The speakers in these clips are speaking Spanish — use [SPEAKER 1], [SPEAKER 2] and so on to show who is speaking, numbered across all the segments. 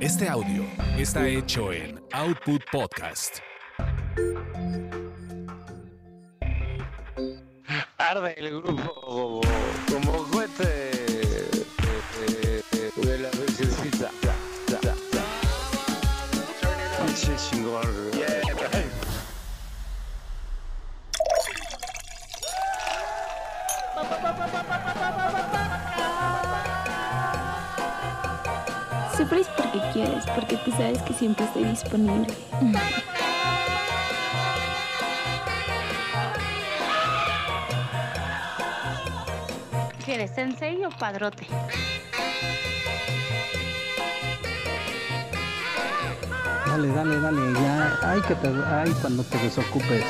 [SPEAKER 1] Este audio está hecho en Output Podcast.
[SPEAKER 2] Arde el grupo como, como cohete eh, eh, eh, de la princesita. Ta, ta, ta, ta. Pinche chingón.
[SPEAKER 3] Sufres porque quieres, porque tú sabes que siempre estoy disponible.
[SPEAKER 4] ¿Quieres sensei o padrote?
[SPEAKER 5] Dale, dale, dale, ya. Ay, que te, ay, cuando te desocupes.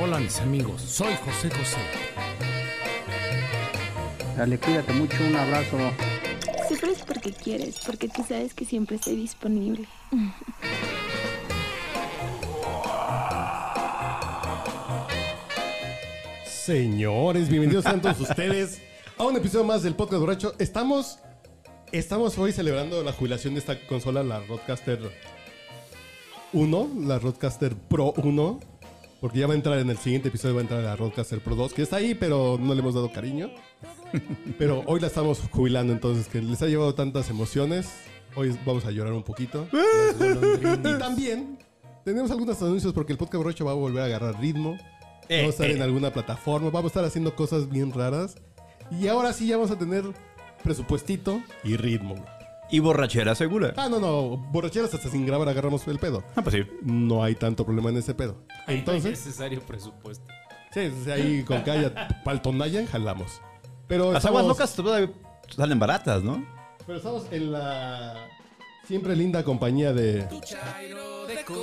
[SPEAKER 1] Hola mis amigos, soy José José.
[SPEAKER 5] Dale, cuídate mucho, un abrazo.
[SPEAKER 3] Sufres porque quieres, porque tú sabes que siempre estoy disponible.
[SPEAKER 6] Señores, bienvenidos sean todos ustedes a un episodio más del Podcast Borracho. Estamos, estamos hoy celebrando la jubilación de esta consola, la Roadcaster 1, la Roadcaster Pro 1, porque ya va a entrar en el siguiente episodio, va a entrar la Roadcaster Pro 2, que está ahí, pero no le hemos dado cariño. Pero hoy la estamos jubilando, entonces, que les ha llevado tantas emociones. Hoy vamos a llorar un poquito. Y también tenemos algunos anuncios porque el podcast borracho va a volver a agarrar ritmo.
[SPEAKER 7] Eh,
[SPEAKER 6] vamos a estar en alguna plataforma, vamos a estar haciendo cosas bien raras. Y ahora sí ya vamos a tener presupuestito y ritmo.
[SPEAKER 7] Y borrachera segura.
[SPEAKER 6] Ah, no, no, borracheras hasta sin grabar agarramos el pedo.
[SPEAKER 7] Ah, pues sí.
[SPEAKER 6] No hay tanto problema en ese pedo. Entonces,
[SPEAKER 8] necesario presupuesto.
[SPEAKER 6] sí, sí, ahí con que haya paltonayan jalamos. Pero
[SPEAKER 7] Las aguas
[SPEAKER 6] estamos-
[SPEAKER 7] locas todavía salen baratas, ¿no?
[SPEAKER 6] Pero estamos en la siempre linda compañía de
[SPEAKER 8] Muy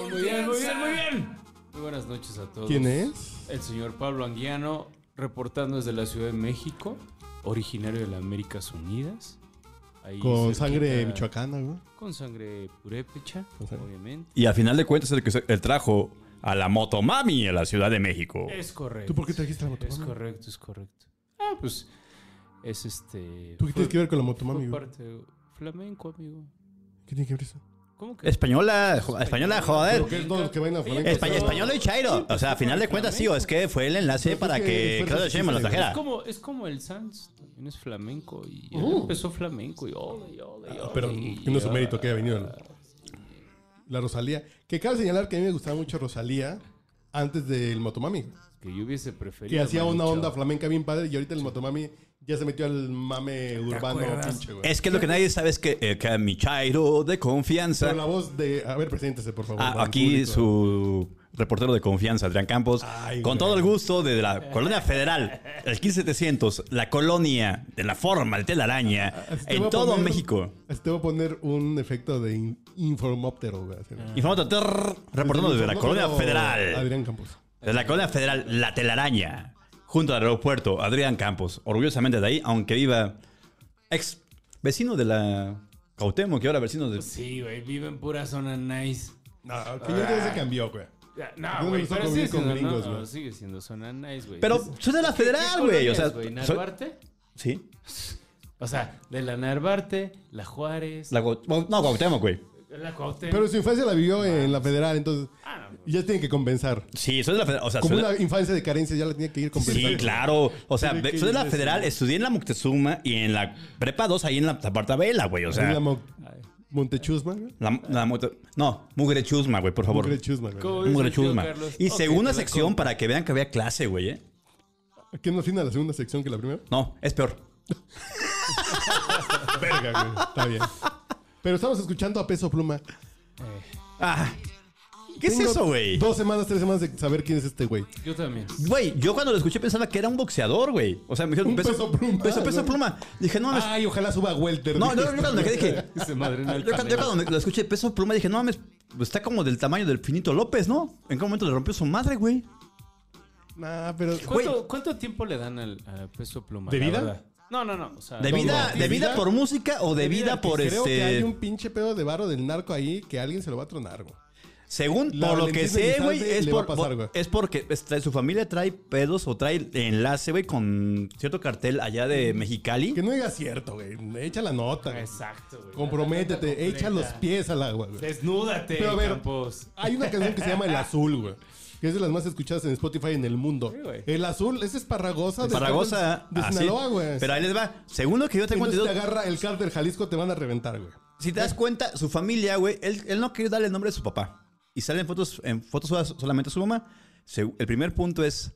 [SPEAKER 8] bien, muy bien, muy bien. Muy buenas noches a todos.
[SPEAKER 6] ¿Quién es?
[SPEAKER 8] El señor Pablo Anguiano, reportando desde la Ciudad de México, originario de las Américas Unidas. Ahí
[SPEAKER 6] Con
[SPEAKER 8] cerquita-
[SPEAKER 6] sangre michoacana, güey.
[SPEAKER 8] Con sangre purépecha,
[SPEAKER 6] Con sangre.
[SPEAKER 8] obviamente.
[SPEAKER 7] Y al final de cuentas el que se- el trajo a la motomami en la Ciudad de México.
[SPEAKER 8] Es correcto.
[SPEAKER 6] ¿Tú por qué trajiste la
[SPEAKER 8] Es
[SPEAKER 6] motomami?
[SPEAKER 8] correcto, es correcto. Ah, pues es este...
[SPEAKER 6] ¿Tú qué tienes que ver con la motomami,
[SPEAKER 8] fue
[SPEAKER 6] güey?
[SPEAKER 8] parte flamenco, amigo.
[SPEAKER 6] ¿Qué tiene que ver eso?
[SPEAKER 8] ¿Cómo que?
[SPEAKER 7] Española, jo- española, joder.
[SPEAKER 6] Pero que es todos los que vayan a flamenco.
[SPEAKER 7] Espa- española y Chairo. O sea, al final de cuentas sí, o es que fue el enlace
[SPEAKER 6] Pero
[SPEAKER 7] para
[SPEAKER 6] creo que
[SPEAKER 7] que
[SPEAKER 6] fue
[SPEAKER 7] Claudia Sheinbaum lo
[SPEAKER 6] racista,
[SPEAKER 7] trajera.
[SPEAKER 8] Es como, es como el Sans, también es flamenco. Y él
[SPEAKER 6] Uh.
[SPEAKER 8] empezó flamenco y ole, y ole, y ole,
[SPEAKER 6] Ah, Pero
[SPEAKER 8] y
[SPEAKER 6] no es un mérito que haya venido
[SPEAKER 8] ole.
[SPEAKER 6] la, la Rosalía. Que cabe señalar que a mí me gustaba mucho Rosalía antes del motomami.
[SPEAKER 8] Que yo hubiese preferido.
[SPEAKER 6] Que hacía una
[SPEAKER 8] Manu
[SPEAKER 6] onda
[SPEAKER 8] Chao.
[SPEAKER 6] flamenca bien padre y ahorita el motomami ya se metió al mame urbano pinche, güey.
[SPEAKER 7] Es que lo que nadie sabe es que, eh, que a mi Chairo de confianza.
[SPEAKER 6] Pero la voz de... A ver, preséntese, por favor.
[SPEAKER 7] Ah,
[SPEAKER 6] al
[SPEAKER 7] aquí
[SPEAKER 6] público.
[SPEAKER 7] su reportero de confianza, Adrián Campos,
[SPEAKER 6] Ay,
[SPEAKER 7] con
[SPEAKER 6] güey.
[SPEAKER 7] todo el gusto de la Colonia Federal, el 15700, la colonia de la forma, el telaraña,
[SPEAKER 6] Así Ah, te voy
[SPEAKER 7] en
[SPEAKER 6] a
[SPEAKER 7] todo
[SPEAKER 6] poner-
[SPEAKER 7] México.
[SPEAKER 6] así te voy a poner un efecto de in- informóptero, güey. así, ¿no?
[SPEAKER 7] Informante trrr,
[SPEAKER 6] Pues
[SPEAKER 7] reportando desde la Colonia
[SPEAKER 6] Informóptero
[SPEAKER 7] Federal,
[SPEAKER 6] Adrián Campos.
[SPEAKER 7] desde la Colonia Federal, la telaraña, junto al aeropuerto, Adrián Campos, orgullosamente de ahí, aunque viva ex vecino de la Cautemo, que ahora vecino de...
[SPEAKER 8] Sí, güey, vive en pura zona nice.
[SPEAKER 6] No, al final
[SPEAKER 7] Ah.
[SPEAKER 6] ya se cambió, güey.
[SPEAKER 8] Ya,
[SPEAKER 6] no
[SPEAKER 8] No, güey,
[SPEAKER 6] me gusta
[SPEAKER 8] pero
[SPEAKER 6] convivir con
[SPEAKER 8] sigue siendo,
[SPEAKER 6] gringos,
[SPEAKER 8] no,
[SPEAKER 6] güey.
[SPEAKER 8] no, sigue siendo zona nice, güey.
[SPEAKER 7] Pero
[SPEAKER 8] Es-
[SPEAKER 7] soy de la Federal,
[SPEAKER 8] ¿Qué
[SPEAKER 7] güey, o
[SPEAKER 8] colonias,
[SPEAKER 7] sea...
[SPEAKER 8] güey?
[SPEAKER 7] soy-
[SPEAKER 8] ¿Narvarte?
[SPEAKER 7] Sí.
[SPEAKER 8] O sea, de la Narvarte, la Juárez,
[SPEAKER 7] La,
[SPEAKER 8] la,
[SPEAKER 7] Cuau- no, Cuauhtémoc, güey.
[SPEAKER 8] Cuauhtémoc.
[SPEAKER 6] Pero su infancia la vivió en la federal, entonces
[SPEAKER 8] Ah, no,
[SPEAKER 6] ya tiene que compensar.
[SPEAKER 7] Sí, soy de la Federal. O sea,
[SPEAKER 6] Como
[SPEAKER 7] soy de-
[SPEAKER 6] una infancia de carencia ya la tiene que ir compensando.
[SPEAKER 7] Sí, claro. O sea,
[SPEAKER 6] Tiene
[SPEAKER 7] de-
[SPEAKER 6] que
[SPEAKER 7] soy de la
[SPEAKER 6] ir
[SPEAKER 7] federal,
[SPEAKER 6] así.
[SPEAKER 7] estudié en la Moctezuma y en la prepa 2, ahí en la Apartabela, güey. O
[SPEAKER 6] Así
[SPEAKER 7] sea,
[SPEAKER 6] la
[SPEAKER 7] la,
[SPEAKER 6] Mo- Montechusma, güey.
[SPEAKER 7] la Mocte- No, Mugre Chusma, güey, por favor.
[SPEAKER 6] Mugre Chusma, güey.
[SPEAKER 8] ¿Cómo?
[SPEAKER 7] Mugre
[SPEAKER 8] Tío
[SPEAKER 7] Chusma.
[SPEAKER 8] Carlos.
[SPEAKER 7] Y
[SPEAKER 8] Ok,
[SPEAKER 7] segunda
[SPEAKER 8] te la
[SPEAKER 7] sección
[SPEAKER 8] compro.
[SPEAKER 7] para que vean que había clase, güey, ¿eh?
[SPEAKER 6] ¿Qué nos fina la segunda sección que la primera?
[SPEAKER 7] No, es peor.
[SPEAKER 6] Verga, güey. Está bien. Pero estamos escuchando a Peso Pluma.
[SPEAKER 7] Ah, ¿Qué es
[SPEAKER 6] Tengo
[SPEAKER 7] eso, güey?
[SPEAKER 6] Dos semanas, tres semanas de saber quién es este güey.
[SPEAKER 8] Yo también.
[SPEAKER 7] Güey, yo cuando lo escuché pensaba que era un boxeador, güey. O sea, me dijeron
[SPEAKER 6] Un peso pluma,
[SPEAKER 7] Peso, peso
[SPEAKER 6] güey.
[SPEAKER 7] pluma. Dije, no mames.
[SPEAKER 6] Ay, ojalá suba Welter.
[SPEAKER 7] Pues- No, no, no, cuando me quedé dije.
[SPEAKER 8] Se madre en el
[SPEAKER 7] Yo, cuando- yo
[SPEAKER 8] panel.
[SPEAKER 7] cuando me- lo escuché peso pluma dije, no mames, está como del tamaño del Finito López, ¿no? ¿En qué momento le rompió su madre, güey?
[SPEAKER 6] Nah, pero...
[SPEAKER 8] ¿Cuánto, cuánto tiempo le dan al, a peso pluma?
[SPEAKER 6] ¿De
[SPEAKER 8] la
[SPEAKER 6] vida?
[SPEAKER 8] verdad? No, no, no. o sea,
[SPEAKER 7] ¿De
[SPEAKER 8] no,
[SPEAKER 7] vida,
[SPEAKER 8] no,
[SPEAKER 7] de vida por música o de, vida, por
[SPEAKER 6] creo
[SPEAKER 7] este.
[SPEAKER 6] que hay un pinche pedo de varo del narco ahí que alguien se lo va a tronar, güey.
[SPEAKER 7] Según
[SPEAKER 6] La
[SPEAKER 7] por lo que
[SPEAKER 6] Valentina
[SPEAKER 7] sé, güey,
[SPEAKER 6] Elizalde
[SPEAKER 7] es,
[SPEAKER 6] le va a
[SPEAKER 7] por-
[SPEAKER 6] pasar,
[SPEAKER 7] por-
[SPEAKER 6] güey.
[SPEAKER 7] es porque es- trae- su familia trae pedos o trae enlace, güey, con cierto cartel allá de Mexicali.
[SPEAKER 6] Que no diga cierto, güey. Echa la nota. güey.
[SPEAKER 8] Exacto, güey. La
[SPEAKER 6] Comprométete,
[SPEAKER 8] completa.
[SPEAKER 6] echa los pies al agua, güey.
[SPEAKER 8] Desnúdate,
[SPEAKER 6] Pero a ver,
[SPEAKER 8] Campos.
[SPEAKER 6] Hay una canción que se llama El Azul, güey. Que es de las más escuchadas en Spotify en el mundo.
[SPEAKER 8] Sí, güey.
[SPEAKER 6] el Azul es Esparragosa. de-
[SPEAKER 7] Paragosa.
[SPEAKER 6] De,
[SPEAKER 7] así.
[SPEAKER 6] Sinaloa, güey.
[SPEAKER 7] ah, Pero ahí les va. Según lo que yo tengo
[SPEAKER 6] Entonces te
[SPEAKER 7] entendido,
[SPEAKER 6] agarra el cárter Jalisco, te van a reventar, güey.
[SPEAKER 7] si te das cuenta, su familia, güey, él, él no quería darle el nombre de su papá. Y salen fotos, en fotos solas- solamente a su mamá. Se- El primer punto es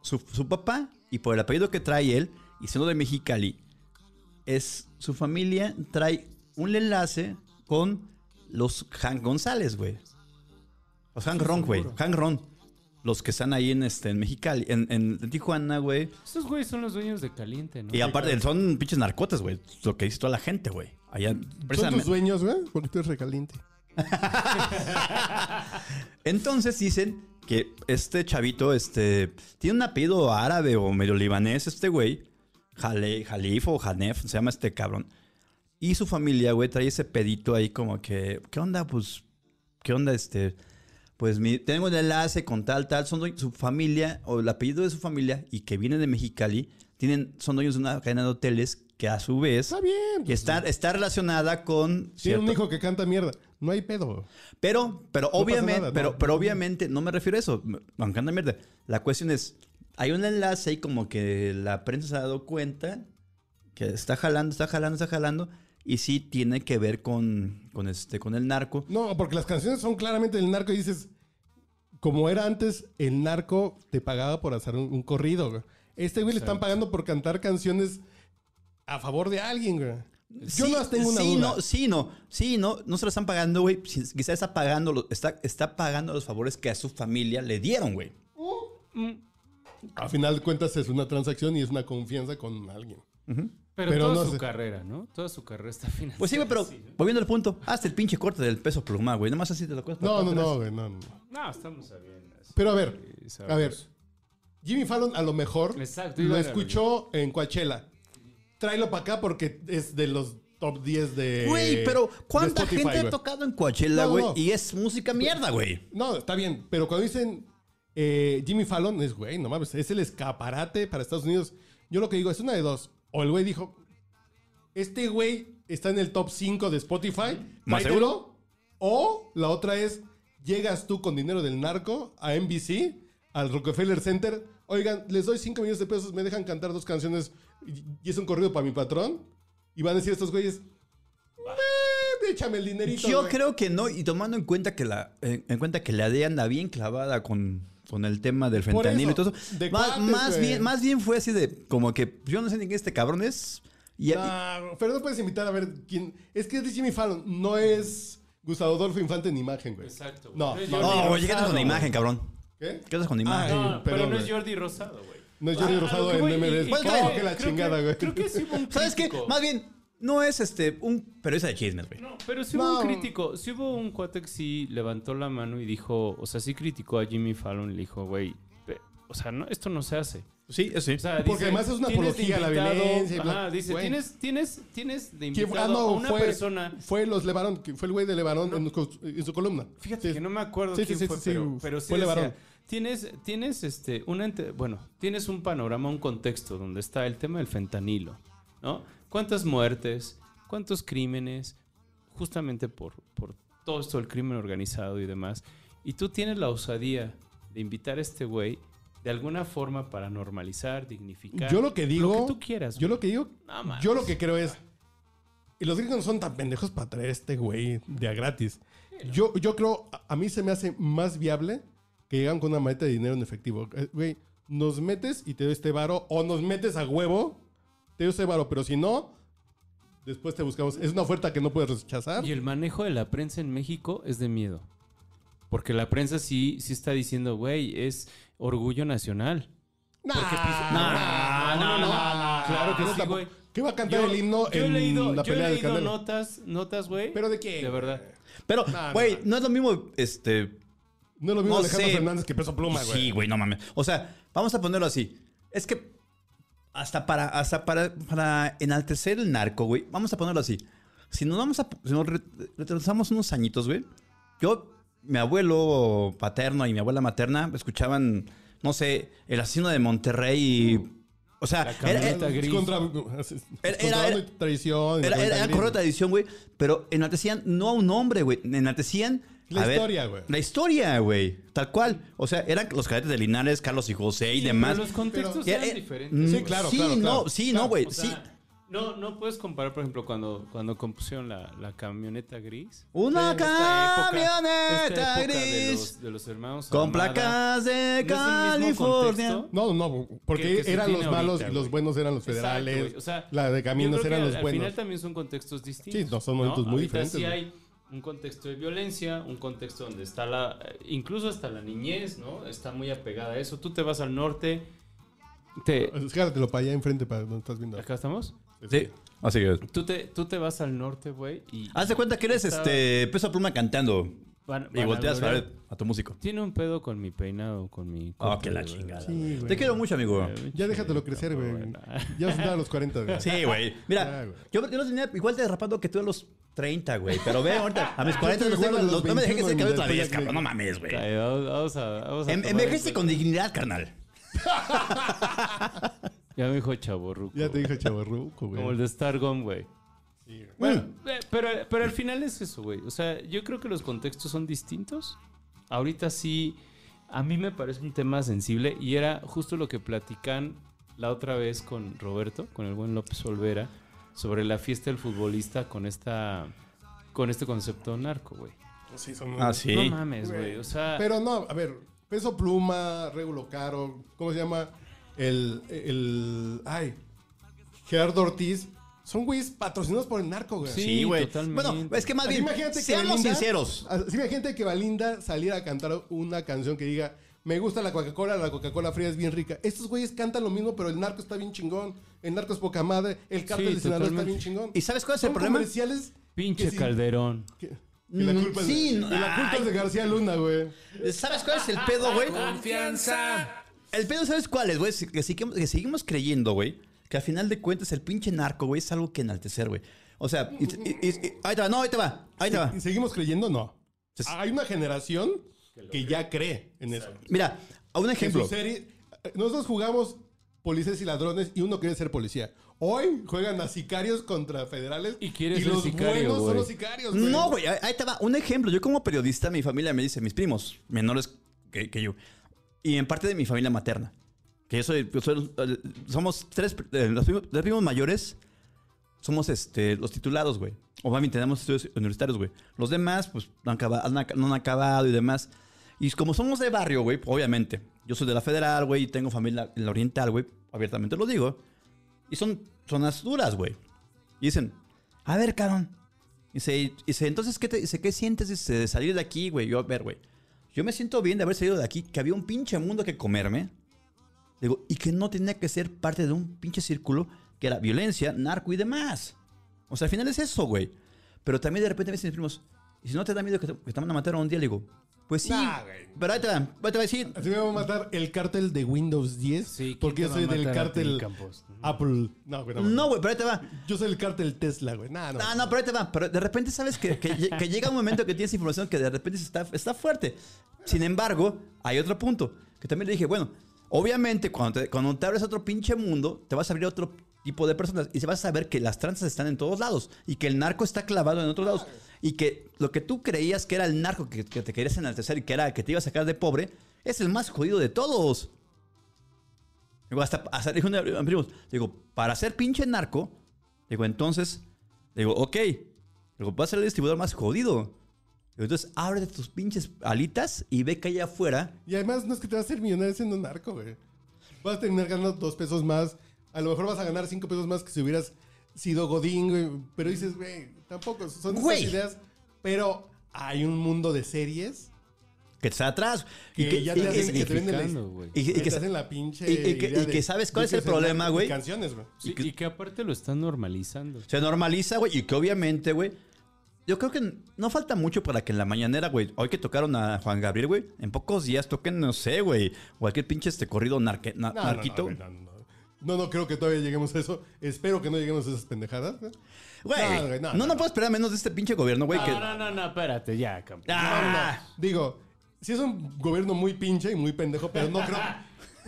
[SPEAKER 7] su, su papá y por el apellido que trae él, y siendo de Mexicali, es su familia trae un enlace con los Hank González, güey. Los Hank Ron, güey. Hank Ron. Los que están ahí en, este, en Mexicali, en, en Tijuana, güey.
[SPEAKER 8] Estos güeyes son los dueños de Caliente, ¿no?
[SPEAKER 7] Y aparte, son pinches narcotas, güey. Lo que dice toda la gente, güey. Allá,
[SPEAKER 6] Son tus
[SPEAKER 7] precisamente.
[SPEAKER 6] dueños, güey, porque tú eres recaliente.
[SPEAKER 7] Entonces dicen que este chavito, este, tiene un apellido árabe o medio libanés, este güey. Jale, Jalif o Hanef, se llama este cabrón. Y su familia, güey, trae ese pedito ahí como que, ¿qué onda? Pues, ¿qué onda este? Pues mi- tengo un enlace con tal, tal, son dueños- su familia o el apellido de su familia y que viene de Mexicali, tienen, son dueños de una cadena de hoteles que a su vez
[SPEAKER 6] Está bien.
[SPEAKER 7] que está, está relacionada con...
[SPEAKER 6] Tiene un
[SPEAKER 7] cierto-
[SPEAKER 6] hijo que canta mierda. No hay pedo.
[SPEAKER 7] pero, pero obviamente,
[SPEAKER 6] pasa nada,
[SPEAKER 7] pero,
[SPEAKER 6] no.
[SPEAKER 7] pero obviamente, no me refiero a eso. Me me encanta mierda. La cuestión es, hay un enlace y como que la prensa se ha dado cuenta que está jalando, está jalando, está jalando. Y sí tiene que ver con, con este, con el narco.
[SPEAKER 6] No, porque las canciones son claramente del narco y dices, como era antes, el narco te pagaba por hacer un, un corrido, güey. Este güey le están pagando por cantar canciones a favor de alguien, güey. Yo
[SPEAKER 7] Sí,
[SPEAKER 6] no tengo una
[SPEAKER 7] sí,
[SPEAKER 6] duda.
[SPEAKER 7] No, sí, no, sí, no, no se lo están pagando, güey. Sí, Quizás está pagando, lo- está, está pagando los favores que a su familia le dieron, güey.
[SPEAKER 6] A final de cuentas es una transacción y es una confianza con alguien.
[SPEAKER 8] Pero,
[SPEAKER 6] Pero
[SPEAKER 8] toda
[SPEAKER 6] no
[SPEAKER 8] su
[SPEAKER 6] sé.
[SPEAKER 8] carrera, ¿no? Toda su carrera está financiada.
[SPEAKER 7] Pues sí, güey, pero
[SPEAKER 8] así, ¿no?
[SPEAKER 7] volviendo al punto, hazte el pinche corte del peso pluma, güey. Nomás así te lo cuesta.
[SPEAKER 6] No, no, no, güey, no, no.
[SPEAKER 8] No, estamos a bien. así.
[SPEAKER 6] Pero a ver,
[SPEAKER 8] Eh,
[SPEAKER 6] a ver.
[SPEAKER 8] sabroso.
[SPEAKER 6] Jimmy Fallon a lo mejor
[SPEAKER 8] Exacto, iba
[SPEAKER 6] lo
[SPEAKER 8] a hablar,
[SPEAKER 6] escuchó en Coachella. Tráelo para acá porque es de los top 10 de
[SPEAKER 7] Güey, pero
[SPEAKER 6] Eh, de
[SPEAKER 7] ¿cuánta
[SPEAKER 6] Spotify,
[SPEAKER 7] gente ha
[SPEAKER 6] güey?
[SPEAKER 7] tocado en Coachella,
[SPEAKER 6] No,
[SPEAKER 7] güey?
[SPEAKER 6] no.
[SPEAKER 7] Y es música mierda, güey.
[SPEAKER 6] No, está bien, pero cuando dicen eh, Jimmy Fallon, es güey, no mames, es el escaparate para Estados Unidos. Yo lo que digo es una de dos. O el güey dijo, este güey está en el top 5 de Spotify,
[SPEAKER 7] Más
[SPEAKER 6] tráetelo". O la otra es, llegas tú con dinero del narco a NBC, al Rockefeller Center, oigan, les doy 5 millones de pesos, me dejan cantar dos canciones y y es un corrido para mi patrón. Y van a decir estos güeyes, "Meh, échame el dinerito.
[SPEAKER 7] Yo
[SPEAKER 6] güey".
[SPEAKER 7] creo que no, y tomando en cuenta que la, eh, en, en cuenta que la DEA anda bien clavada con, con el tema del
[SPEAKER 6] Por eso,
[SPEAKER 7] fentanilo y todo
[SPEAKER 6] de
[SPEAKER 7] eso. Más,
[SPEAKER 6] cuates,
[SPEAKER 7] más
[SPEAKER 6] güey.
[SPEAKER 7] bien, más bien fue así de como que yo no sé ni quién este cabrón es. Y,
[SPEAKER 6] No, pero no puedes invitar a ver quién. Es que es de Jimmy Fallon, no es Gustavo Adolfo Infante en imagen, güey.
[SPEAKER 8] Exacto, güey.
[SPEAKER 6] No,
[SPEAKER 8] Pero es
[SPEAKER 6] no,
[SPEAKER 8] Jordi
[SPEAKER 7] no,
[SPEAKER 6] no.
[SPEAKER 7] güey, Oh, ¿qué tal con la
[SPEAKER 8] Rosado,
[SPEAKER 7] imagen, cabrón?
[SPEAKER 6] ¿Qué?
[SPEAKER 7] ¿Qué tal con la imagen?
[SPEAKER 6] Ay,
[SPEAKER 8] No, pero,
[SPEAKER 6] perdón,
[SPEAKER 8] no es
[SPEAKER 6] güey.
[SPEAKER 8] Jordi Rosado, güey.
[SPEAKER 6] No es Jordi
[SPEAKER 8] Ah, a
[SPEAKER 6] Rosado
[SPEAKER 8] lo que voy,
[SPEAKER 6] en
[SPEAKER 8] y-
[SPEAKER 6] MBS.
[SPEAKER 8] y
[SPEAKER 7] Pues,
[SPEAKER 8] creo
[SPEAKER 7] bueno,
[SPEAKER 8] que-
[SPEAKER 6] que la
[SPEAKER 8] creo
[SPEAKER 6] chingada, güey.
[SPEAKER 8] Creo que sí hubo un
[SPEAKER 7] ¿Sabes qué?
[SPEAKER 8] crítico.
[SPEAKER 7] Más bien, no es este un periodista de chismes, güey.
[SPEAKER 8] No, pero sí hubo
[SPEAKER 6] No.
[SPEAKER 8] un crítico. Sí hubo un cuate que sí levantó la mano y dijo, o sea, sí criticó a Jimmy Fallon y le dijo, güey, ve- o sea, no, esto no se hace.
[SPEAKER 7] Sí, sí.
[SPEAKER 8] O sea,
[SPEAKER 6] Porque
[SPEAKER 8] dice,
[SPEAKER 6] además es una
[SPEAKER 8] "Tienes de
[SPEAKER 6] apología a la
[SPEAKER 8] invitado-
[SPEAKER 6] violencia y bla-
[SPEAKER 8] Ajá, dice,
[SPEAKER 6] Güey.
[SPEAKER 8] tienes, tienes, tienes de
[SPEAKER 6] ¿Quién
[SPEAKER 8] invitado
[SPEAKER 6] fue? Ah, no,
[SPEAKER 8] a una
[SPEAKER 6] fue,
[SPEAKER 8] persona.
[SPEAKER 6] fue los Levarón, que fue el güey de Levarón en, su- en su columna.
[SPEAKER 8] Fíjate
[SPEAKER 6] Sí.
[SPEAKER 8] que no me acuerdo
[SPEAKER 6] Sí, sí,
[SPEAKER 8] quién
[SPEAKER 6] sí,
[SPEAKER 8] fue,
[SPEAKER 6] sí,
[SPEAKER 8] pero,
[SPEAKER 6] sí,
[SPEAKER 8] pero sí
[SPEAKER 6] fue
[SPEAKER 8] decía,
[SPEAKER 6] Levarón.
[SPEAKER 8] tienes, tienes este, una ente- bueno, tienes un panorama, un contexto donde está el tema del fentanilo, ¿no? ¿Cuántas muertes? ¿Cuántos crímenes? Justamente por, por todo esto del crimen organizado y demás. Y tú tienes la osadía de invitar a este güey de alguna forma para normalizar, dignificar.
[SPEAKER 6] Yo lo que digo.
[SPEAKER 8] Lo que tú quieras.
[SPEAKER 6] Yo
[SPEAKER 8] güey.
[SPEAKER 6] lo que digo.
[SPEAKER 8] No mames.
[SPEAKER 6] yo lo que creo es. Y los gringos no son tan pendejos para traer a este güey de a gratis. Yo, yo creo, a- a mí se me hace más viable que llegan con una maleta de dinero en efectivo. Eh, Güey, nos metes y te doy este varo, o nos metes a huevo, te doy este varo, pero si no, después te buscamos. Es una oferta que no puedes rechazar.
[SPEAKER 8] Y el manejo de la prensa en México es de miedo. Porque la prensa sí, sí está diciendo, güey, es orgullo nacional.
[SPEAKER 6] Nah,
[SPEAKER 8] Ah, no, no, no. Claro que
[SPEAKER 6] No,
[SPEAKER 8] sí,
[SPEAKER 6] tampoco.
[SPEAKER 8] güey.
[SPEAKER 6] ¿Qué va a cantar
[SPEAKER 8] Yo-
[SPEAKER 6] el himno
[SPEAKER 8] yo he
[SPEAKER 6] en
[SPEAKER 8] leído,
[SPEAKER 6] la
[SPEAKER 8] yo he
[SPEAKER 6] pelea del
[SPEAKER 8] leído
[SPEAKER 6] Canelo?
[SPEAKER 8] notas, notas, güey.
[SPEAKER 6] ¿Pero de quién?
[SPEAKER 8] De verdad.
[SPEAKER 7] Pero,
[SPEAKER 6] no,
[SPEAKER 7] güey,
[SPEAKER 6] no.
[SPEAKER 7] no es lo mismo, este,
[SPEAKER 6] No es lo mismo
[SPEAKER 7] No
[SPEAKER 6] Alejandro
[SPEAKER 7] sé.
[SPEAKER 6] Fernández que Peso Pluma, güey.
[SPEAKER 7] Sí, güey, no mames. O sea, vamos a ponerlo así. Es que hasta para, hasta para, para enaltecer el narco, güey, vamos a ponerlo así. Si nos vamos a, si nos re- retrasamos unos añitos, güey, yo mi abuelo paterno y mi abuela materna escuchaban, no sé, El asesino de Monterrey y... O sea,
[SPEAKER 8] La
[SPEAKER 7] era-
[SPEAKER 8] camioneta.
[SPEAKER 7] era,
[SPEAKER 8] gris.
[SPEAKER 6] Contra,
[SPEAKER 7] Era-
[SPEAKER 6] contra
[SPEAKER 7] era-
[SPEAKER 6] traición.
[SPEAKER 7] era, era,
[SPEAKER 6] contra gris.
[SPEAKER 7] correo de tradición, güey, pero enaltecían no a un hombre, güey, enaltecían...
[SPEAKER 6] La
[SPEAKER 7] a ver,
[SPEAKER 6] historia, güey.
[SPEAKER 7] La historia, güey. Tal cual. O sea, eran los cadetes de Linares, Carlos y José y
[SPEAKER 8] Sí,
[SPEAKER 7] demás.
[SPEAKER 8] pero los contextos
[SPEAKER 7] Era-
[SPEAKER 8] eran
[SPEAKER 7] eh,
[SPEAKER 8] diferentes.
[SPEAKER 7] mm,
[SPEAKER 6] Sí, claro,
[SPEAKER 7] sí,
[SPEAKER 6] claro, claro.
[SPEAKER 7] no, sí,
[SPEAKER 6] Claro,
[SPEAKER 7] no, güey,
[SPEAKER 8] O
[SPEAKER 7] sí.
[SPEAKER 8] sea, no, no puedes comparar, por ejemplo, cuando, cuando compusieron la, la camioneta gris. Esta
[SPEAKER 7] Una
[SPEAKER 8] época-
[SPEAKER 7] camioneta
[SPEAKER 8] esta época De
[SPEAKER 7] gris
[SPEAKER 8] los, de los hermanos
[SPEAKER 7] con
[SPEAKER 8] Ahumada,
[SPEAKER 7] placas de
[SPEAKER 8] ¿no es el mismo
[SPEAKER 7] California.
[SPEAKER 8] contexto?
[SPEAKER 6] No, no, porque
[SPEAKER 8] Que- que se
[SPEAKER 6] eran los
[SPEAKER 8] tiene
[SPEAKER 6] malos
[SPEAKER 8] ahorita,
[SPEAKER 6] y los
[SPEAKER 8] güey.
[SPEAKER 6] buenos eran los
[SPEAKER 8] Exacto,
[SPEAKER 6] federales.
[SPEAKER 8] güey. O sea,
[SPEAKER 6] la de
[SPEAKER 8] yo
[SPEAKER 6] caminos
[SPEAKER 8] creo que
[SPEAKER 6] eran los
[SPEAKER 8] al
[SPEAKER 6] buenos.
[SPEAKER 8] final también son contextos distintos.
[SPEAKER 6] Sí, no, son momentos muy
[SPEAKER 8] Ahorita
[SPEAKER 6] diferentes,
[SPEAKER 8] Sí
[SPEAKER 6] güey.
[SPEAKER 8] hay un contexto de violencia, un contexto donde está la, eh, incluso hasta la niñez, ¿no? Está muy apegada a eso. Tú te vas al norte, te,
[SPEAKER 6] Escáratelo para allá enfrente, para donde estás viendo.
[SPEAKER 8] acá estamos.
[SPEAKER 7] Sí, así es.
[SPEAKER 8] Tú te, tú te vas al norte, güey, y
[SPEAKER 7] Haz de cuenta que eres
[SPEAKER 8] Estaba-
[SPEAKER 7] este peso a pluma cantando
[SPEAKER 8] van-
[SPEAKER 7] y
[SPEAKER 8] van
[SPEAKER 7] volteas a
[SPEAKER 8] adorar.
[SPEAKER 7] ver a tu músico.
[SPEAKER 8] Tiene un pedo con mi peinado, con mi.
[SPEAKER 7] Oh,
[SPEAKER 8] corte,
[SPEAKER 7] que la
[SPEAKER 8] güey.
[SPEAKER 7] chingada.
[SPEAKER 6] Sí,
[SPEAKER 7] güey.
[SPEAKER 6] güey.
[SPEAKER 7] Te quiero mucho, amigo.
[SPEAKER 6] Ya déjatelo crecer, güey. Ya vas a andar a los 40, güey.
[SPEAKER 7] Sí, güey.
[SPEAKER 6] Ya,
[SPEAKER 7] Mira,
[SPEAKER 6] güey.
[SPEAKER 7] yo, yo lo tenía igual de rapado que tú a los 30, güey. Pero ve ahorita, a mis 40
[SPEAKER 6] Yo
[SPEAKER 7] los
[SPEAKER 6] estoy igual
[SPEAKER 7] tengo,
[SPEAKER 6] a
[SPEAKER 7] los-
[SPEAKER 6] los
[SPEAKER 7] no me dejé que se
[SPEAKER 6] 21,
[SPEAKER 7] cabello otra
[SPEAKER 6] güey.
[SPEAKER 7] vez, cabrón. No mames, güey.
[SPEAKER 8] Ay, Vamos vamos a. Vamos a
[SPEAKER 7] Em-
[SPEAKER 8] tomar
[SPEAKER 7] Envejece
[SPEAKER 8] eso.
[SPEAKER 7] con dignidad, carnal.
[SPEAKER 8] Ya me dijo chaborruco.
[SPEAKER 6] Ya te dije chavarruco, güey. Mm.
[SPEAKER 8] Como el de Stargon, güey.
[SPEAKER 6] Sí, güey. Bueno,
[SPEAKER 8] Eh, Pero, pero al final es eso, güey. O sea, yo creo que los contextos son distintos. Ahorita sí, a mí me parece un tema sensible y era justo lo que platican la otra vez con Roberto, con el buen López Olvera, sobre la fiesta del futbolista con esta con este concepto narco, güey.
[SPEAKER 6] sí, son unos-
[SPEAKER 7] Ah, sí.
[SPEAKER 8] No mames, güey. O sea,
[SPEAKER 6] Pero no, a ver, peso pluma, regulo caro, ¿cómo se llama? El, el, ay, Gerardo Ortiz. Son güeyes patrocinados por el narco, güey.
[SPEAKER 8] Sí,
[SPEAKER 7] Sí, güey.
[SPEAKER 8] totalmente.
[SPEAKER 7] Bueno, es que más
[SPEAKER 6] Así
[SPEAKER 7] bien,
[SPEAKER 6] imagínate que
[SPEAKER 7] seamos
[SPEAKER 6] Belinda-
[SPEAKER 7] sinceros.
[SPEAKER 6] así imagínate que Balinda saliera a cantar una canción que diga, me gusta la Coca-Cola, la Coca-Cola fría es bien rica. Estos güeyes cantan lo mismo, pero el narco está bien chingón, el narco es poca madre, el cártel
[SPEAKER 8] Sí,
[SPEAKER 6] de Sinaloa está
[SPEAKER 8] totalmente.
[SPEAKER 6] bien chingón.
[SPEAKER 7] ¿Y sabes cuál es el
[SPEAKER 6] Son
[SPEAKER 7] problema?
[SPEAKER 6] comerciales
[SPEAKER 8] pinche
[SPEAKER 6] que sí-
[SPEAKER 8] Calderón.
[SPEAKER 6] que- que la
[SPEAKER 7] Mm,
[SPEAKER 6] culpa es
[SPEAKER 7] sí, no-
[SPEAKER 6] de- que la culpa es de García Luna, güey.
[SPEAKER 7] ¿Sabes cuál es el pedo, güey? El pedo, ¿sabes cuál es, güey? Si- Que, sigui- que seguimos creyendo, güey, que al final de cuentas el pinche narco, güey, es algo que enaltecer, güey. O sea, y- y- y- y- ahí te va, no, ahí te va, ahí te va.
[SPEAKER 6] ¿Y seguimos creyendo? No.
[SPEAKER 7] Entonces-
[SPEAKER 6] Hay una generación que ya cree en eso.
[SPEAKER 7] Mira, a un
[SPEAKER 6] Que su
[SPEAKER 7] ejemplo.
[SPEAKER 6] serie- eh, nosotros jugamos policías y ladrones y uno quiere ser policía. Hoy juegan a sicarios contra federales
[SPEAKER 8] Y quiere ser
[SPEAKER 6] los
[SPEAKER 8] sicario,
[SPEAKER 6] buenos
[SPEAKER 8] güey.
[SPEAKER 6] son los sicarios.
[SPEAKER 7] No, güey, ahí ahí te va. Un ejemplo. Yo como periodista, mi familia me dice, mis primos, menores que, que yo, y en parte de mi familia materna, que yo soy, yo soy- eh, somos tres, eh, los primos, los primos mayores, somos este, los titulados, güey. O más bien tenemos estudios universitarios, güey. Los demás, pues, no han, acaba- han ac- no han acabado y demás. Y como somos de barrio, güey, obviamente. Yo soy de la federal, güey, y tengo familia en la oriental, güey. Abiertamente lo digo. Y son zonas duras, güey. Y dicen, a ver, carón, Dice, dice, entonces, ¿qué, te, dice, ¿qué sientes dice, de salir de aquí, güey? Yo, a ver, güey. Yo me siento bien de haber salido de aquí, que había un pinche mundo que comerme. Digo, y que no tenía que ser parte de un pinche círculo que era violencia, narco y demás. O sea, al final es eso, güey. Pero también de repente me dicen mis primos, y si no te da miedo que te, que te van a matar un día, le digo, pues sí.
[SPEAKER 6] Nah, güey.
[SPEAKER 7] pero ahí te va, ahí te va a decir.
[SPEAKER 6] Así me va a matar el cártel de Windows 10
[SPEAKER 8] Sí, ¿quién
[SPEAKER 6] porque
[SPEAKER 8] te
[SPEAKER 6] yo
[SPEAKER 8] va
[SPEAKER 6] soy
[SPEAKER 8] a
[SPEAKER 6] del
[SPEAKER 8] matar a ti,
[SPEAKER 6] cártel
[SPEAKER 8] Campos?
[SPEAKER 6] Apple. No, güey, no,
[SPEAKER 7] No, güey, pero ahí te va.
[SPEAKER 6] Yo soy el cártel Tesla, güey. Nah, no.
[SPEAKER 7] No, no, pero ahí te va. Pero de repente sabes que, que lle- que llega un momento que tienes información que de repente está, está fuerte. Sin embargo, hay otro punto que también le dije, bueno, obviamente cuando te, cuando te abres a otro pinche mundo, te vas a abrir a otro tipo de personas y se vas a ver que las tranzas están en todos lados y que el narco está clavado en otros lados y que lo que tú creías que era el narco que, que te querías enaltecer y que era el que te iba a sacar de pobre, es el más jodido de todos. Digo, hasta, hasta dijo un primo, digo, para ser pinche narco, digo, entonces, digo, ok, digo, vas a ser el distribuidor más jodido. Digo, entonces, abre tus pinches alitas y ve que allá afuera.
[SPEAKER 6] Y además no es que te vas a hacer millonario siendo un narco, güey. Vas a terminar ganando dos pesos más. A lo mejor vas a ganar cinco pesos más que si hubieras sido Godín, güey. Pero dices, güey, tampoco. Son
[SPEAKER 7] Güey.
[SPEAKER 6] esas ideas. Pero hay un mundo de series
[SPEAKER 7] Que está atrás.
[SPEAKER 6] que, ya te, hacen, que te venden la-
[SPEAKER 8] significando, güey.
[SPEAKER 7] y- y
[SPEAKER 6] que te
[SPEAKER 7] que-
[SPEAKER 6] hacen la pinche.
[SPEAKER 7] y- y que-
[SPEAKER 6] idea
[SPEAKER 7] y
[SPEAKER 6] de,
[SPEAKER 7] que sabes cuál
[SPEAKER 6] yo
[SPEAKER 7] es el
[SPEAKER 6] quiero ser
[SPEAKER 7] problema,
[SPEAKER 6] narco y
[SPEAKER 7] güey.
[SPEAKER 6] Canciones, güey.
[SPEAKER 8] Sí,
[SPEAKER 7] y que-
[SPEAKER 8] y que aparte lo están normalizando.
[SPEAKER 7] Se normaliza, güey, y que obviamente, güey. Yo creo que no falta mucho para que en la mañanera, güey, hoy que tocaron a Juan Gabriel, güey, en pocos días toquen, no sé, güey, cualquier pinche este corrido narque- na-
[SPEAKER 6] No, no, no,
[SPEAKER 7] narquito.
[SPEAKER 6] güey, no, no, no. No, no creo que todavía lleguemos a eso. Espero que no lleguemos a esas pendejadas. ¿no? No,
[SPEAKER 7] Güey,
[SPEAKER 6] güey, no,
[SPEAKER 7] no, no,
[SPEAKER 6] no. Ah,
[SPEAKER 7] puedo esperar menos de este pinche gobierno, güey. que...
[SPEAKER 8] Ah, No, no, no, no, espérate, ya, campeón.
[SPEAKER 7] ¡Ah!
[SPEAKER 6] Digo, si es un gobierno muy pinche y muy pendejo, pero no creo,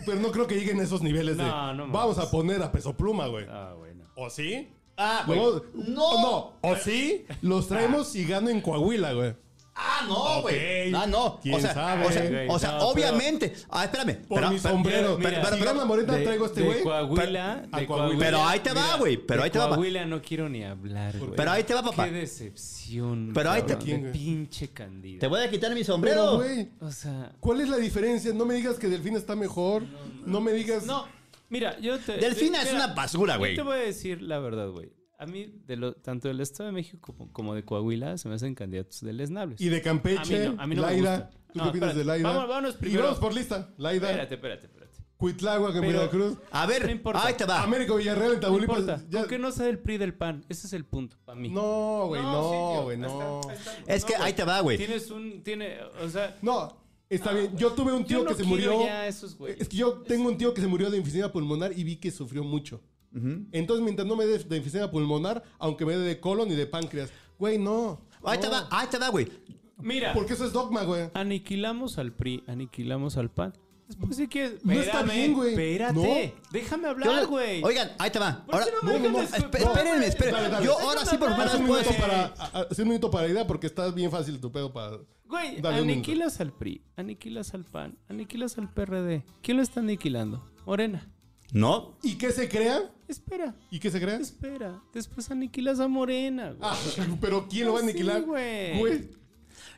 [SPEAKER 6] pero no creo que lleguen a esos niveles de
[SPEAKER 8] No, no mames.
[SPEAKER 6] vamos a poner a peso pluma, güey.
[SPEAKER 8] Ah, bueno.
[SPEAKER 6] ¿O sí?
[SPEAKER 7] Ah, güey.
[SPEAKER 6] No,
[SPEAKER 7] No.
[SPEAKER 6] no. ¿O sí? Los traemos y gano en Coahuila, güey.
[SPEAKER 7] Ah, no,
[SPEAKER 6] Ok.
[SPEAKER 7] güey. Ah, no.
[SPEAKER 6] ¿Quién
[SPEAKER 7] o sea,
[SPEAKER 6] sabe?
[SPEAKER 7] o sea,
[SPEAKER 8] Güey,
[SPEAKER 7] o sea,
[SPEAKER 8] no, pero-
[SPEAKER 7] obviamente. Ah, espérame.
[SPEAKER 6] Por
[SPEAKER 7] pero,
[SPEAKER 6] mi
[SPEAKER 7] pero-
[SPEAKER 6] sombrero.
[SPEAKER 7] pero-
[SPEAKER 8] mira,
[SPEAKER 7] pero-
[SPEAKER 6] si
[SPEAKER 7] pero-
[SPEAKER 6] gana Morena,
[SPEAKER 8] De-
[SPEAKER 6] traigo a este
[SPEAKER 8] de
[SPEAKER 6] güey.
[SPEAKER 8] Coahuila,
[SPEAKER 6] a
[SPEAKER 8] de
[SPEAKER 6] Coahuila.
[SPEAKER 8] Coahuila.
[SPEAKER 7] pero ahí te va, güey. Pero
[SPEAKER 8] De
[SPEAKER 7] ahí te va. pa-
[SPEAKER 8] Coahuila no quiero ni hablar, güey.
[SPEAKER 7] Pero ahí te va, papá.
[SPEAKER 8] Qué decepción.
[SPEAKER 7] Pero ahí
[SPEAKER 8] cabrón,
[SPEAKER 6] te- ¿Quién,
[SPEAKER 8] de
[SPEAKER 6] güey?
[SPEAKER 8] pinche candido.
[SPEAKER 7] Te voy a quitar mi
[SPEAKER 6] Pero,
[SPEAKER 7] sombrero.
[SPEAKER 6] güey,
[SPEAKER 8] O sea,
[SPEAKER 6] ¿cuál es la diferencia? No me digas que Delfín está mejor. No me digas...
[SPEAKER 8] no. Mira, yo te.
[SPEAKER 7] Delfina
[SPEAKER 8] te-
[SPEAKER 7] es
[SPEAKER 8] mira,
[SPEAKER 7] una basura, güey.
[SPEAKER 8] Yo te voy a decir la verdad, güey. A mí, de lo, tanto del Estado de México como, como de Coahuila, se me hacen candidatos deleznables.
[SPEAKER 6] Y de Campeche,
[SPEAKER 8] A mí no- a mí no me
[SPEAKER 6] Laida.
[SPEAKER 8] gusta.
[SPEAKER 6] ¿Tú
[SPEAKER 8] No,
[SPEAKER 6] qué opinas
[SPEAKER 8] espérate.
[SPEAKER 6] de Laida?
[SPEAKER 8] Vamos- vámonos primero.
[SPEAKER 6] Y vamos por lista. Laida,
[SPEAKER 8] Espérate, espérate, espérate.
[SPEAKER 6] Cuitláhuac en
[SPEAKER 8] Pero-
[SPEAKER 6] Veracruz,
[SPEAKER 7] A
[SPEAKER 8] No
[SPEAKER 7] ver,
[SPEAKER 8] importa.
[SPEAKER 7] ahí te va.
[SPEAKER 6] Américo Villarreal en
[SPEAKER 8] No
[SPEAKER 6] Tamaulipas.
[SPEAKER 8] importa.
[SPEAKER 6] ya-
[SPEAKER 8] Aunque no sea del PRI del PAN. Ese es el punto para mí.
[SPEAKER 6] No, güey, no,
[SPEAKER 8] sí,
[SPEAKER 6] güey,
[SPEAKER 8] tío,
[SPEAKER 6] no.
[SPEAKER 8] ahí está, ahí está.
[SPEAKER 7] Es que
[SPEAKER 8] No,
[SPEAKER 7] ahí te va, güey.
[SPEAKER 8] Tienes un. Tiene, o sea.
[SPEAKER 6] No, está bien. Yo tuve un tío
[SPEAKER 8] yo no
[SPEAKER 6] que se
[SPEAKER 8] quiero
[SPEAKER 6] murió.
[SPEAKER 8] Ya esos, güey.
[SPEAKER 6] Es que yo tengo un tío que se murió de enfisema pulmonar y vi que sufrió mucho. Entonces, mientras no me dé de enfisema pulmonar, aunque me dé de colon y de páncreas, güey, no.
[SPEAKER 7] Ahí te
[SPEAKER 6] no.
[SPEAKER 7] va, ahí te va, güey.
[SPEAKER 8] Mira,
[SPEAKER 6] Porque eso es dogma, güey.
[SPEAKER 8] Ah, aniquilamos al PRI, aniquilamos al PAN. Después sí que.
[SPEAKER 6] No está
[SPEAKER 8] Espérame,
[SPEAKER 6] bien, güey.
[SPEAKER 8] Espérate. Déjame hablar,
[SPEAKER 7] Yo-
[SPEAKER 8] güey.
[SPEAKER 7] Oigan, ahí te va.
[SPEAKER 8] ¿Por qué no me
[SPEAKER 6] no, no,
[SPEAKER 8] dejas
[SPEAKER 6] no,
[SPEAKER 8] de-
[SPEAKER 7] Espe- espérenme, espérenme.
[SPEAKER 6] Dale, dale.
[SPEAKER 7] Yo ahora sí por
[SPEAKER 8] Déjame
[SPEAKER 7] primera
[SPEAKER 6] Haz
[SPEAKER 7] vez
[SPEAKER 6] un
[SPEAKER 7] puedo
[SPEAKER 6] minuto
[SPEAKER 7] decir-
[SPEAKER 6] para, a- a- haz Ah, un minuto para idea porque está bien fácil tu pedo para.
[SPEAKER 8] Güey,
[SPEAKER 6] Dale un minuto.
[SPEAKER 8] aniquilas al PRI, aniquilas al PAN, aniquilas al PRD. ¿Quién lo está aniquilando? Morena.
[SPEAKER 7] No.
[SPEAKER 6] ¿Y qué se crea?
[SPEAKER 8] Espera,
[SPEAKER 6] ¿Y qué se crea?
[SPEAKER 8] espera. Después aniquilas a Morena, güey.
[SPEAKER 6] ¿Eh? Ah, pero ¿quién lo va a
[SPEAKER 8] Sí,
[SPEAKER 6] aniquilar?
[SPEAKER 8] güey.
[SPEAKER 6] Güey,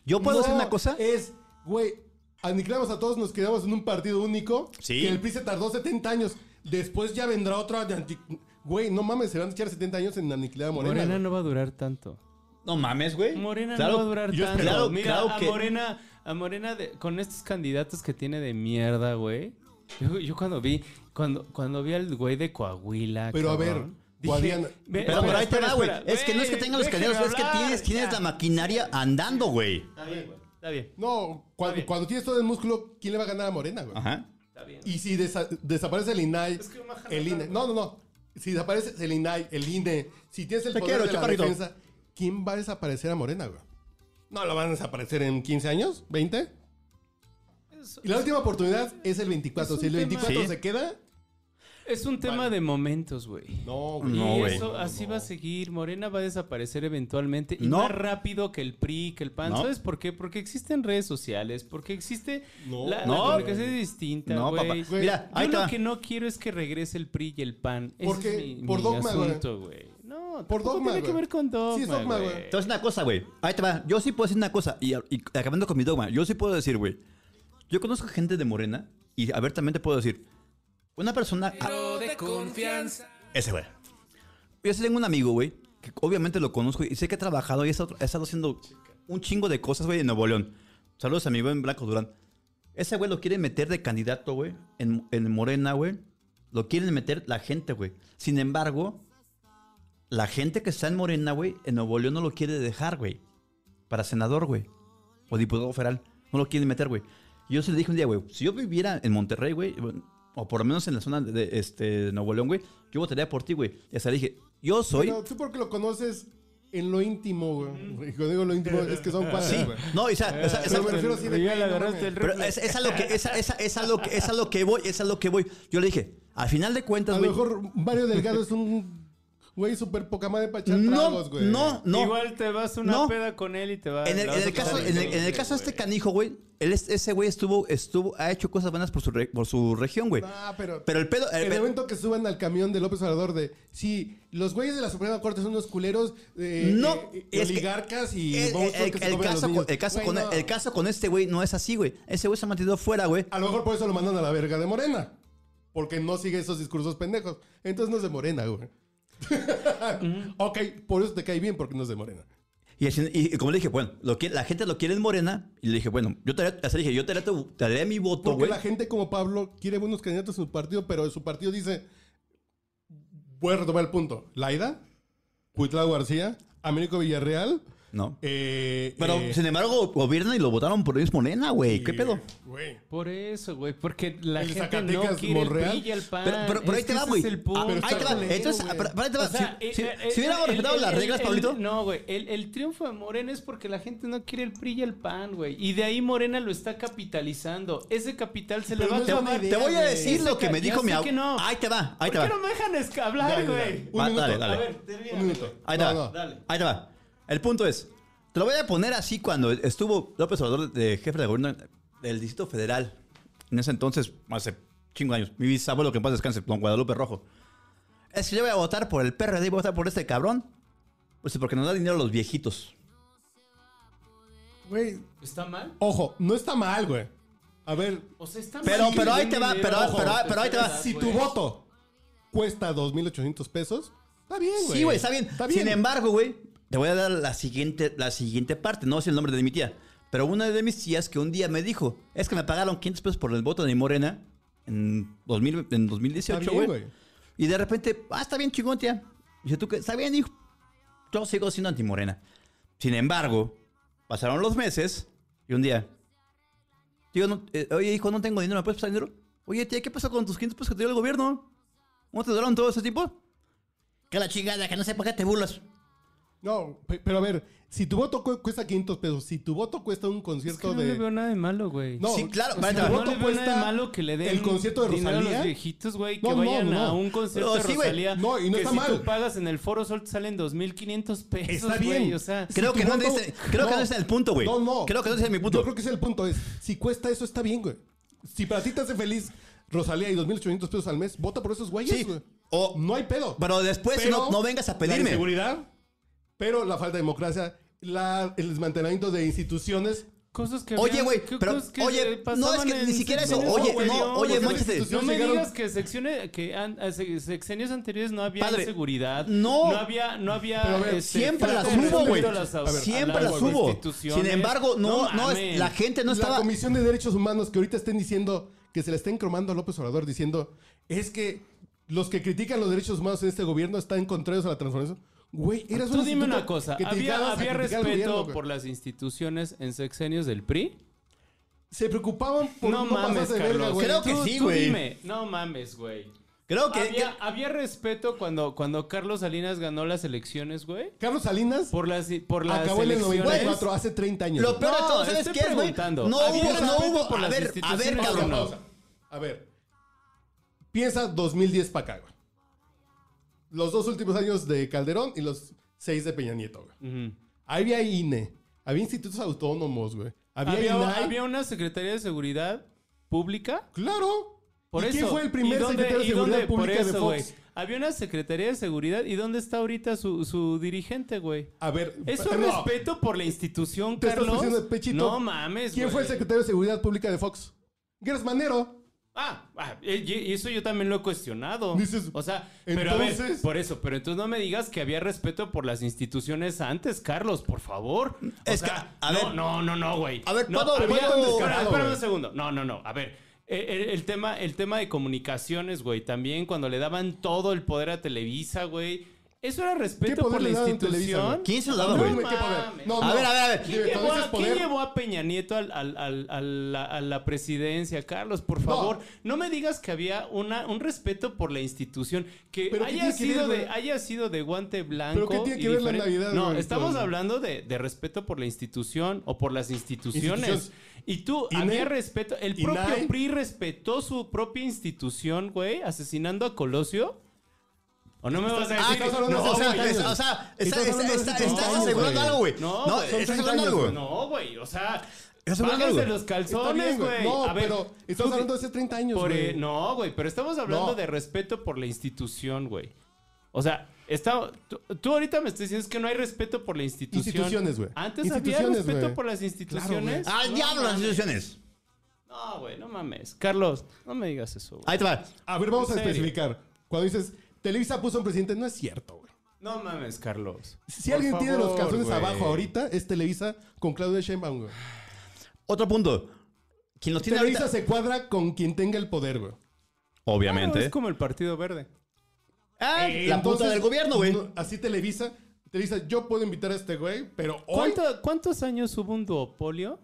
[SPEAKER 7] Yo puedo
[SPEAKER 6] No,
[SPEAKER 7] decir una cosa.
[SPEAKER 8] eh,
[SPEAKER 6] Es, güey, aniquilamos a todos, nos quedamos en un partido único.
[SPEAKER 7] Sí.
[SPEAKER 6] Que el PRI se tardó 70 años. Después ya vendrá otra. de anti- Güey, no mames, se van a echar 70 años en aniquilar a Morena.
[SPEAKER 8] Morena,
[SPEAKER 6] güey.
[SPEAKER 8] no va a durar tanto.
[SPEAKER 7] No mames, güey.
[SPEAKER 8] Morena
[SPEAKER 7] Claro,
[SPEAKER 8] no va a durar
[SPEAKER 7] yo
[SPEAKER 8] tanto.
[SPEAKER 7] espero- Claro,
[SPEAKER 8] Mira,
[SPEAKER 7] claro
[SPEAKER 8] a
[SPEAKER 7] que-
[SPEAKER 8] Morena, a Morena de- con estos candidatos que tiene de mierda, güey. Yo, yo cuando vi, cuando, cuando vi al güey de Coahuila.
[SPEAKER 6] Pero a ver,
[SPEAKER 8] cabrón, dije,
[SPEAKER 6] Guadiana-
[SPEAKER 8] ve-
[SPEAKER 7] Pero, pero ahí te
[SPEAKER 8] espera,
[SPEAKER 7] va, güey.
[SPEAKER 8] espera,
[SPEAKER 7] Es que no es que tengan los
[SPEAKER 8] déjame
[SPEAKER 7] candidatos, es que
[SPEAKER 8] hablar,
[SPEAKER 7] tienes, tienes
[SPEAKER 8] ya.
[SPEAKER 7] la maquinaria andando, güey.
[SPEAKER 8] Está bien, güey. Está bien.
[SPEAKER 6] No,
[SPEAKER 8] Está bien.
[SPEAKER 6] cuando, cuando tienes todo el músculo, ¿quién le va a ganar a Morena, güey?
[SPEAKER 7] Ajá.
[SPEAKER 8] Está bien.
[SPEAKER 6] Y si desa- desaparece el INAI,
[SPEAKER 8] que no me dejan
[SPEAKER 6] el
[SPEAKER 8] hablar,
[SPEAKER 6] INE. No, no, no. Si desaparece el INAI, el INE, si tienes el
[SPEAKER 7] Te
[SPEAKER 6] poder
[SPEAKER 7] quiero,
[SPEAKER 6] de la
[SPEAKER 7] chaparrito.
[SPEAKER 6] defensa, ¿quién va a desaparecer a Morena, güey? ¿No lo van a desaparecer en 15 años? ¿20?
[SPEAKER 8] Es,
[SPEAKER 6] Y la última oportunidad es el 24.
[SPEAKER 8] Es un
[SPEAKER 6] si el 24
[SPEAKER 7] tema-
[SPEAKER 6] se queda,
[SPEAKER 8] es un tema de momentos, güey.
[SPEAKER 6] no,
[SPEAKER 8] Y
[SPEAKER 6] güey.
[SPEAKER 7] No, güey.
[SPEAKER 8] eso así va a seguir. Morena va a desaparecer eventualmente. Y
[SPEAKER 7] No.
[SPEAKER 8] más rápido que el PRI, que el PAN.
[SPEAKER 7] No.
[SPEAKER 8] ¿Sabes por qué? Porque existen redes sociales. Porque existe.
[SPEAKER 6] No.
[SPEAKER 8] la, la
[SPEAKER 7] No.
[SPEAKER 8] comunicación es distinta.
[SPEAKER 7] No,
[SPEAKER 8] güey.
[SPEAKER 7] papá.
[SPEAKER 8] Yo
[SPEAKER 7] Mira, ahí te
[SPEAKER 8] lo
[SPEAKER 7] va.
[SPEAKER 8] que no quiero es que regrese el PRI y el PAN. Ese
[SPEAKER 6] ¿Por qué?
[SPEAKER 8] es mi,
[SPEAKER 6] Por
[SPEAKER 8] mi
[SPEAKER 6] dogma, güey.
[SPEAKER 8] asunto, güey. No,
[SPEAKER 6] Por
[SPEAKER 8] tampoco
[SPEAKER 6] dogma,
[SPEAKER 8] Tiene que
[SPEAKER 6] güey.
[SPEAKER 8] ver con dogma.
[SPEAKER 6] Sí, es dogma,
[SPEAKER 8] güey.
[SPEAKER 6] güey.
[SPEAKER 7] Te voy a decir una cosa, güey. Ahí te va. Yo sí puedo decir una cosa. Y, y acabando con mi dogma, yo sí puedo decir, güey. Yo conozco gente de Morena y abiertamente puedo decir. Una persona. ah, ese, güey. Yo sí tengo un amigo, güey, que obviamente lo conozco y sé que ha trabajado y ha estado, ha estado haciendo un chingo de cosas, güey, en Nuevo León. Saludos a mi buen Blanco Durán. Ese güey lo quiere meter de candidato, güey, en, en Morena, güey. Lo quieren meter la gente, güey. Sin embargo, la gente que está en Morena, güey, en Nuevo León no lo quiere dejar, güey. Para senador, güey. O diputado federal. No lo quieren meter, güey. Y Yo se le dije un día, güey, si yo viviera en Monterrey, güey, bueno, o por lo menos en la zona de, de, este, de Nuevo León, güey, yo votaría por ti, güey. Y hasta le dije, yo soy...
[SPEAKER 6] Pero tú porque lo conoces en lo íntimo, güey. Y Cuando digo lo íntimo es que son padres,
[SPEAKER 7] Sí,
[SPEAKER 6] güey.
[SPEAKER 7] no, o sea, o
[SPEAKER 6] eh,
[SPEAKER 7] sea,
[SPEAKER 6] Pero
[SPEAKER 7] esa-
[SPEAKER 6] me refiero así de...
[SPEAKER 8] Ya
[SPEAKER 6] güey,
[SPEAKER 8] le
[SPEAKER 6] no
[SPEAKER 8] agarraste
[SPEAKER 6] mames.
[SPEAKER 8] el
[SPEAKER 7] pero es, es a lo que, es, a- es, a- es a lo que, es a lo que voy, es a lo que voy. Yo le dije, al final de cuentas,
[SPEAKER 6] A
[SPEAKER 7] güey...
[SPEAKER 6] lo mejor Mario Delgado es un güey súper poca madre para echar
[SPEAKER 7] No,
[SPEAKER 6] tragos, güey.
[SPEAKER 7] no, no.
[SPEAKER 8] Igual te vas a una
[SPEAKER 7] No.
[SPEAKER 8] peda con él y te va
[SPEAKER 7] En el,
[SPEAKER 8] la
[SPEAKER 7] en
[SPEAKER 8] vas
[SPEAKER 7] el
[SPEAKER 8] a
[SPEAKER 7] caso,
[SPEAKER 8] pasar
[SPEAKER 7] en el,
[SPEAKER 8] increíble,
[SPEAKER 7] en el caso de este
[SPEAKER 8] güey.
[SPEAKER 7] canijo, güey, él es- ese güey estuvo, estuvo, ha hecho cosas buenas por su, re- por su región, güey.
[SPEAKER 6] Ah, pero...
[SPEAKER 7] Pero el pedo, el
[SPEAKER 6] el
[SPEAKER 7] pedo-
[SPEAKER 6] momento que suban al camión de López Obrador de sí, los güeyes de la Suprema Corte son unos culeros, eh,
[SPEAKER 7] No,
[SPEAKER 6] eh,
[SPEAKER 7] es que-
[SPEAKER 6] oligarcas y
[SPEAKER 7] el,
[SPEAKER 6] monstruos
[SPEAKER 7] el-
[SPEAKER 6] que se
[SPEAKER 7] el
[SPEAKER 6] comen a los
[SPEAKER 7] caso, con,
[SPEAKER 6] niños.
[SPEAKER 7] el, caso
[SPEAKER 6] Güey,
[SPEAKER 7] con,
[SPEAKER 6] no.
[SPEAKER 7] el caso con este güey no es así, güey. Ese güey se ha mantenido fuera, güey.
[SPEAKER 6] A lo mejor por eso lo mandan a la verga de Morena. Porque no sigue esos discursos pendejos. Entonces no es de Morena, güey. ok, por eso te cae bien, porque no es de Morena.
[SPEAKER 7] Y, así- y como le dije, bueno, lo quiere- la gente lo quiere en Morena. Y le dije, bueno, yo te haré, así le dije, yo te haré, tu- te haré mi voto,
[SPEAKER 6] Porque
[SPEAKER 7] güey.
[SPEAKER 6] la gente como Pablo quiere buenos candidatos en su partido, pero su partido dice... Voy a retomar el punto. Laida, Cuitlao García, Américo Villarreal,
[SPEAKER 7] No.
[SPEAKER 6] Eh,
[SPEAKER 7] Pero,
[SPEAKER 6] eh,
[SPEAKER 7] sin embargo, gobierna y lo votaron por Luis Morena, güey. ¿Qué pedo?
[SPEAKER 6] Güey.
[SPEAKER 8] Por eso, güey, porque la
[SPEAKER 6] El
[SPEAKER 8] gente no
[SPEAKER 6] Zacatecas,
[SPEAKER 8] quiere
[SPEAKER 6] Monreal.
[SPEAKER 8] el PRI y el PAN.
[SPEAKER 7] Pero, pero, pero ahí
[SPEAKER 8] Es
[SPEAKER 7] te
[SPEAKER 8] que
[SPEAKER 7] va,
[SPEAKER 8] ese
[SPEAKER 7] güey.
[SPEAKER 8] es el punto.
[SPEAKER 7] Ah,
[SPEAKER 6] Pero
[SPEAKER 7] ahí te
[SPEAKER 6] está
[SPEAKER 7] va.
[SPEAKER 6] culero,
[SPEAKER 7] Entonces, ah,
[SPEAKER 6] güey.
[SPEAKER 7] pero, pero ahí te va.
[SPEAKER 8] O sea,
[SPEAKER 7] si,
[SPEAKER 8] eh,
[SPEAKER 7] si-
[SPEAKER 8] eh,
[SPEAKER 7] si
[SPEAKER 8] eh,
[SPEAKER 7] hubiéramos
[SPEAKER 8] el-
[SPEAKER 7] respetado
[SPEAKER 8] el-
[SPEAKER 7] las
[SPEAKER 8] el-
[SPEAKER 7] reglas,
[SPEAKER 8] el-
[SPEAKER 7] Pablito.
[SPEAKER 8] No, güey. El, el triunfo de Morena es porque la gente no quiere el PRI y el PAN, güey. Y de ahí Morena lo está capitalizando. Ese capital se le
[SPEAKER 6] Pero
[SPEAKER 8] va
[SPEAKER 6] no
[SPEAKER 8] a
[SPEAKER 6] es buena
[SPEAKER 8] tomar.
[SPEAKER 6] idea,
[SPEAKER 7] te voy a
[SPEAKER 6] güey.
[SPEAKER 7] decir
[SPEAKER 8] Ese
[SPEAKER 7] lo que
[SPEAKER 8] ca-
[SPEAKER 7] me
[SPEAKER 8] ya
[SPEAKER 7] dijo
[SPEAKER 8] sé
[SPEAKER 7] mi
[SPEAKER 8] que
[SPEAKER 7] abuelo.
[SPEAKER 8] no.
[SPEAKER 7] Ahí te va,
[SPEAKER 8] ¿Por
[SPEAKER 7] ahí te
[SPEAKER 8] qué
[SPEAKER 7] va.
[SPEAKER 8] no me dejan es-
[SPEAKER 6] Dale,
[SPEAKER 8] hablar,
[SPEAKER 6] dale.
[SPEAKER 8] güey?
[SPEAKER 6] Un
[SPEAKER 7] Va,
[SPEAKER 6] minuto.
[SPEAKER 7] dale,
[SPEAKER 8] A
[SPEAKER 7] dale.
[SPEAKER 8] ver,
[SPEAKER 6] Un minuto.
[SPEAKER 7] Ahí te
[SPEAKER 6] No,
[SPEAKER 7] va.
[SPEAKER 6] no.
[SPEAKER 7] Ahí te va. El punto es, te lo voy a poner así cuando estuvo López Obrador de jefe de gobierno del Distrito Federal. En ese entonces, hace cinco años, mi bisabuelo que en paz descanse, don Guadalupe Rojo. Es que yo voy a votar por el PRD y voy a votar por este cabrón. Pues porque nos da dinero a los viejitos.
[SPEAKER 6] Güey,
[SPEAKER 8] ¿Está mal?
[SPEAKER 6] Ojo, no está mal, güey. A ver,
[SPEAKER 8] O sea, está
[SPEAKER 7] Pero-
[SPEAKER 8] mal. que
[SPEAKER 7] pero
[SPEAKER 8] le
[SPEAKER 7] ahí
[SPEAKER 8] den
[SPEAKER 7] te va,
[SPEAKER 8] dinero
[SPEAKER 7] pero-
[SPEAKER 8] a los
[SPEAKER 7] pero- pero ahí te va.
[SPEAKER 8] terceras,
[SPEAKER 6] si tu
[SPEAKER 8] güey.
[SPEAKER 6] voto cuesta 2.800 pesos, está bien, güey.
[SPEAKER 7] Sí, güey, está bien.
[SPEAKER 6] Está bien.
[SPEAKER 7] Sin embargo, güey, te voy a dar la siguiente, la siguiente parte. No sé el nombre de mi tía. Pero una de mis tías que un día me dijo, es que me pagaron 500 pesos por el voto de Morena en, 2000 en
[SPEAKER 6] está
[SPEAKER 7] 2018,
[SPEAKER 6] bien,
[SPEAKER 7] güey.
[SPEAKER 6] güey.
[SPEAKER 7] Y de repente, ah, está bien chingón, tía. Dice, ¿tú qué? Está bien, hijo. Yo sigo siendo antimorena. Sin embargo, pasaron los meses y un día, tío, no- eh, oye, hijo, no tengo dinero, ¿me puedes pasar dinero? Oye, tía, ¿qué pasó con tus 500 pesos que te dio el gobierno? ¿Cómo te duraron todo ese tipo? Que la chingada, que no sé por qué te burlas.
[SPEAKER 6] No, pe- pero a ver, si tu voto cu- cuesta 500 pesos, si tu voto cuesta un
[SPEAKER 8] Es que
[SPEAKER 6] concierto
[SPEAKER 8] no le
[SPEAKER 6] de...
[SPEAKER 8] veo nada de malo, güey.
[SPEAKER 6] No,
[SPEAKER 7] Sí, claro,
[SPEAKER 6] si
[SPEAKER 7] vale,
[SPEAKER 6] tu
[SPEAKER 7] no
[SPEAKER 8] no
[SPEAKER 6] voto
[SPEAKER 8] le veo nada
[SPEAKER 6] cuesta
[SPEAKER 8] de malo que le den
[SPEAKER 6] el concierto de
[SPEAKER 8] dinero a
[SPEAKER 6] Rosalía.
[SPEAKER 8] los viejitos, güey, que
[SPEAKER 6] No, no,
[SPEAKER 8] vayan
[SPEAKER 6] no.
[SPEAKER 8] a un concierto
[SPEAKER 7] No,
[SPEAKER 8] de
[SPEAKER 7] sí, güey.
[SPEAKER 8] Rosalía.
[SPEAKER 6] No, y no
[SPEAKER 8] que
[SPEAKER 6] está
[SPEAKER 8] si
[SPEAKER 6] mal.
[SPEAKER 8] tú pagas en el Foro Sol te salen 2500 pesos,
[SPEAKER 6] Está
[SPEAKER 8] güey,
[SPEAKER 6] bien.
[SPEAKER 8] o sea,
[SPEAKER 7] Creo
[SPEAKER 6] tu
[SPEAKER 7] que no
[SPEAKER 6] voto-
[SPEAKER 7] es- creo que no es el punto, güey.
[SPEAKER 6] No, no.
[SPEAKER 7] Creo que no es mi punto.
[SPEAKER 6] Yo creo que es el punto. Es, si cuesta eso, está bien, güey. Si para ti te hace feliz Rosalía y 2.800 pesos al mes, vota por esos
[SPEAKER 7] Sí.
[SPEAKER 6] güeyes, güey.
[SPEAKER 7] O-
[SPEAKER 6] no hay pedo.
[SPEAKER 7] Pero después
[SPEAKER 6] Pero
[SPEAKER 7] no, no vengas a
[SPEAKER 6] La
[SPEAKER 7] pedirme.
[SPEAKER 6] inseguridad, pero la falta de democracia, la- el desmantelamiento de instituciones.
[SPEAKER 8] cosas que
[SPEAKER 7] Oye,
[SPEAKER 8] habían-
[SPEAKER 7] güey,
[SPEAKER 8] que-
[SPEAKER 7] pero-
[SPEAKER 8] cosas que
[SPEAKER 7] oye,
[SPEAKER 8] eh, pasaban
[SPEAKER 7] no, es que
[SPEAKER 8] en
[SPEAKER 7] ni siquiera eso.
[SPEAKER 8] sexenios
[SPEAKER 7] Oye,
[SPEAKER 8] anteriores,
[SPEAKER 7] no, oye,
[SPEAKER 8] güey.
[SPEAKER 7] manches,
[SPEAKER 8] No me
[SPEAKER 6] llegaron-
[SPEAKER 8] digas que secciones que an- a se- sexenios anteriores no había
[SPEAKER 7] Padre,
[SPEAKER 8] seguridad,
[SPEAKER 7] no.
[SPEAKER 8] no había no había
[SPEAKER 6] Pero a ver,
[SPEAKER 7] Siempre
[SPEAKER 8] falta
[SPEAKER 7] las
[SPEAKER 8] de
[SPEAKER 7] hubo,
[SPEAKER 8] respeto
[SPEAKER 7] güey.
[SPEAKER 8] este, a las au- a
[SPEAKER 7] Siempre
[SPEAKER 8] las
[SPEAKER 7] las hubo.
[SPEAKER 8] instituciones.
[SPEAKER 7] Sin embargo, no, no, es,
[SPEAKER 8] mames.
[SPEAKER 7] la gente Este no
[SPEAKER 6] La
[SPEAKER 7] estaba.
[SPEAKER 6] Comisión de Derechos Humanos que ahorita estén diciendo, que se le estén cromando a López Obrador diciendo, es que los que critican los derechos humanos en este gobierno están contrarios a la transformación. Güey, eras
[SPEAKER 8] Tú
[SPEAKER 6] un
[SPEAKER 8] dime
[SPEAKER 6] instituto
[SPEAKER 8] una cosa,
[SPEAKER 6] que te dedicabas
[SPEAKER 8] ¿había,
[SPEAKER 6] a
[SPEAKER 8] había
[SPEAKER 6] criticar
[SPEAKER 8] respeto
[SPEAKER 6] al gobierno, güey.
[SPEAKER 8] por las instituciones en sexenios del PRI?
[SPEAKER 6] Se preocupaban por
[SPEAKER 8] no mames,
[SPEAKER 6] pasarse de verga,
[SPEAKER 8] Carlos.
[SPEAKER 6] güey.
[SPEAKER 7] Creo que
[SPEAKER 8] Tú-
[SPEAKER 7] sí,
[SPEAKER 8] tú
[SPEAKER 7] güey.
[SPEAKER 8] dime. No mames, güey.
[SPEAKER 7] Creo que.
[SPEAKER 8] Había, había respeto cuando, cuando Carlos Salinas ganó las elecciones, güey.
[SPEAKER 6] Carlos Salinas
[SPEAKER 8] Por las, por las
[SPEAKER 6] acabó en el
[SPEAKER 8] elecciones.
[SPEAKER 6] 94, hace 30 años.
[SPEAKER 7] Lo
[SPEAKER 6] güey.
[SPEAKER 7] peor de
[SPEAKER 8] No,
[SPEAKER 7] todo, ¿sabes
[SPEAKER 8] estoy
[SPEAKER 7] qué es, güey? No
[SPEAKER 8] preguntando. ¿Había
[SPEAKER 7] hubo, no
[SPEAKER 8] respeto
[SPEAKER 7] hubo.
[SPEAKER 8] por
[SPEAKER 7] A
[SPEAKER 8] las
[SPEAKER 7] ver, a ver,
[SPEAKER 8] instituciones o
[SPEAKER 7] cabrón.
[SPEAKER 8] no?
[SPEAKER 6] Pausa, pausa. A ver. Piensa 2010 para acá, güey. Los dos últimos años de Calderón y los seis de Peña Nieto, güey.
[SPEAKER 8] Ujú.
[SPEAKER 6] Había INE, había institutos autónomos, güey. Había, E.
[SPEAKER 8] Había,
[SPEAKER 6] INAI.
[SPEAKER 8] había una secretaría de seguridad pública.
[SPEAKER 6] Claro.
[SPEAKER 8] Por
[SPEAKER 6] ¿Y
[SPEAKER 8] eso.
[SPEAKER 6] quién fue el
[SPEAKER 8] ¿Y
[SPEAKER 6] primer
[SPEAKER 8] dónde-
[SPEAKER 6] secretario de
[SPEAKER 8] y dónde-
[SPEAKER 6] Seguridad
[SPEAKER 8] por
[SPEAKER 6] Pública de
[SPEAKER 8] eso,
[SPEAKER 6] Fox?
[SPEAKER 8] güey? Había una secretaría de seguridad. ¿Y dónde está ahorita su, su dirigente, güey?
[SPEAKER 6] A ver.
[SPEAKER 8] Eso es
[SPEAKER 6] no.
[SPEAKER 8] respeto por la institución,
[SPEAKER 6] Te estás
[SPEAKER 8] Carlos.
[SPEAKER 6] poniendo de pechito.
[SPEAKER 8] No mames,
[SPEAKER 6] ¿Quién fue el
[SPEAKER 8] güey.
[SPEAKER 6] secretario de Seguridad Pública de Fox? Gersmanero.
[SPEAKER 8] Ah, ah, eh, y y eso yo también lo he cuestionado.
[SPEAKER 6] Dices,
[SPEAKER 8] o sea, pero a ver,
[SPEAKER 6] entonces-
[SPEAKER 8] por eso, pero entonces no me digas que había respeto por las instituciones antes, Carlos, por favor. O
[SPEAKER 7] Es
[SPEAKER 8] sea,
[SPEAKER 7] que, a
[SPEAKER 8] no,
[SPEAKER 7] ver-
[SPEAKER 8] no, no, no, güey.
[SPEAKER 7] A ver,
[SPEAKER 8] no,
[SPEAKER 7] ¿puedo-
[SPEAKER 8] había-
[SPEAKER 7] puedo-
[SPEAKER 8] espera,
[SPEAKER 6] descarado,
[SPEAKER 8] espérame
[SPEAKER 6] güey.
[SPEAKER 8] un segundo. No, no, no, a ver. eh, El, el tema, el tema de comunicaciones, güey, también cuando le daban todo el poder a Televisa, güey. ¿Eso era respeto
[SPEAKER 6] poder
[SPEAKER 8] por la
[SPEAKER 6] le daban a Televisa,
[SPEAKER 8] institución?
[SPEAKER 6] güey?
[SPEAKER 7] ¿Quién se lo daba,
[SPEAKER 8] No
[SPEAKER 7] güey?
[SPEAKER 8] mames.
[SPEAKER 6] ¿Qué poder? No,
[SPEAKER 7] A
[SPEAKER 6] no.
[SPEAKER 7] ver, a ver, a ver.
[SPEAKER 8] ¿Quién
[SPEAKER 6] Dime,
[SPEAKER 8] llevó,
[SPEAKER 6] entonces,
[SPEAKER 8] a, quién
[SPEAKER 6] poder-
[SPEAKER 8] llevó a Peña Nieto al- al- al- al- la- a la presidencia, Carlos? Por favor, no, me digas que había una, un respeto por la institución que
[SPEAKER 6] ¿Pero qué tiene
[SPEAKER 8] haya
[SPEAKER 6] que
[SPEAKER 8] sido
[SPEAKER 6] ver,
[SPEAKER 8] de
[SPEAKER 6] güey?
[SPEAKER 8] haya sido de guante blanco.
[SPEAKER 6] ¿Pero qué tiene
[SPEAKER 8] y
[SPEAKER 6] que ver la
[SPEAKER 8] diferente.
[SPEAKER 6] Navidad,
[SPEAKER 8] No,
[SPEAKER 6] güey,
[SPEAKER 8] estamos
[SPEAKER 6] con-
[SPEAKER 8] hablando de, de respeto por la institución o por las instituciones.
[SPEAKER 6] Instituciones.
[SPEAKER 8] Y tú
[SPEAKER 6] INE,
[SPEAKER 8] había respeto. El
[SPEAKER 6] INAI.
[SPEAKER 8] propio PRI respetó su propia institución, güey, asesinando a Colosio. ¿O no me vas a
[SPEAKER 7] Ah,
[SPEAKER 8] decir?
[SPEAKER 6] estás hablando
[SPEAKER 7] no,
[SPEAKER 6] de
[SPEAKER 7] o sea,
[SPEAKER 6] 30
[SPEAKER 7] es-
[SPEAKER 6] años.
[SPEAKER 7] o sea,
[SPEAKER 6] Estás
[SPEAKER 7] está- está-
[SPEAKER 6] hablando de
[SPEAKER 7] está-
[SPEAKER 6] 30
[SPEAKER 7] estás
[SPEAKER 6] años,
[SPEAKER 7] asegurando
[SPEAKER 6] güey.
[SPEAKER 7] algo, güey.
[SPEAKER 8] No,
[SPEAKER 7] No,
[SPEAKER 8] güey, son
[SPEAKER 7] estás
[SPEAKER 6] 30
[SPEAKER 7] asegurando
[SPEAKER 6] años,
[SPEAKER 7] algo.
[SPEAKER 8] No, güey, o sea,
[SPEAKER 7] Estás hablando,
[SPEAKER 8] bájense
[SPEAKER 7] güey.
[SPEAKER 8] los
[SPEAKER 6] Está
[SPEAKER 8] calzones,
[SPEAKER 6] bien,
[SPEAKER 8] güey.
[SPEAKER 6] No,
[SPEAKER 8] A ver,
[SPEAKER 6] pero estamos
[SPEAKER 8] tú-
[SPEAKER 6] hablando de hace 30 años,
[SPEAKER 8] por, eh,
[SPEAKER 6] güey.
[SPEAKER 8] No, güey, pero estamos hablando
[SPEAKER 6] No.
[SPEAKER 8] de respeto por la institución, güey. O sea, está, tú, tú ahorita me estás diciendo es que no hay respeto por la institución.
[SPEAKER 6] Instituciones, güey.
[SPEAKER 8] Antes había
[SPEAKER 6] Instituciones,
[SPEAKER 8] respeto
[SPEAKER 6] güey. Ah,
[SPEAKER 8] por las instituciones.
[SPEAKER 7] Al
[SPEAKER 8] No
[SPEAKER 7] diablo las
[SPEAKER 8] mames.
[SPEAKER 7] instituciones.
[SPEAKER 8] No, güey, no mames. Carlos, no me digas eso, güey.
[SPEAKER 7] Ahí te va.
[SPEAKER 6] A ver, vamos a
[SPEAKER 8] ¿En serio?
[SPEAKER 6] especificar. Cuando dices, Televisa puso un presidente, no es cierto, güey.
[SPEAKER 8] No mames, Carlos.
[SPEAKER 6] Si
[SPEAKER 8] Por
[SPEAKER 6] alguien tiene los
[SPEAKER 8] favor,
[SPEAKER 6] calzones
[SPEAKER 8] güey.
[SPEAKER 6] abajo ahorita, es Televisa con Claudia Sheinbaum, güey.
[SPEAKER 7] Otro punto. Quien lo tiene
[SPEAKER 6] Televisa
[SPEAKER 7] Ah, ahorita.
[SPEAKER 6] se cuadra con quien tenga el poder, güey.
[SPEAKER 8] Claro, Eh,
[SPEAKER 7] Obviamente.
[SPEAKER 8] es como el Partido Verde.
[SPEAKER 7] Ah, la
[SPEAKER 6] Entonces,
[SPEAKER 7] puta del gobierno, güey.
[SPEAKER 6] no, Así Televisa. le dices, yo puedo invitar a este güey, pero hoy.
[SPEAKER 8] ¿Cuánto- ¿Cuántos años hubo un duopolio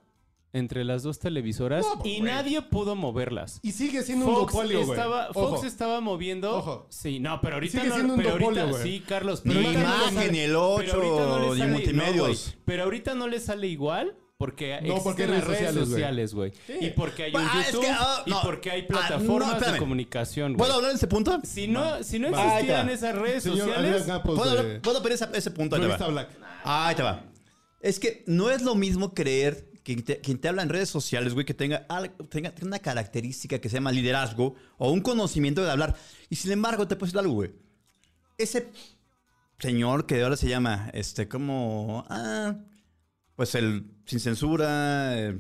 [SPEAKER 8] entre las dos televisoras
[SPEAKER 6] No, pues,
[SPEAKER 8] y
[SPEAKER 6] güey.
[SPEAKER 8] nadie pudo moverlas?
[SPEAKER 6] Y sigue siendo un
[SPEAKER 8] Fox
[SPEAKER 6] duopolio, güey.
[SPEAKER 8] estaba,
[SPEAKER 6] Ojo.
[SPEAKER 8] Fox estaba moviendo.
[SPEAKER 6] Ojo.
[SPEAKER 8] Sí, no, pero ahorita
[SPEAKER 6] Sigue
[SPEAKER 8] no.
[SPEAKER 6] siendo un
[SPEAKER 8] pero ahorita-
[SPEAKER 6] duopolio, güey.
[SPEAKER 8] sí, Carlos.
[SPEAKER 7] Ni
[SPEAKER 8] ahorita no le
[SPEAKER 7] imagen,
[SPEAKER 8] sale-
[SPEAKER 7] ni el ocho,
[SPEAKER 8] pero ahorita no le
[SPEAKER 7] ni
[SPEAKER 8] sale-
[SPEAKER 7] multimedios.
[SPEAKER 8] no, güey, pero ahorita no le sale igual porque
[SPEAKER 6] No,
[SPEAKER 8] existen
[SPEAKER 6] porque hay
[SPEAKER 8] las
[SPEAKER 6] redes
[SPEAKER 8] redes
[SPEAKER 6] sociales, güey.
[SPEAKER 8] sociales, güey. Y porque hay un
[SPEAKER 7] Ah, es
[SPEAKER 8] YouTube
[SPEAKER 7] que, ah,
[SPEAKER 8] y
[SPEAKER 7] no.
[SPEAKER 8] porque hay
[SPEAKER 7] Ah, no,
[SPEAKER 8] plataformas de
[SPEAKER 7] espérame.
[SPEAKER 8] comunicación, güey.
[SPEAKER 7] ¿Puedo hablar de ese punto?
[SPEAKER 8] si no, si no
[SPEAKER 7] Va. Ahí te va.
[SPEAKER 8] existieran esas redes
[SPEAKER 6] Señor
[SPEAKER 8] sociales,
[SPEAKER 6] Adrián Campos
[SPEAKER 7] Pues, ¿Puedo,
[SPEAKER 6] de
[SPEAKER 7] hablar- ¿puedo pedir ese, ese punto? Ahí te va.
[SPEAKER 6] Revista Black.
[SPEAKER 7] Ah, Ahí te va. Es que no es lo mismo creer que quien te, quien te habla en redes sociales, güey, que tenga, al- tenga tenga una característica que se llama liderazgo o un conocimiento de hablar. Y sin embargo, te puedo decir algo, güey. Ese señor que ahora se llama, este, como, ah, pues el sin censura, eh,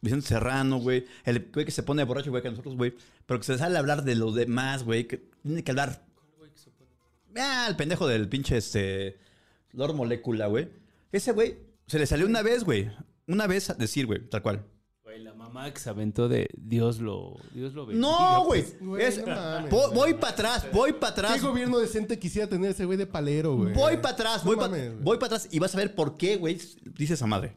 [SPEAKER 7] Vicente Serrano, güey, el güey que se pone borracho, güey, que nosotros, güey, pero que se sale a hablar de los demás, güey, que tiene que hablar. Ah, el pendejo del pinche, este, Lord Molecula, güey. Ese güey se le salió una vez, güey. Una vez a decir, güey, tal cual.
[SPEAKER 8] Güey, la mamá que se aventó de Dios lo, Dios lo bendiga.
[SPEAKER 7] No, güey.
[SPEAKER 6] güey,
[SPEAKER 7] Es-
[SPEAKER 6] no mames,
[SPEAKER 7] po-
[SPEAKER 6] güey.
[SPEAKER 7] voy para atrás, voy para
[SPEAKER 6] ¿Qué
[SPEAKER 7] atrás.
[SPEAKER 6] gobierno decente quisiera tener ese güey de palero, güey?
[SPEAKER 7] Voy para atrás,
[SPEAKER 6] No
[SPEAKER 7] voy para
[SPEAKER 6] mames, güey.
[SPEAKER 7] voy pa' atrás y vas a ver por qué, güey, dice esa madre.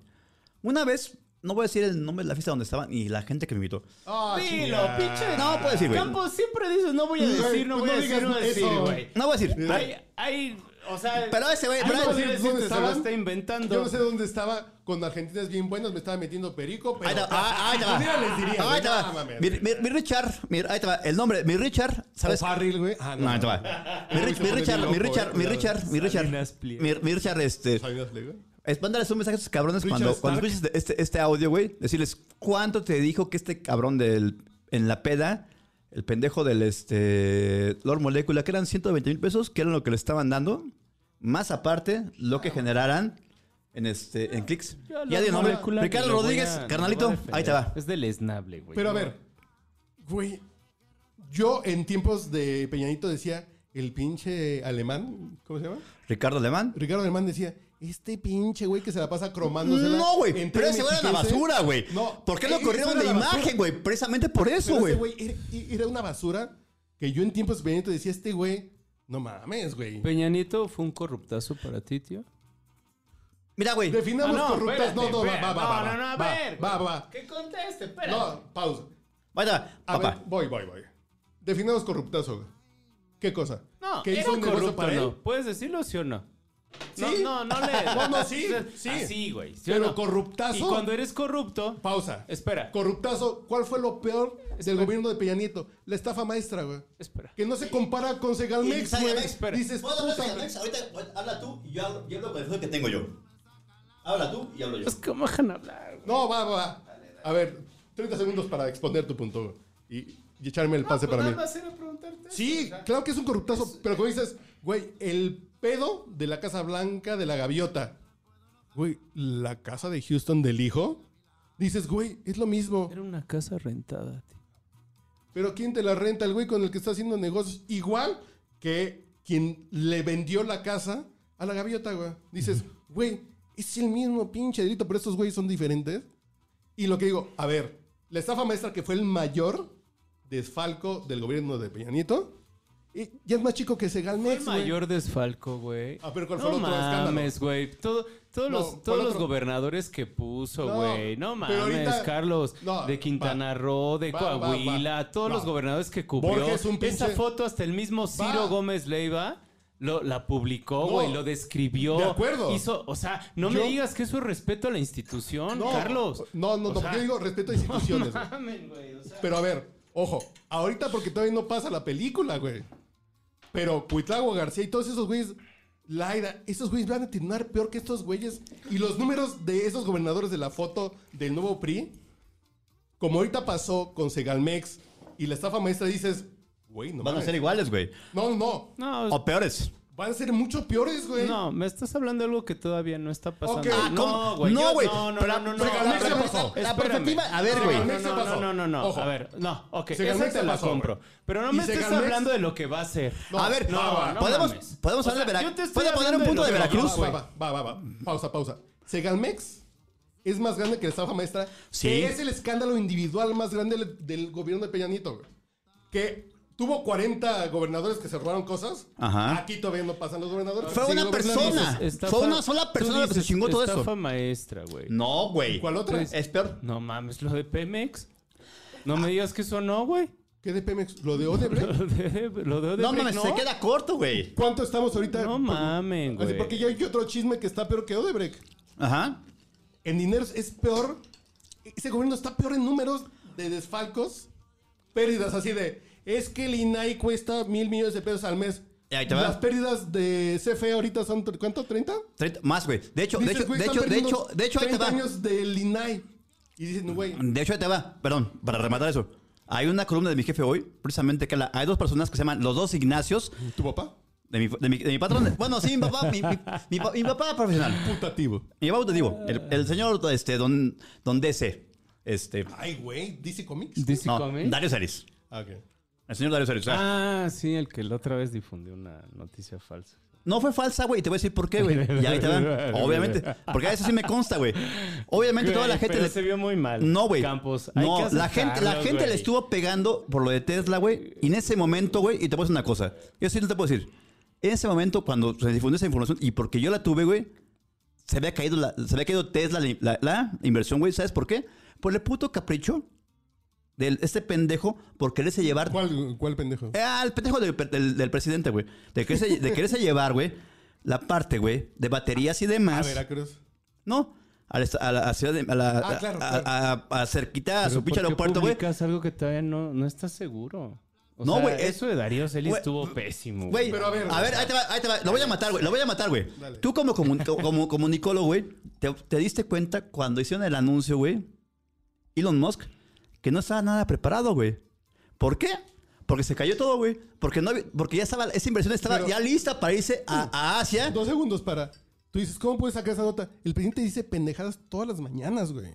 [SPEAKER 7] Una vez, no voy a decir el nombre de la fiesta donde estaba ni la gente que me invitó.
[SPEAKER 6] Ah,
[SPEAKER 8] Dilo,
[SPEAKER 6] chingada.
[SPEAKER 8] pinche.
[SPEAKER 7] No puedo decir, güey.
[SPEAKER 8] Campos siempre dices, no voy a
[SPEAKER 6] Güey,
[SPEAKER 8] decir, no
[SPEAKER 6] pues
[SPEAKER 8] voy
[SPEAKER 6] no
[SPEAKER 8] a decir,
[SPEAKER 6] digas
[SPEAKER 8] no voy a decir,
[SPEAKER 6] eso.
[SPEAKER 8] güey.
[SPEAKER 7] No voy a decir.
[SPEAKER 8] Hay, hay, o sea.
[SPEAKER 7] Pero ese güey,
[SPEAKER 8] hay
[SPEAKER 7] pero
[SPEAKER 8] no
[SPEAKER 7] ese-
[SPEAKER 8] decir,
[SPEAKER 6] ¿dónde
[SPEAKER 8] se lo
[SPEAKER 6] estaban?
[SPEAKER 8] está inventando.
[SPEAKER 6] Yo no sé dónde estaba con argentinas bien buenas, me estaba metiendo perico, pero.
[SPEAKER 7] Ahí te va, ah, ahí te va.
[SPEAKER 6] Cualquiera les diría,
[SPEAKER 7] Ahí
[SPEAKER 6] güey,
[SPEAKER 7] te
[SPEAKER 6] no
[SPEAKER 7] va.
[SPEAKER 6] mames.
[SPEAKER 7] Mi, mi- mi Richard, mi- ahí te va. El nombre, mi Richard, ¿sabes?
[SPEAKER 6] O Farril, güey. Ah,
[SPEAKER 7] No, ahí te va. Mi, Ri- mi Richard, mi
[SPEAKER 6] eh,
[SPEAKER 7] Richard, mi Richard, mi Richard.
[SPEAKER 8] Salinas Pliego.
[SPEAKER 7] Mi, mi Richard, este.
[SPEAKER 6] ¿Sabías, güey?
[SPEAKER 7] Es mándales un mensaje a esos cabrones
[SPEAKER 6] Richard
[SPEAKER 7] cuando, cuando
[SPEAKER 6] Stark.
[SPEAKER 7] escuches este- este, este audio, güey. Decirles, ¿cuánto te dijo que este cabrón del, en la peda, el pendejo del este, Lord Molecula, que eran 120 mil pesos, que era lo que le estaban dando, más aparte lo que generaran en, este, en clics?
[SPEAKER 8] Yo a
[SPEAKER 7] Ya
[SPEAKER 8] Lord
[SPEAKER 7] di el nombre.
[SPEAKER 8] Molecula
[SPEAKER 7] Ricardo
[SPEAKER 8] ni lo voy
[SPEAKER 7] Rodríguez,
[SPEAKER 8] a- ni lo voy
[SPEAKER 7] carnalito,
[SPEAKER 8] a defender.
[SPEAKER 7] ahí te va.
[SPEAKER 8] Es deleznable, güey.
[SPEAKER 6] Pero a ver, güey, yo en tiempos de Peñanito decía, el pinche alemán, ¿cómo se llama?
[SPEAKER 7] Ricardo Alemán.
[SPEAKER 6] Ricardo Alemán decía, este pinche güey que se la pasa cromándosela.
[SPEAKER 7] No, güey.
[SPEAKER 6] en
[SPEAKER 7] Pero
[SPEAKER 6] TV
[SPEAKER 7] ese güey era la
[SPEAKER 6] mexiquense.
[SPEAKER 7] basura, güey.
[SPEAKER 6] No.
[SPEAKER 7] ¿Por qué lo
[SPEAKER 6] ese
[SPEAKER 7] corrieron
[SPEAKER 6] era
[SPEAKER 7] de
[SPEAKER 6] la basura.
[SPEAKER 7] imagen, güey? Precisamente por eso,
[SPEAKER 6] Pero ese
[SPEAKER 7] güey.
[SPEAKER 6] güey era, era una basura que yo en tiempos de Peñanito decía, este güey, no mames, güey.
[SPEAKER 8] Peñanito fue un corruptazo para ti, tío.
[SPEAKER 7] Mira, güey.
[SPEAKER 6] Definamos
[SPEAKER 8] Ah, no,
[SPEAKER 6] corruptas.
[SPEAKER 8] espérate,
[SPEAKER 6] no, no, va,
[SPEAKER 8] espérate.
[SPEAKER 6] va, va.
[SPEAKER 8] No,
[SPEAKER 6] va,
[SPEAKER 8] no, no, a
[SPEAKER 6] va,
[SPEAKER 8] ver.
[SPEAKER 6] Va, va.
[SPEAKER 8] Que conteste, espera.
[SPEAKER 6] No, pausa.
[SPEAKER 7] Ahí te va,
[SPEAKER 6] A
[SPEAKER 7] papá.
[SPEAKER 6] ver, voy, voy, voy. Definamos corruptazo, güey. ¿Qué cosa?
[SPEAKER 8] No,
[SPEAKER 6] ¿Que
[SPEAKER 8] era
[SPEAKER 6] hizo un negocio
[SPEAKER 8] corrupto,
[SPEAKER 6] para él?
[SPEAKER 8] no. ¿Puedes decirlo sí o no?
[SPEAKER 6] Sí.
[SPEAKER 8] No, no, no le.
[SPEAKER 6] No, no, sí, sí.
[SPEAKER 8] Así, güey. ¿sí o
[SPEAKER 6] Pero
[SPEAKER 8] no?
[SPEAKER 6] corruptazo.
[SPEAKER 8] Y cuando eres corrupto.
[SPEAKER 6] Pausa.
[SPEAKER 8] Espera.
[SPEAKER 6] Corruptazo, ¿cuál fue lo peor del
[SPEAKER 8] Espera.
[SPEAKER 6] gobierno de Peña Nieto? La estafa maestra, güey.
[SPEAKER 8] Espera.
[SPEAKER 6] Que no se compara con
[SPEAKER 7] Y
[SPEAKER 6] Segalmex, güey.
[SPEAKER 7] Segalmex,
[SPEAKER 6] Dices,
[SPEAKER 7] ¿Puedo hablar de
[SPEAKER 6] puta,
[SPEAKER 7] Segalmex? Ahorita ahorita habla tú y yo hablo, yo hablo con el juego que tengo yo. Habla tú y hablo yo.
[SPEAKER 8] Es que me dejan hablar, güey.
[SPEAKER 6] No, va, va, va. A ver, 30 segundos para exponer tu punto güey. y, y echarme el pase
[SPEAKER 8] Pues
[SPEAKER 6] para
[SPEAKER 8] nada
[SPEAKER 6] mí.
[SPEAKER 8] más era preguntarte eso, o
[SPEAKER 6] Sí,
[SPEAKER 8] sea. eh,
[SPEAKER 6] claro que es un corruptazo, pero como dices, güey, el pedo de la Casa Blanca de la Gaviota. Güey, la casa de Houston del hijo. Dices, güey, es lo mismo.
[SPEAKER 8] Era una casa rentada, tío.
[SPEAKER 6] Pero ¿quién te la renta? El güey con el que está haciendo negocios. Igual que quien le vendió la casa a la gaviota, güey. Dices, güey, es el mismo pinche delito, pero estos güeyes son diferentes. Y lo que digo, a ver, la estafa maestra que fue el mayor desfalco del gobierno de Peña Nieto. Y ya es más chico que Segalmex,
[SPEAKER 8] El
[SPEAKER 6] güey.
[SPEAKER 8] mayor desfalco, güey.
[SPEAKER 6] Ah, pero ¿cuál
[SPEAKER 8] no
[SPEAKER 6] fue el otro escándalo?
[SPEAKER 8] mames, güey. Todo- todos
[SPEAKER 6] No,
[SPEAKER 8] los,
[SPEAKER 6] ¿cuál
[SPEAKER 8] todos los
[SPEAKER 6] otro?
[SPEAKER 8] gobernadores que puso,
[SPEAKER 6] No,
[SPEAKER 8] güey. No, mames,
[SPEAKER 6] pero ahorita-
[SPEAKER 8] Carlos.
[SPEAKER 6] No,
[SPEAKER 8] de Quintana
[SPEAKER 6] va.
[SPEAKER 8] Roo, de
[SPEAKER 6] Va, va, va.
[SPEAKER 8] Coahuila. Todos
[SPEAKER 6] No.
[SPEAKER 8] los gobernadores que cubrió.
[SPEAKER 6] Borges, un pinche-
[SPEAKER 8] Esa foto hasta el mismo Ciro
[SPEAKER 6] Va.
[SPEAKER 8] Gómez Leiva. Lo, la publicó,
[SPEAKER 6] No.
[SPEAKER 8] güey, lo describió.
[SPEAKER 6] De acuerdo.
[SPEAKER 8] Hizo, o sea, no me
[SPEAKER 6] Yo-
[SPEAKER 8] digas que eso es respeto a la institución, Carlos.
[SPEAKER 6] No, no,
[SPEAKER 8] O
[SPEAKER 6] no,
[SPEAKER 8] sea,
[SPEAKER 6] porque yo digo respeto a instituciones. güey.
[SPEAKER 8] mames, güey, o sea.
[SPEAKER 6] Pero a ver, ojo, ahorita porque todavía no pasa la película, güey. Pero Cuitlagua García y todos esos güeyes, Laira, esos güeyes van a terminar peor que estos güeyes. Y los números de esos gobernadores de la foto del nuevo PRI, como ahorita pasó con Segalmex y la estafa maestra, dices, güey, no
[SPEAKER 7] Van a
[SPEAKER 6] mames.
[SPEAKER 7] ser iguales, güey.
[SPEAKER 6] No, no,
[SPEAKER 8] No,
[SPEAKER 7] O peores.
[SPEAKER 6] van a ser mucho peores, güey.
[SPEAKER 8] No, me estás hablando de algo que todavía no está pasando.
[SPEAKER 6] Ok.
[SPEAKER 7] Ah, ¿cómo?
[SPEAKER 8] No, güey.
[SPEAKER 7] No,
[SPEAKER 8] yo-
[SPEAKER 7] güey.
[SPEAKER 8] No, no,
[SPEAKER 7] Pero-
[SPEAKER 8] no, no, no.
[SPEAKER 7] pero
[SPEAKER 8] A
[SPEAKER 6] Segalmex
[SPEAKER 8] ver,
[SPEAKER 6] se pasó.
[SPEAKER 7] La
[SPEAKER 8] espérame.
[SPEAKER 7] perspectiva- a ver,
[SPEAKER 8] No,
[SPEAKER 7] güey.
[SPEAKER 8] No,
[SPEAKER 6] Segalmex se
[SPEAKER 8] no,
[SPEAKER 6] pasó.
[SPEAKER 8] no, no, no.
[SPEAKER 6] Ojo.
[SPEAKER 8] A ver, no, ok.
[SPEAKER 6] Segalmex
[SPEAKER 8] Esa te
[SPEAKER 6] se
[SPEAKER 8] la
[SPEAKER 6] pasó,
[SPEAKER 8] compro.
[SPEAKER 6] güey.
[SPEAKER 8] Pero no
[SPEAKER 6] Y
[SPEAKER 8] me estés
[SPEAKER 6] Segalmex-
[SPEAKER 8] hablando de lo que va a ser.
[SPEAKER 6] No,
[SPEAKER 7] a ver,
[SPEAKER 6] no, va, no
[SPEAKER 7] podemos,
[SPEAKER 8] mames.
[SPEAKER 7] podemos
[SPEAKER 8] O
[SPEAKER 7] hablar de
[SPEAKER 8] sea, yo te
[SPEAKER 7] Veracruz.
[SPEAKER 8] estoy
[SPEAKER 7] ¿Puedo poner un
[SPEAKER 8] hablando
[SPEAKER 7] punto de,
[SPEAKER 8] de lo que
[SPEAKER 7] Veracruz,
[SPEAKER 8] va,
[SPEAKER 7] güey?
[SPEAKER 6] Va, va, va, va. Pausa, pausa. Segalmex es más grande que la estafa maestra.
[SPEAKER 7] Sí.
[SPEAKER 6] que Es el escándalo individual más grande del- del gobierno de Peña Nieto, güey. Que Tuvo 40 gobernadores que se robaron cosas.
[SPEAKER 7] Ajá.
[SPEAKER 6] Aquí todavía no pasan los gobernadores.
[SPEAKER 7] Fue
[SPEAKER 6] Sigue
[SPEAKER 7] una
[SPEAKER 6] gobernando.
[SPEAKER 7] persona. Fue una sola
[SPEAKER 8] tú
[SPEAKER 7] persona la que se chingó todo eso.
[SPEAKER 8] Estafa maestra, güey. No.
[SPEAKER 7] No, güey.
[SPEAKER 6] ¿Cuál otra?
[SPEAKER 7] Pues, Es peor.
[SPEAKER 8] mames, lo de Pemex. No me digas que eso no, güey.
[SPEAKER 6] ¿Qué de Pemex? ¿Lo de Odebrecht?
[SPEAKER 8] Lo de, lo de
[SPEAKER 7] No
[SPEAKER 8] Odebrecht,
[SPEAKER 7] mames, se queda corto, güey.
[SPEAKER 6] ¿Cuánto estamos ahorita?
[SPEAKER 8] No mamen,
[SPEAKER 6] Así,
[SPEAKER 8] güey.
[SPEAKER 6] porque ya hay otro chisme que está peor que Odebrecht.
[SPEAKER 7] Ajá.
[SPEAKER 6] En dineros es peor. Ese gobierno está peor en números de desfalcos. Pérdidas así de. Es que el INAI cuesta mil millones de pesos al mes.
[SPEAKER 7] Y ahí te va.
[SPEAKER 6] Las pérdidas de CFE ahorita son. ¿Cuánto? ¿30?
[SPEAKER 7] Treinta- más, güey. De hecho, de
[SPEAKER 6] Dices,
[SPEAKER 7] hecho,
[SPEAKER 6] güey,
[SPEAKER 7] de
[SPEAKER 6] están
[SPEAKER 7] hecho, de
[SPEAKER 6] perdiendo
[SPEAKER 7] hecho, de hecho, ahí te
[SPEAKER 6] 30
[SPEAKER 7] va.
[SPEAKER 6] años del INAI. Y dicen, güey.
[SPEAKER 7] De hecho, ahí te va. Perdón, para rematar eso. Hay una columna de mi jefe hoy, precisamente, que la- hay dos personas que se llaman los dos Ignacios,
[SPEAKER 6] ¿Tu papá?
[SPEAKER 7] de mi, de mi- de mi patrón. Bueno, sí, mi papá, mi, mi- mi pa- mi papá profesional.
[SPEAKER 6] Putativo.
[SPEAKER 7] Mi papá putativo, el, el señor, este, don, don DC. Este,
[SPEAKER 6] Ay, güey. ¿DC Comics?
[SPEAKER 8] ¿DC
[SPEAKER 7] no,
[SPEAKER 8] Comics?
[SPEAKER 7] Dario Saris.
[SPEAKER 6] Ah, ok.
[SPEAKER 7] El señor Dario Saris. o sea,
[SPEAKER 8] Ah, sí, el que la otra vez difundió una noticia falsa.
[SPEAKER 7] No fue falsa, güey. Te voy a decir por qué, güey. Y ahí te va. Obviamente. Porque a eso sí me consta, güey. Obviamente toda la
[SPEAKER 8] Güey,
[SPEAKER 7] gente...
[SPEAKER 8] pero
[SPEAKER 7] le-
[SPEAKER 8] se vio muy mal.
[SPEAKER 7] No, güey.
[SPEAKER 8] Campos, hay
[SPEAKER 7] No,
[SPEAKER 8] que
[SPEAKER 7] la gente, la
[SPEAKER 8] aceptarlo,
[SPEAKER 7] gente le
[SPEAKER 8] güey.
[SPEAKER 7] estuvo pegando por lo de Tesla, güey. Y en ese momento, güey, y te puedo decir una cosa. Yo sí te puedo decir. En ese momento, cuando se difundió esa información, y porque yo la tuve, güey, se había caído, la- se había caído Tesla, la, la- la inversión, güey. ¿Sabes por qué? Por el puto capricho de este pendejo por quererse llevar
[SPEAKER 6] ¿Cuál, cuál pendejo?
[SPEAKER 7] Ah, el pendejo del, del- del presidente, güey. De quererse, de quererse llevar, güey, la parte, güey, de baterías y
[SPEAKER 6] A
[SPEAKER 7] demás.
[SPEAKER 6] Veracruz.
[SPEAKER 7] no, a la, a la- a ciudad de- a la-
[SPEAKER 6] Ah, claro,
[SPEAKER 7] a- a- a- a cerquita, a
[SPEAKER 8] Pero
[SPEAKER 7] su
[SPEAKER 8] ¿por
[SPEAKER 7] pinche
[SPEAKER 8] qué
[SPEAKER 7] aeropuerto, güey.
[SPEAKER 8] publicas algo que todavía no, no estás seguro. O
[SPEAKER 7] No,
[SPEAKER 8] sea,
[SPEAKER 7] güey, es-
[SPEAKER 8] Eso de Darío Celis
[SPEAKER 7] güey,
[SPEAKER 8] estuvo pésimo.
[SPEAKER 7] Güey,
[SPEAKER 6] Pero a ver,
[SPEAKER 7] a ver, ahí te va, ahí te va. Lo voy a matar, güey. Lo voy a matar, güey. Tú como, comun- como comunicólogo, güey, te, te diste cuenta cuando hicieron el anuncio, güey, Elon Musk, que no estaba nada preparado, güey. ¿Por qué? Porque se cayó todo, güey. Porque, no había- porque ya estaba, esa inversión estaba
[SPEAKER 6] Pero-
[SPEAKER 7] ya lista para irse a, a Asia.
[SPEAKER 6] Dos segundos para. Tú dices, ¿cómo puedes sacar esa nota? El presidente dice pendejadas todas las mañanas, güey.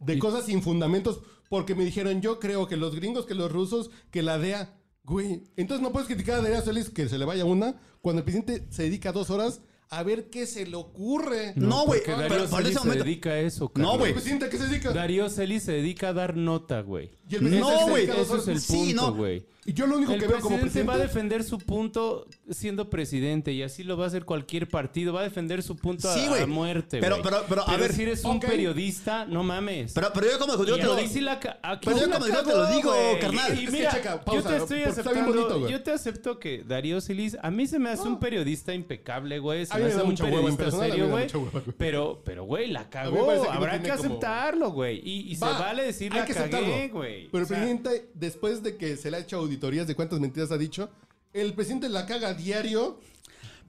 [SPEAKER 6] De cosas sin fundamentos. Porque me dijeron, yo creo que los gringos, que los rusos, que la DEA. Güey. Entonces no puedes criticar a Darío Celis que se le vaya una cuando el presidente se dedica dos horas a ver qué se le ocurre.
[SPEAKER 7] No, güey.
[SPEAKER 8] porque Darío
[SPEAKER 7] pero- pero en
[SPEAKER 8] Celis se
[SPEAKER 7] ese momento-
[SPEAKER 8] dedica a eso,
[SPEAKER 7] No,
[SPEAKER 8] cabrón.
[SPEAKER 6] ¿El
[SPEAKER 7] güey.
[SPEAKER 6] presidente a qué se dedica?
[SPEAKER 8] Darío Celis se dedica a dar nota, güey.
[SPEAKER 6] Y el presidente
[SPEAKER 7] No,
[SPEAKER 6] se dedica
[SPEAKER 7] güey.
[SPEAKER 6] dos
[SPEAKER 8] Eso es
[SPEAKER 6] horas.
[SPEAKER 8] el
[SPEAKER 7] Sí, no.
[SPEAKER 8] punto, güey.
[SPEAKER 6] Y yo lo único
[SPEAKER 8] El
[SPEAKER 6] que veo como
[SPEAKER 8] presidente
[SPEAKER 6] presidente.
[SPEAKER 8] va a defender su punto siendo presidente y así lo va a hacer cualquier partido. Va a defender su punto a-
[SPEAKER 7] Sí,
[SPEAKER 8] a,
[SPEAKER 7] güey.
[SPEAKER 8] muerte.
[SPEAKER 7] Pero-
[SPEAKER 8] güey.
[SPEAKER 7] pero- pero, a ver,
[SPEAKER 8] si eres un
[SPEAKER 6] ok.
[SPEAKER 8] periodista, no mames.
[SPEAKER 7] Pero, pero yo como
[SPEAKER 8] Y
[SPEAKER 7] yo te lo
[SPEAKER 8] aquí
[SPEAKER 7] digo.
[SPEAKER 8] sí la ca- aquí
[SPEAKER 7] Pero
[SPEAKER 8] sí
[SPEAKER 7] yo
[SPEAKER 8] la
[SPEAKER 7] como yo te lo
[SPEAKER 8] cagó,
[SPEAKER 7] digo,
[SPEAKER 8] güey.
[SPEAKER 7] carnal.
[SPEAKER 8] Y
[SPEAKER 6] Es que
[SPEAKER 8] mira,
[SPEAKER 6] checa, pausa,
[SPEAKER 8] yo te estoy
[SPEAKER 6] porque está bien
[SPEAKER 8] aceptando,
[SPEAKER 6] bonito, güey.
[SPEAKER 8] yo te acepto que Darío Celis, a mí se me hace un periodista impecable, güey.
[SPEAKER 6] A
[SPEAKER 8] Se
[SPEAKER 6] mí
[SPEAKER 8] me
[SPEAKER 6] me
[SPEAKER 8] hace
[SPEAKER 6] da
[SPEAKER 8] un
[SPEAKER 6] mucha hueva en
[SPEAKER 8] periodista
[SPEAKER 6] personal, a mí me
[SPEAKER 8] serio,
[SPEAKER 6] da
[SPEAKER 8] güey.
[SPEAKER 6] mucha hueva, güey.
[SPEAKER 8] Pero, pero, güey, la cagó.
[SPEAKER 6] parece que no
[SPEAKER 8] Habrá
[SPEAKER 6] tiene
[SPEAKER 8] que
[SPEAKER 6] como-
[SPEAKER 8] aceptarlo, güey. Y, y se
[SPEAKER 6] Va,
[SPEAKER 8] vale decir
[SPEAKER 6] hay
[SPEAKER 8] la
[SPEAKER 6] que
[SPEAKER 8] cagué,
[SPEAKER 6] aceptarlo.
[SPEAKER 8] güey.
[SPEAKER 6] Pero el
[SPEAKER 8] O sea,
[SPEAKER 6] presidente, después de que se le ha hecho auditorías de cuántas mentiras ha dicho, el presidente la caga a diario.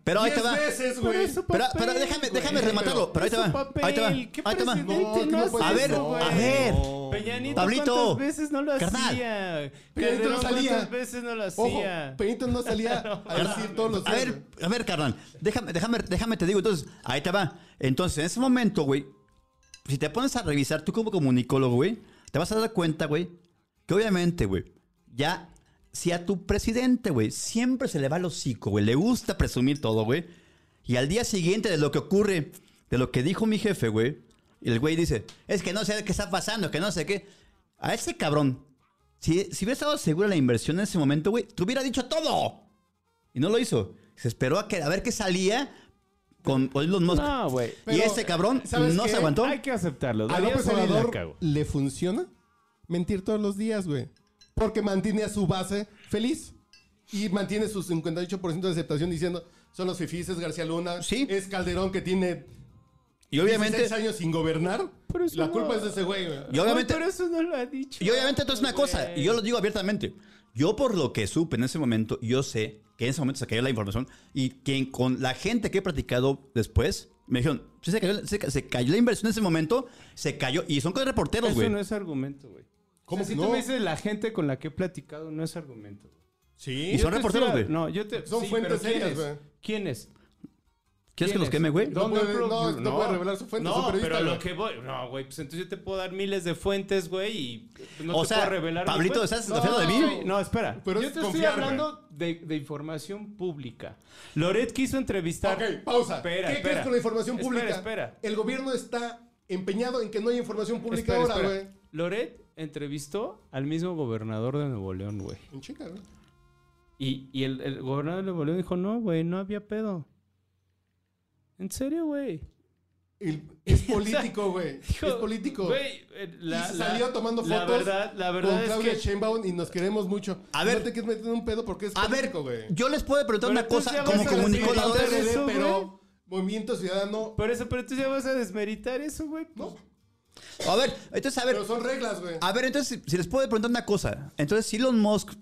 [SPEAKER 7] Pero ahí te
[SPEAKER 6] diez
[SPEAKER 7] va.
[SPEAKER 6] veces,
[SPEAKER 8] pero
[SPEAKER 6] güey.
[SPEAKER 8] es su
[SPEAKER 7] Pero-
[SPEAKER 8] papel,
[SPEAKER 7] pero déjame-
[SPEAKER 8] güey.
[SPEAKER 7] déjame rematarlo, pero ahí te
[SPEAKER 8] Es su
[SPEAKER 7] va, ahí te va,
[SPEAKER 8] papel. ¿Qué
[SPEAKER 7] ahí te va.
[SPEAKER 8] presidente
[SPEAKER 6] No, que no
[SPEAKER 8] no hace
[SPEAKER 6] puede
[SPEAKER 7] A ver,
[SPEAKER 8] eso, güey?
[SPEAKER 7] a ver.
[SPEAKER 8] Peña Nieto,
[SPEAKER 7] Pablito,
[SPEAKER 8] ¿cuántas veces no lo
[SPEAKER 7] carnal.
[SPEAKER 8] hacía?
[SPEAKER 6] Peña Nieto no
[SPEAKER 8] Calderón,
[SPEAKER 6] salía.
[SPEAKER 8] ¿cuántas veces no lo
[SPEAKER 6] Ojo,
[SPEAKER 8] hacía?
[SPEAKER 6] Peñito no salía a decir todos los
[SPEAKER 7] A
[SPEAKER 6] días.
[SPEAKER 7] ver, a ver, carnal. Déjame, déjame, déjame te digo. Entonces, ahí te va. Entonces, en ese momento, güey, si te pones a revisar tú como comunicólogo, güey, te vas a dar cuenta, güey, que obviamente, güey, ya, si a tu presidente, güey, siempre se le va el hocico, güey, le gusta presumir todo, güey, y al día siguiente de lo que ocurre, de lo que dijo mi jefe, güey, y el güey dice, es que no sé qué está pasando, que no sé qué. A ese cabrón, si, si hubiera estado seguro de la inversión en ese momento, güey, te hubiera dicho todo. Y no lo hizo. Se esperó a, que, a ver qué salía con con Elon Musk.
[SPEAKER 8] No, güey.
[SPEAKER 7] y
[SPEAKER 6] Pero,
[SPEAKER 7] este cabrón
[SPEAKER 6] ¿sabes
[SPEAKER 7] no
[SPEAKER 6] qué?
[SPEAKER 7] se aguantó.
[SPEAKER 8] Hay que aceptarlo.
[SPEAKER 6] a
[SPEAKER 8] Darío
[SPEAKER 6] López
[SPEAKER 8] Celis la
[SPEAKER 6] Obrador
[SPEAKER 8] cagó.
[SPEAKER 6] le funciona mentir todos los días, güey. Porque mantiene a su base feliz. Y mantiene su 58% de aceptación diciendo, son los fifís, es García Luna,
[SPEAKER 7] Sí.
[SPEAKER 6] es Calderón que tiene
[SPEAKER 7] y obviamente,
[SPEAKER 6] 16 años sin gobernar.
[SPEAKER 8] Pero eso
[SPEAKER 6] La
[SPEAKER 8] no-
[SPEAKER 6] culpa es de ese güey, güey.
[SPEAKER 7] y obviamente,
[SPEAKER 8] Güey, Pero eso no lo ha dicho.
[SPEAKER 7] y obviamente esto es una cosa. Y yo lo digo abiertamente. Yo por lo que supe en ese momento, yo sé que en ese momento se cayó la información y que con la gente que he platicado después, me dijeron, "Sí, se, cayó, se ca- se cayó la inversión en ese momento, se cayó. Y son con reporteros,
[SPEAKER 8] Eso
[SPEAKER 7] güey.
[SPEAKER 8] no es argumento, güey.
[SPEAKER 6] ¿Cómo
[SPEAKER 8] O
[SPEAKER 6] que
[SPEAKER 8] sea, si
[SPEAKER 6] no?
[SPEAKER 8] tú me dices la gente con la que he platicado, no es argumento. güey.
[SPEAKER 7] Y
[SPEAKER 6] Sí.
[SPEAKER 7] son
[SPEAKER 8] Yo te
[SPEAKER 7] reporteros,
[SPEAKER 8] estoy-
[SPEAKER 7] güey.
[SPEAKER 8] No, yo te...
[SPEAKER 6] Son
[SPEAKER 8] sí,
[SPEAKER 6] fuentes
[SPEAKER 8] pero ¿quién
[SPEAKER 6] serias,
[SPEAKER 8] es?
[SPEAKER 6] güey.
[SPEAKER 8] ¿Quién es?
[SPEAKER 7] ¿Quieres que los queme, güey?
[SPEAKER 6] No puede- no, no puede revelar su fuente,
[SPEAKER 8] No,
[SPEAKER 6] su periodista,
[SPEAKER 8] pero
[SPEAKER 6] güey.
[SPEAKER 8] lo que voy... No, güey, pues entonces yo te puedo dar miles de fuentes, güey, y no
[SPEAKER 7] o
[SPEAKER 8] te
[SPEAKER 7] sea,
[SPEAKER 8] puedo revelar... mi
[SPEAKER 7] Pablito,
[SPEAKER 8] fuente.
[SPEAKER 7] ¿estás desafiando de
[SPEAKER 8] No,
[SPEAKER 7] mí?
[SPEAKER 8] no, espera.
[SPEAKER 6] Pero
[SPEAKER 8] yo
[SPEAKER 6] es
[SPEAKER 8] te
[SPEAKER 6] confiar,
[SPEAKER 8] estoy hablando de, de información pública. Loret quiso entrevistar...
[SPEAKER 6] Ok, pausa.
[SPEAKER 8] Espera,
[SPEAKER 6] ¿Qué
[SPEAKER 8] espera.
[SPEAKER 6] crees con la información pública?
[SPEAKER 8] Espera, espera.
[SPEAKER 6] El gobierno está empeñado en que no hay información pública
[SPEAKER 8] Espera,
[SPEAKER 6] ahora,
[SPEAKER 8] espera.
[SPEAKER 6] güey.
[SPEAKER 8] Loret entrevistó al mismo gobernador de Nuevo León, güey.
[SPEAKER 6] En chinga, güey.
[SPEAKER 8] Y, y el, el gobernador de Nuevo León dijo, no, güey, no había pedo. ¿En serio, güey?
[SPEAKER 6] El- Es político, güey.
[SPEAKER 8] Dijo,
[SPEAKER 6] Es político.
[SPEAKER 8] Güey, eh, la-
[SPEAKER 6] Y
[SPEAKER 8] la-
[SPEAKER 6] salió tomando
[SPEAKER 8] La
[SPEAKER 6] fotos
[SPEAKER 8] verdad, la
[SPEAKER 6] Con
[SPEAKER 8] verdad es
[SPEAKER 6] Claudia
[SPEAKER 8] que...
[SPEAKER 6] Sheinbaum y nos queremos mucho.
[SPEAKER 7] A ver.
[SPEAKER 6] No te quieres meter en un pedo porque es
[SPEAKER 7] A ver,
[SPEAKER 6] político, güey.
[SPEAKER 7] yo les puedo preguntar
[SPEAKER 8] Pero
[SPEAKER 7] una
[SPEAKER 8] entonces ya
[SPEAKER 7] cosa
[SPEAKER 8] vas
[SPEAKER 7] como
[SPEAKER 8] a decir,
[SPEAKER 7] comunicador.
[SPEAKER 8] entonces-
[SPEAKER 6] PRD,
[SPEAKER 8] eso, güey?
[SPEAKER 6] pero Movimiento Ciudadano,
[SPEAKER 8] Por eso, pero tú ya vas a desmeritar eso, güey.
[SPEAKER 6] no.
[SPEAKER 7] A ver, entonces, a ver,
[SPEAKER 6] Pero son reglas, güey.
[SPEAKER 7] a ver, entonces, si- si les puedo preguntar una cosa. Entonces, si Elon Musk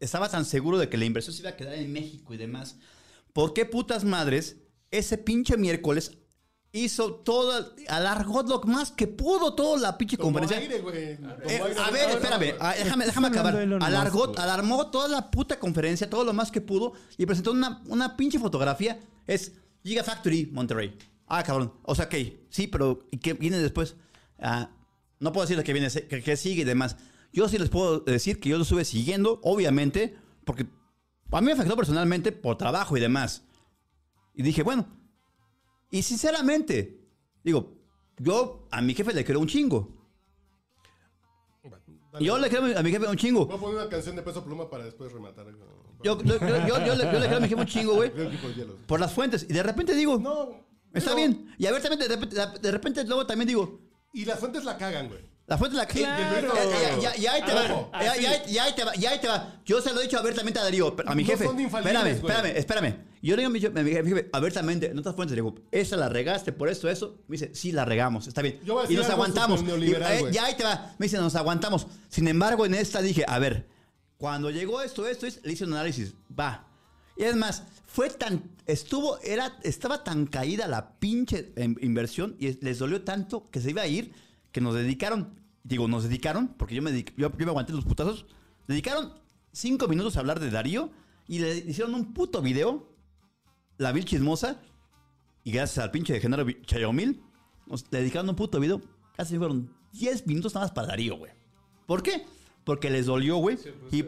[SPEAKER 7] estaba tan seguro de que la inversión se iba a quedar en México y demás, ¿por qué putas madres ese pinche miércoles hizo todo, alargó lo más que pudo toda la pinche
[SPEAKER 6] Tomó
[SPEAKER 7] conferencia?
[SPEAKER 6] aire, güey. Tomó
[SPEAKER 7] Eh,
[SPEAKER 6] aire.
[SPEAKER 7] a ver, espérame, a- déjame, déjame acabar.
[SPEAKER 8] hablando de Elon Musk,
[SPEAKER 7] Alargó,
[SPEAKER 8] güey.
[SPEAKER 7] alarmó toda la puta conferencia, todo lo más que pudo, y presentó una, una pinche fotografía. Es Gigafactory Monterrey. Ah, cabrón. O sea, ok, sí, pero ¿y qué viene después? Ah, no puedo decirles que viene, se- que, que sigue y demás. Yo sí les puedo decir que yo lo estuve siguiendo, obviamente, porque a mí me afectó personalmente por trabajo y demás. Y dije, bueno, y sinceramente, digo, yo a mi jefe le creo un chingo.
[SPEAKER 6] Dale,
[SPEAKER 7] Yo
[SPEAKER 6] güey.
[SPEAKER 7] le creo a mi jefe un chingo.
[SPEAKER 6] Voy a poner una canción de peso pluma para después rematar. güey.
[SPEAKER 7] Yo, yo, yo, yo- yo le, yo le creo a mi jefe un chingo, güey.
[SPEAKER 6] Creo que por hielos.
[SPEAKER 7] Por las fuentes. Y de repente digo,
[SPEAKER 6] No.
[SPEAKER 7] está
[SPEAKER 6] pero-
[SPEAKER 7] bien. Y a ver, también, de repente, de repente luego también digo,
[SPEAKER 6] Y las fuentes la cagan, güey.
[SPEAKER 7] la fuente la...
[SPEAKER 6] Claro.
[SPEAKER 7] Eh, eh, ya- ya ahí te va.
[SPEAKER 6] Ojo,
[SPEAKER 7] Eh, ya- ya- ya ahí te va. Ya ahí te va. Yo se lo he dicho a ver también a Darío, a mi
[SPEAKER 6] No
[SPEAKER 7] jefe.
[SPEAKER 6] son infalibles,
[SPEAKER 7] espérame,
[SPEAKER 6] güey.
[SPEAKER 7] espérame, espérame. Yo le digo a mi jefe, a mi jefe, a ver también, en otras fuentes, le digo, esa la regaste por esto, eso. Me dice, sí, la regamos, está bien.
[SPEAKER 6] Yo voy a
[SPEAKER 7] y
[SPEAKER 6] decir
[SPEAKER 7] nos
[SPEAKER 6] algo
[SPEAKER 7] aguantamos.
[SPEAKER 6] súper neoliberal,
[SPEAKER 7] Y, eh,
[SPEAKER 6] güey.
[SPEAKER 7] ya ahí te va. Me dice, nos aguantamos. Sin embargo, en esta dije, a ver, cuando llegó esto, esto, es- le hice un análisis, va. Y es más, fue tan, estuvo, era, estaba tan caída la pinche em, inversión y es- les dolió tanto que se iba a ir que nos dedicaron, digo, nos dedicaron, porque yo me, dedic- yo, yo me aguanté los putazos, dedicaron cinco minutos a hablar de Darío y le hicieron un puto video, la vil chismosa, y gracias al pinche de Genaro Vi- Chayomil, nos dedicaron un puto video. Casi fueron 10 minutos nada más para Darío, güey. ¿Por qué? Porque les dolió, güey. Y...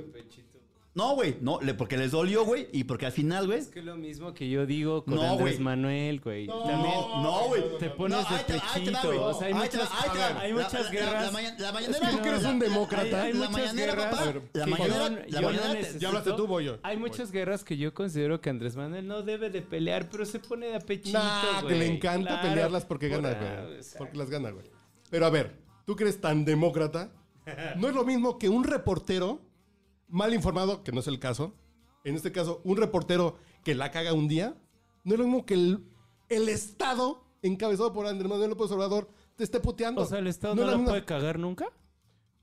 [SPEAKER 7] No, güey, no, le- porque les dolió, güey. Y porque al final, güey.
[SPEAKER 8] Es que es lo mismo que yo digo con
[SPEAKER 7] No,
[SPEAKER 8] Andrés
[SPEAKER 7] güey.
[SPEAKER 8] Manuel, güey.
[SPEAKER 6] No,
[SPEAKER 8] También
[SPEAKER 7] no, güey.
[SPEAKER 8] te pones
[SPEAKER 7] No,
[SPEAKER 8] de
[SPEAKER 7] ahí te va, ahí te va,
[SPEAKER 8] pechito.
[SPEAKER 7] güey.
[SPEAKER 8] o sea, hay
[SPEAKER 7] Ahí te va,
[SPEAKER 8] muchas,
[SPEAKER 7] ahí te va.
[SPEAKER 8] hay
[SPEAKER 7] La-
[SPEAKER 8] muchas
[SPEAKER 7] la- la-
[SPEAKER 8] guerras.
[SPEAKER 7] La, maña- la
[SPEAKER 6] Es
[SPEAKER 7] mañanera.
[SPEAKER 6] que tú que eres un demócrata.
[SPEAKER 8] Hay, hay
[SPEAKER 7] la
[SPEAKER 8] muchas
[SPEAKER 7] mañanera,
[SPEAKER 8] guerras
[SPEAKER 7] papá. La
[SPEAKER 8] que
[SPEAKER 7] mañanera,
[SPEAKER 8] yo-
[SPEAKER 7] la
[SPEAKER 8] yo
[SPEAKER 7] mañanera.
[SPEAKER 8] no
[SPEAKER 7] te-
[SPEAKER 8] necesito.
[SPEAKER 6] Ya hablaste tú, voy yo.
[SPEAKER 8] Hay muchas guerras que yo considero que Andrés Manuel no debe de pelear, pero se pone de apechito,
[SPEAKER 6] Nah, que le encanta pelearlas porque gana, güey.
[SPEAKER 7] eh.
[SPEAKER 6] Porque las gana, güey. Pero a ver, tú que eres tan demócrata, no es lo mismo que un reportero mal informado, que no es el caso. En este caso, un reportero que la caga un día, no es lo mismo que el, el Estado, encabezado por Andrés Manuel López Obrador, te esté puteando.
[SPEAKER 8] O sea, el Estado
[SPEAKER 6] No
[SPEAKER 8] no,
[SPEAKER 6] es la
[SPEAKER 8] la
[SPEAKER 6] misma-
[SPEAKER 8] puede cagar nunca.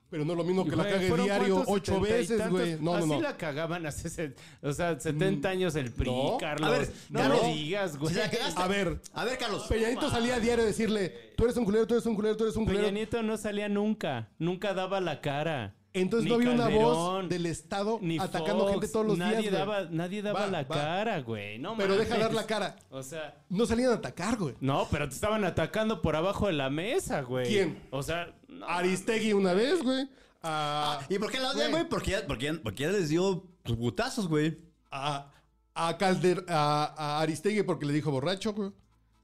[SPEAKER 6] Pero no es lo mismo que la
[SPEAKER 8] Güey,
[SPEAKER 6] cague
[SPEAKER 8] ¿fueron
[SPEAKER 6] diario
[SPEAKER 8] cuántos?
[SPEAKER 6] ocho
[SPEAKER 8] Setenta y
[SPEAKER 6] veces,
[SPEAKER 8] tantos.
[SPEAKER 6] güey. No, no,
[SPEAKER 8] Así
[SPEAKER 6] no. Mm,
[SPEAKER 8] la cagaban hace, se- o sea, 70 años el PRI,
[SPEAKER 6] No.
[SPEAKER 8] Carlos.
[SPEAKER 7] A ver,
[SPEAKER 8] no
[SPEAKER 7] Carlos,
[SPEAKER 8] me digas, güey.
[SPEAKER 7] si la cagaste-
[SPEAKER 6] A ver,
[SPEAKER 7] A ver, Carlos.
[SPEAKER 6] Peñanito salía a diario a decirle, tú eres un culero, tú eres un culero, tú eres un
[SPEAKER 8] Peña
[SPEAKER 6] culero.
[SPEAKER 8] Nieto no salía nunca, nunca daba la cara.
[SPEAKER 6] Entonces
[SPEAKER 8] Ni
[SPEAKER 6] no había una voz
[SPEAKER 8] Calderón,
[SPEAKER 6] del Estado
[SPEAKER 8] ni
[SPEAKER 6] atacando
[SPEAKER 8] Fox,
[SPEAKER 6] gente todos los
[SPEAKER 8] nadie
[SPEAKER 6] días. güey.
[SPEAKER 8] Daba, nadie daba
[SPEAKER 6] Va,
[SPEAKER 8] la
[SPEAKER 6] va.
[SPEAKER 8] cara, güey. No
[SPEAKER 6] Pero
[SPEAKER 8] mames.
[SPEAKER 6] deja dar la cara.
[SPEAKER 8] O sea,
[SPEAKER 6] No salían a atacar, güey.
[SPEAKER 8] no, pero te estaban atacando por abajo de la mesa, güey.
[SPEAKER 6] ¿Quién? Ah,
[SPEAKER 8] O sea, no,
[SPEAKER 6] Aristegui una vez, güey. A,
[SPEAKER 7] ¿Y por qué la
[SPEAKER 6] Güey.
[SPEAKER 7] odian, güey? Porque ya, porque, ya, porque ya les dio sus putazos, güey.
[SPEAKER 6] a, a Calder, a, a Aristegui porque le dijo borracho, güey.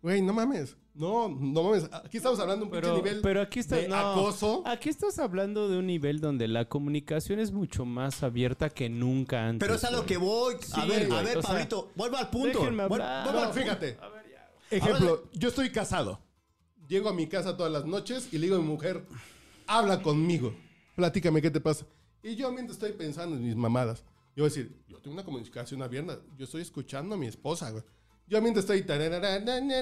[SPEAKER 6] Güey, no mames. No, no mames. Aquí estamos hablando de un
[SPEAKER 8] pero,
[SPEAKER 6] pinche nivel
[SPEAKER 8] pero aquí estás,
[SPEAKER 6] de
[SPEAKER 8] no,
[SPEAKER 6] acoso.
[SPEAKER 8] Aquí estás hablando de un nivel donde la comunicación es mucho más abierta que nunca antes.
[SPEAKER 7] Pero es a lo
[SPEAKER 8] güey.
[SPEAKER 7] que voy. A
[SPEAKER 8] Sí,
[SPEAKER 7] ver, a
[SPEAKER 8] güey,
[SPEAKER 7] ver,
[SPEAKER 8] o sea,
[SPEAKER 7] Pablito. Vuelvo al punto.
[SPEAKER 8] déjenme
[SPEAKER 7] Vuel-
[SPEAKER 8] hablar.
[SPEAKER 7] vuelvo al
[SPEAKER 6] No,
[SPEAKER 7] punto.
[SPEAKER 6] fíjate. Ejemplo, yo estoy casado. Llego a mi casa todas las noches y le digo a mi mujer, habla conmigo, platícame qué te pasa. Y yo mientras estoy pensando en mis mamadas, yo voy a decir, yo tengo una comunicación abierta, yo estoy escuchando a mi esposa, güey. Yo mientras estoy... tararara, na, na, na,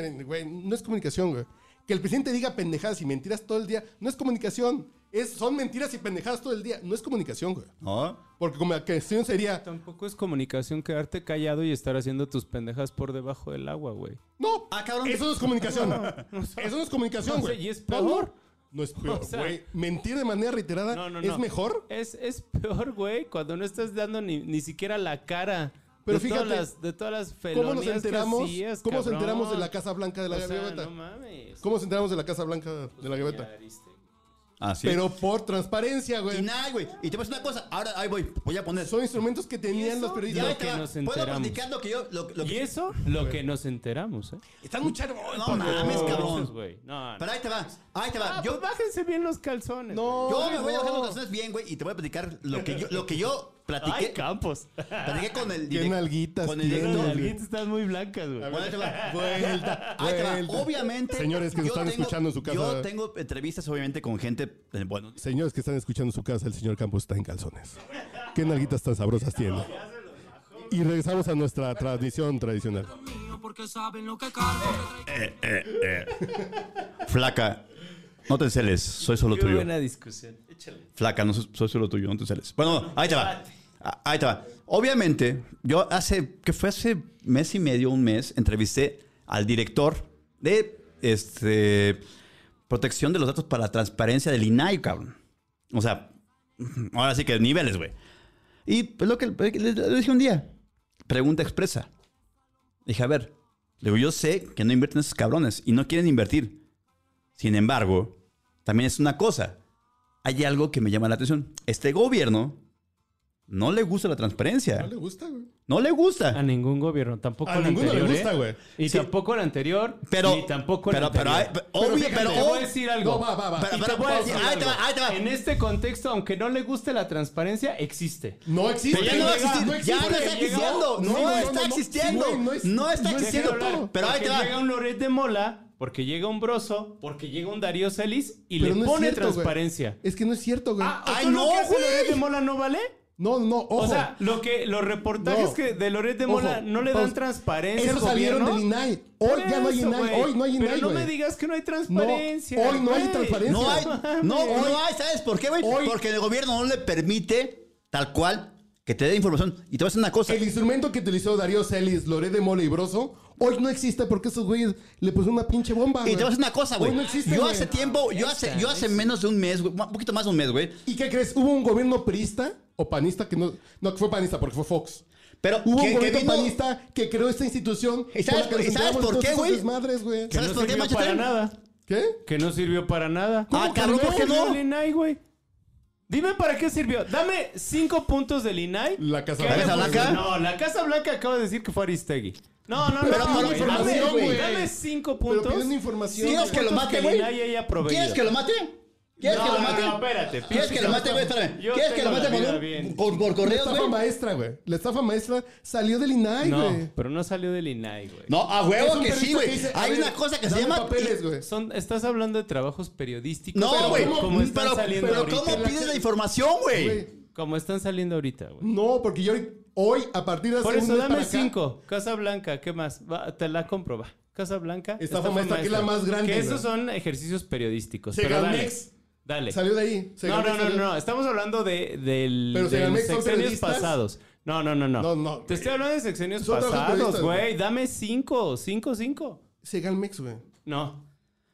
[SPEAKER 6] na, na, Güey, no es comunicación, güey. Que el presidente diga pendejadas y mentiras todo el día, no es comunicación. Es, son mentiras y pendejadas todo el día, no es comunicación, güey.
[SPEAKER 7] No.
[SPEAKER 6] Porque comunicación sería,
[SPEAKER 8] Tampoco es comunicación quedarte callado y estar haciendo tus pendejas por debajo del agua, güey.
[SPEAKER 6] No,
[SPEAKER 7] Ah, cabrón.
[SPEAKER 6] eso no es comunicación. eso no es comunicación,
[SPEAKER 8] No,
[SPEAKER 6] güey.
[SPEAKER 8] o sea, y es
[SPEAKER 6] No, no.
[SPEAKER 8] peor.
[SPEAKER 6] No es peor,
[SPEAKER 8] O sea-
[SPEAKER 6] güey. Mentir de manera reiterada
[SPEAKER 8] No, no,
[SPEAKER 6] es
[SPEAKER 8] no.
[SPEAKER 6] mejor.
[SPEAKER 8] Es, es peor, güey, cuando no estás dando ni, ni siquiera la cara.
[SPEAKER 6] Pero
[SPEAKER 8] de
[SPEAKER 6] fíjate,
[SPEAKER 8] todas las, de todas las
[SPEAKER 6] ¿Cómo nos
[SPEAKER 8] felonías
[SPEAKER 6] enteramos?
[SPEAKER 8] que hacías,
[SPEAKER 6] ¿Cómo nos
[SPEAKER 8] cabrón?
[SPEAKER 6] enteramos de la Casa Blanca de la
[SPEAKER 8] O sea,
[SPEAKER 6] Gaviota?
[SPEAKER 8] no mames.
[SPEAKER 6] ¿Cómo nos enteramos de la Casa Blanca de la Gaviota?
[SPEAKER 8] Aristegui.
[SPEAKER 7] Así
[SPEAKER 6] pero por transparencia,
[SPEAKER 7] Y
[SPEAKER 6] güey.
[SPEAKER 7] nada, güey. Y te pasa una cosa. Ahora, ahí voy. Voy a poner.
[SPEAKER 6] Son instrumentos que tenían los
[SPEAKER 7] Ya
[SPEAKER 6] periodistas.
[SPEAKER 7] ahí
[SPEAKER 8] Lo
[SPEAKER 7] te
[SPEAKER 8] que
[SPEAKER 7] va.
[SPEAKER 8] nos
[SPEAKER 7] Puedo
[SPEAKER 8] enteramos.
[SPEAKER 7] platicar lo que yo. Lo, lo
[SPEAKER 8] Y
[SPEAKER 7] que...
[SPEAKER 8] eso, lo que nos enteramos, ¿eh?
[SPEAKER 6] Están muy charros.
[SPEAKER 7] No mames,
[SPEAKER 8] Entonces,
[SPEAKER 7] cabrón.
[SPEAKER 8] güey, No, no.
[SPEAKER 7] Pero ahí te va. Ahí te va.
[SPEAKER 8] Ah,
[SPEAKER 7] Yo,
[SPEAKER 8] pues bájense bien los calzones.
[SPEAKER 6] No,
[SPEAKER 7] yo me voy a
[SPEAKER 6] no.
[SPEAKER 7] dejar los calzones bien, güey. Y te voy a platicar lo que yo, lo que yo
[SPEAKER 8] güey. Ay,
[SPEAKER 7] platiqué.
[SPEAKER 8] Campos.
[SPEAKER 7] platiqué con el
[SPEAKER 6] Qué nalguitas
[SPEAKER 7] Con el
[SPEAKER 6] tienes,
[SPEAKER 7] director.
[SPEAKER 6] güey.
[SPEAKER 8] Alguien están muy blancas, güey.
[SPEAKER 7] Bueno, ahí te va.
[SPEAKER 6] Vuelta,
[SPEAKER 7] Ahí te va.
[SPEAKER 6] vuelta.
[SPEAKER 7] Obviamente.
[SPEAKER 6] Señores que nos
[SPEAKER 7] yo
[SPEAKER 6] están escuchando en su casa.
[SPEAKER 7] Yo tengo entrevistas, obviamente, con gente. eh, Bueno,
[SPEAKER 6] Señores que están escuchando en su casa, el señor Campos está en calzones. Qué nalguitas tan sabrosas tiene. Y regresamos a nuestra tradición tradicional.
[SPEAKER 7] Eh, flaca. No te enceles. Soy solo
[SPEAKER 8] Qué
[SPEAKER 7] tuyo.
[SPEAKER 8] buena discusión. Échale.
[SPEAKER 7] Flaca, no soy, soy solo tuyo, no te sales. Bueno, ahí te va. Ah, Ahí te va. Obviamente, yo hace, que fue hace mes y medio, un mes, entrevisté al director de este, protección de los datos para la transparencia del INAI, cabrón. O sea, ahora sí que niveles, güey. Y pues, lo que le, le- le dije un día, pregunta expresa. Dije, a ver, le digo, yo sé que no invierten esos cabrones y no quieren invertir. Sin embargo, también es una cosa hay algo que me llama la atención. Este gobierno no le gusta la transparencia.
[SPEAKER 6] ¿No le gusta, güey?
[SPEAKER 7] No le
[SPEAKER 8] A
[SPEAKER 7] gusta.
[SPEAKER 8] ningún gobierno, tampoco
[SPEAKER 6] A
[SPEAKER 8] al
[SPEAKER 6] ninguno le
[SPEAKER 8] anterior.
[SPEAKER 6] gusta,
[SPEAKER 8] ¿eh?
[SPEAKER 6] güey.
[SPEAKER 8] Y
[SPEAKER 7] Sí.
[SPEAKER 8] tampoco el anterior.
[SPEAKER 7] Pero.
[SPEAKER 8] Ni tampoco el
[SPEAKER 7] pero, pero, hay-
[SPEAKER 8] anterior.
[SPEAKER 7] pero, obvio,
[SPEAKER 6] fíjate,
[SPEAKER 7] pero,
[SPEAKER 8] Te voy a
[SPEAKER 7] ob-
[SPEAKER 8] decir algo.
[SPEAKER 6] No, va, va, va.
[SPEAKER 7] Pero-
[SPEAKER 8] Y
[SPEAKER 7] pero
[SPEAKER 8] te voy a
[SPEAKER 7] puedo-
[SPEAKER 8] decir
[SPEAKER 7] ahí te va,
[SPEAKER 8] algo.
[SPEAKER 7] ahí te va.
[SPEAKER 8] En este contexto, aunque no le guste la transparencia, existe.
[SPEAKER 6] No existe.
[SPEAKER 7] pero ya no va a
[SPEAKER 6] llega,
[SPEAKER 7] existir.
[SPEAKER 6] existe.
[SPEAKER 7] ya no está
[SPEAKER 8] porque llega-
[SPEAKER 7] existiendo.
[SPEAKER 6] no,
[SPEAKER 7] No,
[SPEAKER 6] no, no,
[SPEAKER 7] está
[SPEAKER 6] no,
[SPEAKER 7] existiendo.
[SPEAKER 6] güey,
[SPEAKER 7] No,
[SPEAKER 6] no es-
[SPEAKER 7] está
[SPEAKER 6] no es-
[SPEAKER 7] existiendo.
[SPEAKER 6] déjalo hablar.
[SPEAKER 7] Pero ahí
[SPEAKER 8] porque
[SPEAKER 7] te va.
[SPEAKER 8] llega un Loret de Mola, porque llega un Broso, porque llega un Darío Celis y
[SPEAKER 6] Pero
[SPEAKER 8] le
[SPEAKER 6] no es
[SPEAKER 8] pone
[SPEAKER 6] cierto, güey.
[SPEAKER 8] transparencia.
[SPEAKER 6] Es que no es cierto, güey.
[SPEAKER 8] Ah, ¿o
[SPEAKER 7] Ay,
[SPEAKER 8] tú lo
[SPEAKER 7] no,
[SPEAKER 8] que hace
[SPEAKER 7] güey.
[SPEAKER 8] Loret de Mola no vale?
[SPEAKER 6] No, no, ojo.
[SPEAKER 8] O sea, lo que los reportajes
[SPEAKER 6] No.
[SPEAKER 8] que de Loret de Mola
[SPEAKER 6] Ojo,
[SPEAKER 8] no le
[SPEAKER 6] pausa.
[SPEAKER 8] dan transparencia
[SPEAKER 6] Esos
[SPEAKER 8] al
[SPEAKER 6] salieron
[SPEAKER 8] gobierno.
[SPEAKER 6] del INAI. Hoy ya no hay
[SPEAKER 8] Eso,
[SPEAKER 6] INAI.
[SPEAKER 8] güey.
[SPEAKER 6] Hoy no hay INAI,
[SPEAKER 8] Pero no
[SPEAKER 6] güey.
[SPEAKER 8] me digas que no hay transparencia.
[SPEAKER 6] hoy no hay
[SPEAKER 8] güey.
[SPEAKER 6] transparencia.
[SPEAKER 7] No hay. No,
[SPEAKER 6] Hoy-
[SPEAKER 7] no hay. ¿Sabes por qué, güey?
[SPEAKER 6] hoy-
[SPEAKER 7] Porque el gobierno no le permite tal cual que te dé información. Y te voy a decir una cosa.
[SPEAKER 6] El instrumento que utilizó Darío Celis, Loré de Mole y Broso, hoy no existe porque esos güeyes le pusieron una pinche bomba.
[SPEAKER 7] Y te
[SPEAKER 6] güey.
[SPEAKER 7] voy a decir una cosa, güey.
[SPEAKER 6] Hoy no existe,
[SPEAKER 7] yo
[SPEAKER 6] güey.
[SPEAKER 7] hace tiempo, yo hace, yo hace menos de un mes, güey, un poquito más de un mes, güey.
[SPEAKER 6] ¿Y qué crees? Hubo un gobierno priista o panista que no. No, que fue panista porque fue Fox.
[SPEAKER 7] Pero
[SPEAKER 6] Hubo un
[SPEAKER 7] que- que
[SPEAKER 6] gobierno
[SPEAKER 7] vino-
[SPEAKER 6] panista que creó esta institución.
[SPEAKER 7] ¿Y
[SPEAKER 6] con la
[SPEAKER 7] sabes
[SPEAKER 6] que
[SPEAKER 7] por- y
[SPEAKER 6] nos
[SPEAKER 7] sabes
[SPEAKER 6] enteramos
[SPEAKER 7] por
[SPEAKER 6] todos
[SPEAKER 7] qué,
[SPEAKER 6] esos
[SPEAKER 7] güey?
[SPEAKER 6] desmadres, güey.
[SPEAKER 8] Que no
[SPEAKER 7] ¿Sabes por qué,
[SPEAKER 8] sirvió
[SPEAKER 7] macho,
[SPEAKER 8] para
[SPEAKER 7] también?
[SPEAKER 8] nada.
[SPEAKER 6] ¿Qué?
[SPEAKER 8] Que no sirvió para nada.
[SPEAKER 7] Ah,
[SPEAKER 6] ¿Cómo que
[SPEAKER 7] cabrón,
[SPEAKER 6] no?
[SPEAKER 7] ¿por qué
[SPEAKER 8] sirvió
[SPEAKER 7] no?
[SPEAKER 8] el INAI, güey? Dime para qué sirvió. Dame cinco puntos del INAI.
[SPEAKER 6] La Casa Blanca.
[SPEAKER 8] ¿Qué haya
[SPEAKER 7] ¿La Casa Blanca?
[SPEAKER 8] funcionado? No, la Casa Blanca acaba de decir que fue Aristegui. No, no,
[SPEAKER 6] Pero
[SPEAKER 8] no.
[SPEAKER 7] pidió
[SPEAKER 8] güey.
[SPEAKER 7] información,
[SPEAKER 8] Dame-
[SPEAKER 7] güey.
[SPEAKER 8] Dame cinco
[SPEAKER 6] Pero
[SPEAKER 8] puntos.
[SPEAKER 6] pidieron información.
[SPEAKER 7] ¿Quieres que lo
[SPEAKER 8] puntos
[SPEAKER 7] mate,
[SPEAKER 8] que
[SPEAKER 7] güey?
[SPEAKER 8] Linay haya proveído.
[SPEAKER 7] ¿Quieres que lo mate? ¿Quieres
[SPEAKER 8] No,
[SPEAKER 7] que lo
[SPEAKER 8] no,
[SPEAKER 7] mate?
[SPEAKER 8] no, espérate,
[SPEAKER 7] ¿Quieres que
[SPEAKER 8] pinche
[SPEAKER 7] lo mate, güey? Espérame.
[SPEAKER 8] Yo
[SPEAKER 7] ¿Quieres que lo
[SPEAKER 8] tengo
[SPEAKER 7] mate
[SPEAKER 8] la vida
[SPEAKER 7] por,
[SPEAKER 8] bien.
[SPEAKER 7] por, por
[SPEAKER 6] La
[SPEAKER 7] correos,
[SPEAKER 6] estafa
[SPEAKER 7] güey?
[SPEAKER 6] maestra, güey. La estafa maestra salió del INAI,
[SPEAKER 8] No,
[SPEAKER 6] güey.
[SPEAKER 8] pero no salió del INAI, güey.
[SPEAKER 7] No, a
[SPEAKER 6] Es
[SPEAKER 7] huevo
[SPEAKER 6] un
[SPEAKER 7] que
[SPEAKER 6] periodista
[SPEAKER 7] sí,
[SPEAKER 6] que
[SPEAKER 7] güey.
[SPEAKER 6] dice, a
[SPEAKER 7] Hay
[SPEAKER 6] ver,
[SPEAKER 7] una cosa que se
[SPEAKER 6] dame
[SPEAKER 7] llama...
[SPEAKER 6] papeles, güey.
[SPEAKER 8] Son, estás hablando de trabajos periodísticos.
[SPEAKER 7] No, güey. Mm,
[SPEAKER 8] Como, como están
[SPEAKER 7] Pero,
[SPEAKER 8] saliendo
[SPEAKER 7] pero
[SPEAKER 8] ahorita.
[SPEAKER 7] ¿cómo pides la información, güey?
[SPEAKER 6] Güey,
[SPEAKER 8] Como están saliendo ahorita, güey.
[SPEAKER 6] No, porque yo hoy, a partir de hace
[SPEAKER 8] Por
[SPEAKER 6] un
[SPEAKER 8] eso,
[SPEAKER 6] mes
[SPEAKER 8] dame
[SPEAKER 6] para acá,
[SPEAKER 8] cinco. Casa Blanca, ¿qué más? Va, te la compro, va. Casa Blanca.
[SPEAKER 6] Estafa maestra, que es la más grande,
[SPEAKER 8] Que esos
[SPEAKER 6] güey.
[SPEAKER 8] son ejercicios periodísticos. Pero dale.
[SPEAKER 6] Segalmex
[SPEAKER 8] Dale.
[SPEAKER 6] salió de ahí.
[SPEAKER 8] No,
[SPEAKER 6] Segalmex
[SPEAKER 8] no, no,
[SPEAKER 6] salió-
[SPEAKER 8] no. Estamos hablando de, del,
[SPEAKER 6] Pero
[SPEAKER 8] de los
[SPEAKER 6] Segalmex son
[SPEAKER 8] sexenios
[SPEAKER 6] periodistas.
[SPEAKER 8] pasados. No, no, no, no.
[SPEAKER 6] No, no,
[SPEAKER 8] Te
[SPEAKER 6] güey.
[SPEAKER 8] estoy hablando de sexenios
[SPEAKER 6] Son trabajos
[SPEAKER 8] pasados,
[SPEAKER 6] periodistas,
[SPEAKER 8] güey.
[SPEAKER 6] güey.
[SPEAKER 8] Dame cinco, cinco, cinco.
[SPEAKER 6] Segalmex, güey.
[SPEAKER 8] No.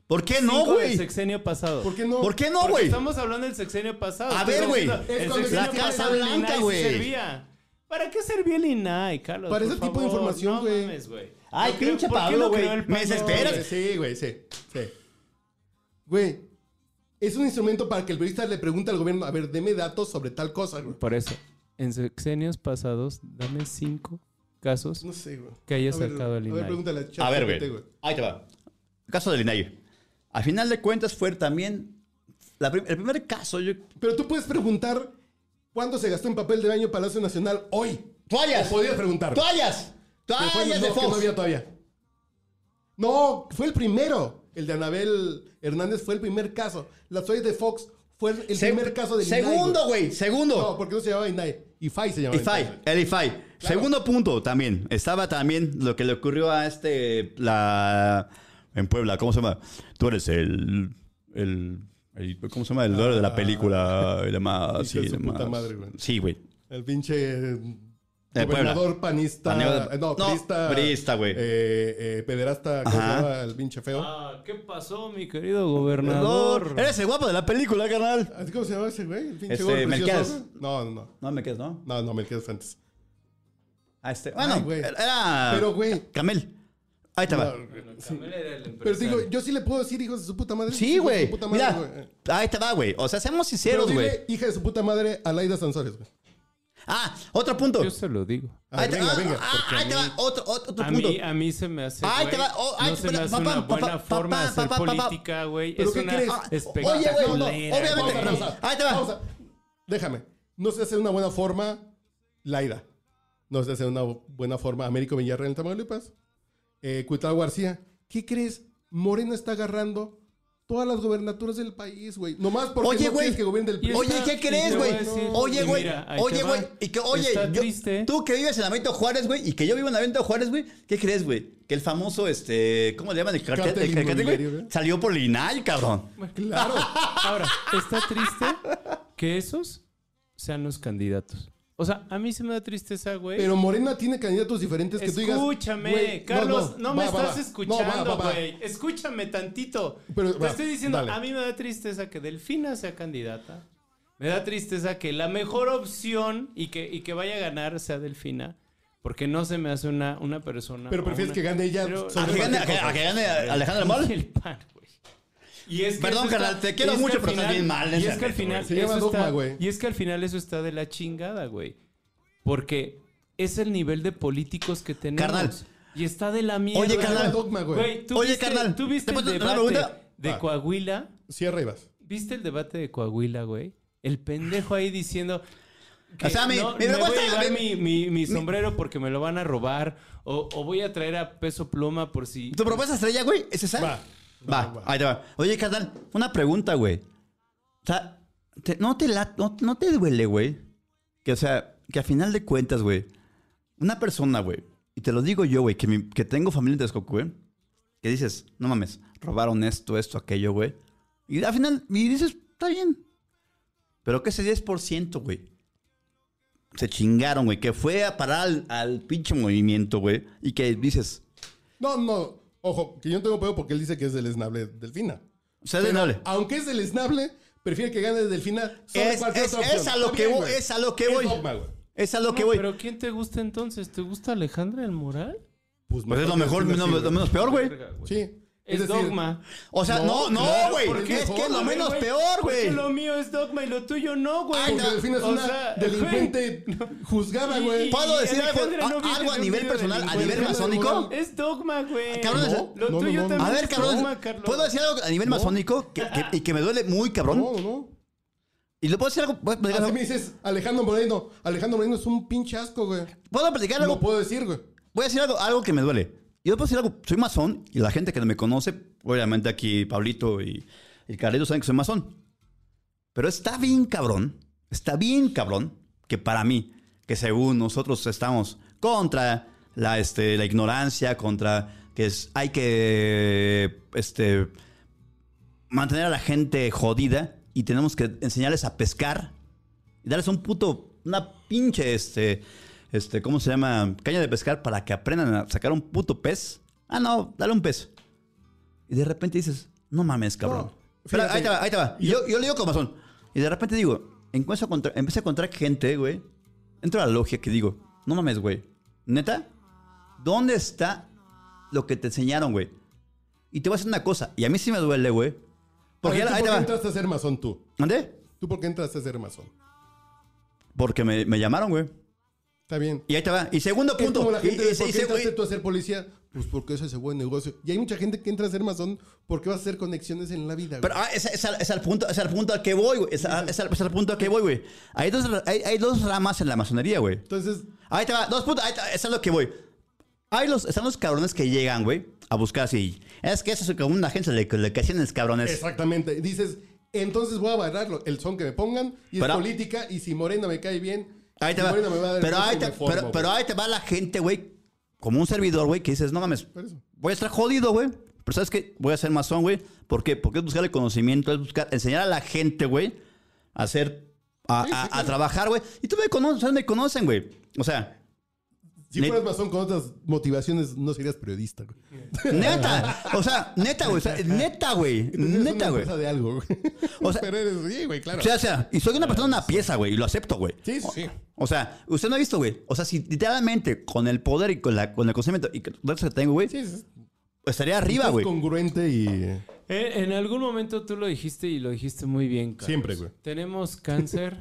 [SPEAKER 7] ¿Por qué no,
[SPEAKER 8] Cinco del
[SPEAKER 7] güey?
[SPEAKER 8] sexenio pasado.
[SPEAKER 6] ¿Por qué no?
[SPEAKER 7] ¿Por qué no,
[SPEAKER 8] Porque
[SPEAKER 7] güey?
[SPEAKER 8] Estamos hablando del sexenio pasado.
[SPEAKER 7] A
[SPEAKER 8] Estoy
[SPEAKER 7] ver, güey.
[SPEAKER 8] diciendo,
[SPEAKER 6] Es
[SPEAKER 8] el
[SPEAKER 6] cuando
[SPEAKER 8] sexenio
[SPEAKER 6] la Casa
[SPEAKER 8] pasado del
[SPEAKER 7] Blanca,
[SPEAKER 8] INAI sí
[SPEAKER 7] güey.
[SPEAKER 8] servía. ¿Para qué servía el INAI, Carlos?
[SPEAKER 6] Para
[SPEAKER 8] Por
[SPEAKER 6] ese tipo de
[SPEAKER 8] favor,
[SPEAKER 6] información,
[SPEAKER 8] no
[SPEAKER 6] güey.
[SPEAKER 8] mames, güey.
[SPEAKER 7] Ay,
[SPEAKER 8] No creo-
[SPEAKER 7] pinche
[SPEAKER 8] ¿por qué
[SPEAKER 7] Pablo,
[SPEAKER 8] lo
[SPEAKER 7] güey.
[SPEAKER 8] creó el
[SPEAKER 7] Me
[SPEAKER 8] PAN? No,
[SPEAKER 7] desespera.
[SPEAKER 6] Güey, Sí, güey, sí. Sí. Güey, es un instrumento para que el periodista le pregunte al gobierno, a ver, deme datos sobre tal cosa, güey.
[SPEAKER 8] Por eso, en sexenios pasados, dame cinco casos.
[SPEAKER 6] No sé, güey.
[SPEAKER 8] Que haya
[SPEAKER 6] A ver,
[SPEAKER 8] sacado el
[SPEAKER 6] A ver,
[SPEAKER 8] INAI.
[SPEAKER 6] pregúntale a
[SPEAKER 7] A ver,
[SPEAKER 6] ChatGPT,
[SPEAKER 7] güey. Ahí te va. Caso del INAI. Al final de cuentas fue también... la prim- el primer caso, yo...
[SPEAKER 6] Pero tú puedes preguntar cuánto se gastó en papel de baño Palacio Nacional hoy.
[SPEAKER 7] ¡Toallas!
[SPEAKER 6] O podías preguntar.
[SPEAKER 7] ¡Toallas!
[SPEAKER 6] Que fue-
[SPEAKER 7] ¡Toallas de
[SPEAKER 6] no, que no
[SPEAKER 7] Fox!
[SPEAKER 6] había todavía. No, fue el primero. El de Anabel Hernández fue el primer caso. Las toallas de Fox fue el
[SPEAKER 7] Se-
[SPEAKER 6] primer caso del INAI,
[SPEAKER 7] Segundo, güey. Segundo.
[SPEAKER 6] No, porque no se llamaba INAI. IFAI se llamaba.
[SPEAKER 7] IFAI,
[SPEAKER 6] entonces.
[SPEAKER 7] el IFAI. Segundo punto también. Estaba también lo que le ocurrió a este. La, en Puebla, ¿cómo se llama? Tú eres el. el, el- ¿Cómo se llama? El dueño de la película y demás.
[SPEAKER 6] Ah. Hijo de
[SPEAKER 7] y
[SPEAKER 6] su
[SPEAKER 7] demás.
[SPEAKER 6] puta madre, güey.
[SPEAKER 7] Sí, güey.
[SPEAKER 6] El pinche eh,
[SPEAKER 7] De
[SPEAKER 6] gobernador panista.
[SPEAKER 7] Paneo-
[SPEAKER 6] eh, no,
[SPEAKER 7] no,
[SPEAKER 6] priista.
[SPEAKER 7] priista, güey.
[SPEAKER 6] Eh, eh, pederasta. ¿cómo se
[SPEAKER 7] Ajá.
[SPEAKER 6] llama el pinche feo?
[SPEAKER 8] Ah, ¿qué pasó, mi querido gobernador?
[SPEAKER 7] Eres el guapo de la película, carnal.
[SPEAKER 6] ¿Así cómo se llamaba ese güey? El pinche
[SPEAKER 7] Este,
[SPEAKER 6] gordo precioso,
[SPEAKER 7] Melquiades.
[SPEAKER 6] güey. No, no, no.
[SPEAKER 7] No me quedes, ¿no?
[SPEAKER 6] No, no, Melquiades antes.
[SPEAKER 7] A este. Bueno,
[SPEAKER 6] Ay, Ah, güey.
[SPEAKER 7] era.
[SPEAKER 6] Pero, güey.
[SPEAKER 7] Camel. Ahí te va.
[SPEAKER 6] No,
[SPEAKER 8] Sí. Era
[SPEAKER 6] Pero
[SPEAKER 8] el
[SPEAKER 6] te digo,
[SPEAKER 8] empresario.
[SPEAKER 6] yo sí le puedo decir hijos de su puta madre.
[SPEAKER 7] Sí,
[SPEAKER 6] hijos de
[SPEAKER 7] güey.
[SPEAKER 6] su puta madre,
[SPEAKER 7] Mira, ahí te va, güey. O sea, seamos
[SPEAKER 6] Pero
[SPEAKER 7] sinceros,
[SPEAKER 6] dile
[SPEAKER 7] güey.
[SPEAKER 6] hija de su puta madre a Laida Sansores, güey.
[SPEAKER 7] Ah, otro punto.
[SPEAKER 8] Yo se lo digo.
[SPEAKER 6] A ver,
[SPEAKER 7] Ahí te-
[SPEAKER 6] venga,
[SPEAKER 7] ah,
[SPEAKER 6] venga.
[SPEAKER 7] ah,
[SPEAKER 8] porque
[SPEAKER 7] ahí
[SPEAKER 8] a
[SPEAKER 7] te
[SPEAKER 8] mí-
[SPEAKER 7] va otro, otro, otro
[SPEAKER 8] A
[SPEAKER 7] punto.
[SPEAKER 8] mí, a mí se me hace.
[SPEAKER 7] Ay, te
[SPEAKER 8] güey,
[SPEAKER 7] va- oh, ay,
[SPEAKER 8] no se me
[SPEAKER 7] espera,
[SPEAKER 8] hace
[SPEAKER 7] papá,
[SPEAKER 8] una buena
[SPEAKER 7] papá,
[SPEAKER 8] forma de
[SPEAKER 7] papá,
[SPEAKER 8] hacer
[SPEAKER 7] papá, papá.
[SPEAKER 8] política, güey.
[SPEAKER 6] ¿Pero
[SPEAKER 8] Es
[SPEAKER 6] qué
[SPEAKER 8] una
[SPEAKER 6] quieres?
[SPEAKER 7] Ah,
[SPEAKER 8] espectaculera.
[SPEAKER 7] Oye, güey, no, obviamente.
[SPEAKER 6] Pausa, pausa.
[SPEAKER 7] Ahí te va.
[SPEAKER 6] Pausa. Déjame. No se hace de una buena forma Laida. No se hace de una buena forma Américo Villarreal en Tamaulipas. Eh, Cuitlao García. ¿Qué crees? Morena está agarrando todas las gobernaturas del país, güey. Nomás porque
[SPEAKER 7] Oye,
[SPEAKER 6] no
[SPEAKER 7] güey.
[SPEAKER 6] quieres que gobierne el
[SPEAKER 8] Y
[SPEAKER 6] país.
[SPEAKER 7] Oye,
[SPEAKER 8] está-
[SPEAKER 7] ¿qué
[SPEAKER 8] y te
[SPEAKER 7] crees,
[SPEAKER 8] voy
[SPEAKER 7] güey?
[SPEAKER 8] a decir-
[SPEAKER 7] Oye,
[SPEAKER 8] y
[SPEAKER 7] güey.
[SPEAKER 8] mira, ahí
[SPEAKER 7] Oye,
[SPEAKER 8] te va.
[SPEAKER 7] güey. Y que, oye,
[SPEAKER 8] Está
[SPEAKER 7] yo-
[SPEAKER 8] triste.
[SPEAKER 7] tú que vives en Avento Juárez, güey, y que yo vivo en Avento Juárez, güey, ¿qué crees, güey? Que el famoso, este, ¿cómo le llaman? El cartel,
[SPEAKER 6] Cártel
[SPEAKER 7] el cartel, güey,
[SPEAKER 6] inmobiliario, güey.
[SPEAKER 7] salió por Linal, cabrón.
[SPEAKER 6] Claro.
[SPEAKER 8] Ahora, está triste que esos sean los candidatos. O sea, a mí se me da tristeza, güey.
[SPEAKER 6] Pero Morena tiene candidatos diferentes que tú digas.
[SPEAKER 8] Escúchame,
[SPEAKER 6] güey, no,
[SPEAKER 8] Carlos, no, me
[SPEAKER 6] va, va,
[SPEAKER 8] estás
[SPEAKER 6] va. No,
[SPEAKER 8] escuchando,
[SPEAKER 6] va, va, va.
[SPEAKER 8] güey. Escúchame tantito.
[SPEAKER 6] Pero,
[SPEAKER 8] Te
[SPEAKER 6] va,
[SPEAKER 8] estoy diciendo,
[SPEAKER 6] dale.
[SPEAKER 8] a mí me da tristeza que Delfina sea candidata. Me da tristeza que la mejor opción y que, y que vaya a ganar sea Delfina. Porque no se me hace una, una persona.
[SPEAKER 6] Pero
[SPEAKER 8] o
[SPEAKER 6] prefieres que
[SPEAKER 8] una-
[SPEAKER 6] gane ella
[SPEAKER 8] Pero-
[SPEAKER 6] sobre
[SPEAKER 7] A Ah, que gane, a que-
[SPEAKER 6] cualquier
[SPEAKER 7] a
[SPEAKER 6] cosa.
[SPEAKER 7] que gane Alejandra
[SPEAKER 8] Y
[SPEAKER 7] Mol.
[SPEAKER 8] el pan, güey. Y es
[SPEAKER 7] Perdón,
[SPEAKER 8] eso está-
[SPEAKER 7] carnal, te quiero
[SPEAKER 8] y es que
[SPEAKER 7] mucho,
[SPEAKER 8] al
[SPEAKER 7] pero estás
[SPEAKER 8] final-
[SPEAKER 7] bien mal en
[SPEAKER 8] Y es
[SPEAKER 7] ese
[SPEAKER 8] que al
[SPEAKER 7] aspecto,
[SPEAKER 8] final.
[SPEAKER 6] güey. Se llama
[SPEAKER 8] eso
[SPEAKER 6] dogma,
[SPEAKER 8] está-
[SPEAKER 6] güey.
[SPEAKER 8] Y es que al final eso está de la chingada, güey. Porque es el nivel de políticos que tenemos.
[SPEAKER 7] Carnal.
[SPEAKER 8] Y está de la mierda.
[SPEAKER 7] Oye, carnal.
[SPEAKER 6] Dogma, güey.
[SPEAKER 8] ¿tú
[SPEAKER 7] Oye,
[SPEAKER 8] viste-
[SPEAKER 7] carnal,
[SPEAKER 8] ¿Tú viste
[SPEAKER 7] ¿te
[SPEAKER 8] el
[SPEAKER 7] puedo hacer una
[SPEAKER 8] debate
[SPEAKER 7] pregunta? Ah.
[SPEAKER 8] de
[SPEAKER 6] Va.
[SPEAKER 8] Coahuila?
[SPEAKER 6] Cierra y vas.
[SPEAKER 8] ¿Viste el debate de Coahuila, güey? El pendejo ahí diciendo. que
[SPEAKER 7] O sea, mi-
[SPEAKER 8] no,
[SPEAKER 7] mi
[SPEAKER 8] me voy a
[SPEAKER 7] propuesta-
[SPEAKER 8] llevar mi,
[SPEAKER 7] mi-
[SPEAKER 8] mi- mi sombrero porque me lo van a robar. O, o voy a traer a peso pluma por si.
[SPEAKER 7] ¿Tu propuesta estrella, güey? ¿Es esa?
[SPEAKER 6] Va.
[SPEAKER 7] Va,
[SPEAKER 6] Va, va.
[SPEAKER 7] ahí te va. Oye, carnal, una pregunta, güey. O sea, te- no, te la- no, no te duele, güey. Que, o sea, que a final de cuentas, güey, una persona, güey, y te lo digo yo, güey, que, mi- que tengo familia en Texcoco, güey, que dices, no mames, robaron esto, esto, aquello, güey. Y al final, y dices, está bien. Pero que ese 10%, güey, se chingaron, güey, que fue a parar al, al pinche movimiento, güey, y que dices,
[SPEAKER 6] No, no. Ojo, que yo no tengo pedo porque él dice que es del esnable Delfina.
[SPEAKER 7] o sea, de noble.
[SPEAKER 6] Aunque es del esnable, prefiere que gane Delfina sobre
[SPEAKER 7] Es,
[SPEAKER 6] cualquier
[SPEAKER 7] es-
[SPEAKER 6] otra
[SPEAKER 7] es
[SPEAKER 6] opción.
[SPEAKER 7] a lo
[SPEAKER 6] Está
[SPEAKER 7] que
[SPEAKER 6] bien,
[SPEAKER 7] voy,
[SPEAKER 6] güey.
[SPEAKER 7] es a lo que
[SPEAKER 6] Es
[SPEAKER 7] voy. Pues
[SPEAKER 6] dogma, güey.
[SPEAKER 7] Es a lo
[SPEAKER 8] No,
[SPEAKER 7] que voy.
[SPEAKER 8] Pero ¿quién te gusta entonces? ¿Te gusta Alejandra el Moral?
[SPEAKER 7] Pues es lo mejor,
[SPEAKER 6] Delfina,
[SPEAKER 7] no-
[SPEAKER 6] sí,
[SPEAKER 7] lo
[SPEAKER 6] güey.
[SPEAKER 7] menos peor, güey.
[SPEAKER 6] Sí.
[SPEAKER 8] Es,
[SPEAKER 6] decir,
[SPEAKER 8] dogma.
[SPEAKER 7] O sea,
[SPEAKER 6] No,
[SPEAKER 7] no, no,
[SPEAKER 6] claro,
[SPEAKER 7] güey.
[SPEAKER 6] ¿por qué
[SPEAKER 7] es que
[SPEAKER 6] mejor?
[SPEAKER 7] es lo
[SPEAKER 6] A ver,
[SPEAKER 7] menos peor,
[SPEAKER 8] Porque
[SPEAKER 7] güey.
[SPEAKER 8] Lo mío es dogma y lo tuyo no, güey.
[SPEAKER 6] Porque Delfina es
[SPEAKER 8] O
[SPEAKER 6] una
[SPEAKER 8] sea,
[SPEAKER 6] delincuente juzgada, güey.
[SPEAKER 8] Y-
[SPEAKER 7] ¿Puedo decir algo,
[SPEAKER 8] Alejandra no
[SPEAKER 7] a-
[SPEAKER 8] viene
[SPEAKER 7] algo a
[SPEAKER 8] de este un
[SPEAKER 7] nivel
[SPEAKER 8] medio
[SPEAKER 7] personal, a nivel
[SPEAKER 6] delincuente.
[SPEAKER 7] masónico?
[SPEAKER 8] güey. Es dogma, güey.
[SPEAKER 7] Ah, Cabrón,
[SPEAKER 6] No,
[SPEAKER 8] Lo
[SPEAKER 6] no,
[SPEAKER 8] tuyo
[SPEAKER 6] no, no.
[SPEAKER 8] también
[SPEAKER 7] A ver,
[SPEAKER 8] es
[SPEAKER 7] cabrón,
[SPEAKER 8] dogma, Carlos.
[SPEAKER 7] ¿puedo decir algo a nivel masónico que, que- y que me duele muy, cabrón?
[SPEAKER 6] No, no.
[SPEAKER 7] ¿Y le puedo decir algo? ¿Puedo platicar
[SPEAKER 6] Así
[SPEAKER 7] algo?
[SPEAKER 6] me dices, Alejandro Moreno. Alejandro Moreno es un pinche asco, güey.
[SPEAKER 7] ¿Puedo platicar algo?
[SPEAKER 6] Lo puedo decir, güey.
[SPEAKER 7] Voy a decir algo, algo que me duele. Yo puedo decir algo, soy masón y la gente que no me conoce, obviamente aquí Pablito y, y Carlitos saben que soy masón. Pero está bien cabrón, está bien cabrón que para mí, que según nosotros estamos contra la, este, la ignorancia, contra que es, hay que este, mantener a la gente jodida y tenemos que enseñarles a pescar y darles un puto, una pinche, este, este, ¿cómo se llama? Caña de pescar para que aprendan a sacar un puto pez. Ah, no, dale un pez. Y de repente dices, no mames, cabrón.
[SPEAKER 6] No,
[SPEAKER 7] Pero
[SPEAKER 6] fíjate,
[SPEAKER 7] ahí te va, ahí te va. Y Yo, yo le digo como son. Y de repente digo, empiezo a contra- empecé a encontrar gente, güey. Entro a la logia que digo, no mames, güey. ¿Neta? ¿Dónde está lo que te enseñaron, güey? Y te voy a decir una cosa, y a mí sí me duele, güey. Porque
[SPEAKER 6] A ver,
[SPEAKER 7] ya-
[SPEAKER 6] ¿tú ¿Por
[SPEAKER 7] ahí te
[SPEAKER 6] qué
[SPEAKER 7] va.
[SPEAKER 6] entraste a ser masón tú?
[SPEAKER 7] ¿Dónde?
[SPEAKER 6] ¿Tú por qué entraste a ser masón?
[SPEAKER 7] Porque me, me llamaron, güey.
[SPEAKER 6] Está bien.
[SPEAKER 7] Y ahí te va. Y segundo
[SPEAKER 6] Es
[SPEAKER 7] punto.
[SPEAKER 6] como la
[SPEAKER 7] y-
[SPEAKER 6] gente
[SPEAKER 7] y-
[SPEAKER 6] de por
[SPEAKER 7] y-
[SPEAKER 6] qué
[SPEAKER 7] y-
[SPEAKER 6] entraste tú a ser policía. Pues porque eso es ese buen negocio. Y hay mucha gente que entra a ser masón porque va a hacer conexiones en la vida. güey.
[SPEAKER 7] Pero ah, es, es al, es al punto, es al punto al que voy, güey. Es, al- es al- es al punto al que voy, güey. Hay dos, ra- hay, hay dos ramas en la masonería, güey.
[SPEAKER 6] Entonces,
[SPEAKER 7] Ahí te va, dos puntos, ahí te- es a lo que voy. Hay los, están los cabrones que llegan, güey, a buscar así. Es que eso es como una agencia de comunicaciones, cabrones.
[SPEAKER 6] exactamente. Dices, entonces voy a bailarlo. El son que me pongan y es
[SPEAKER 7] Pero- ah,
[SPEAKER 6] política. Y si Morena me cae bien,
[SPEAKER 7] Ahí te
[SPEAKER 6] si
[SPEAKER 7] va.
[SPEAKER 6] Morena me va a dar el
[SPEAKER 7] Pero
[SPEAKER 6] gusto,
[SPEAKER 7] ahí te,
[SPEAKER 6] me formo,
[SPEAKER 7] pero,
[SPEAKER 6] güey.
[SPEAKER 7] pero ahí te va la gente, güey. Como un servidor, güey, que dices, no mames,
[SPEAKER 6] Por eso.
[SPEAKER 7] voy a estar jodido, güey. Pero sabes qué? voy a ser masón, güey. ¿Por qué? Porque es buscar el conocimiento, es buscar, enseñar a la gente, güey, a hacer, a, a- a trabajar, güey. Y tú me conoces, ustedes me conocen, güey. O sea,
[SPEAKER 6] Si
[SPEAKER 7] Net-
[SPEAKER 6] fueras masón con otras motivaciones, no serías periodista. güey.
[SPEAKER 7] neta. o sea, neta, güey. o sea, neta, güey.
[SPEAKER 6] Eres una
[SPEAKER 7] Neta, güey.
[SPEAKER 6] empresa de algo, güey.
[SPEAKER 7] O sea-
[SPEAKER 6] pero eres, sí, güey, claro.
[SPEAKER 7] O sea, o sea, y soy una persona una pieza, güey, y lo acepto, güey.
[SPEAKER 6] Sí, sí, sí.
[SPEAKER 7] O sea, usted no ha visto, güey. O sea, si literalmente con el poder y con, la, con el conocimiento y con los datos que tengo, güey,
[SPEAKER 6] Sí, sí, sí.
[SPEAKER 7] Estaría arriba, güey.
[SPEAKER 6] Es congruente y.
[SPEAKER 8] Eh, En, algún momento tú lo dijiste y lo dijiste muy bien, Carlos.
[SPEAKER 6] Siempre, güey.
[SPEAKER 8] Tenemos cáncer,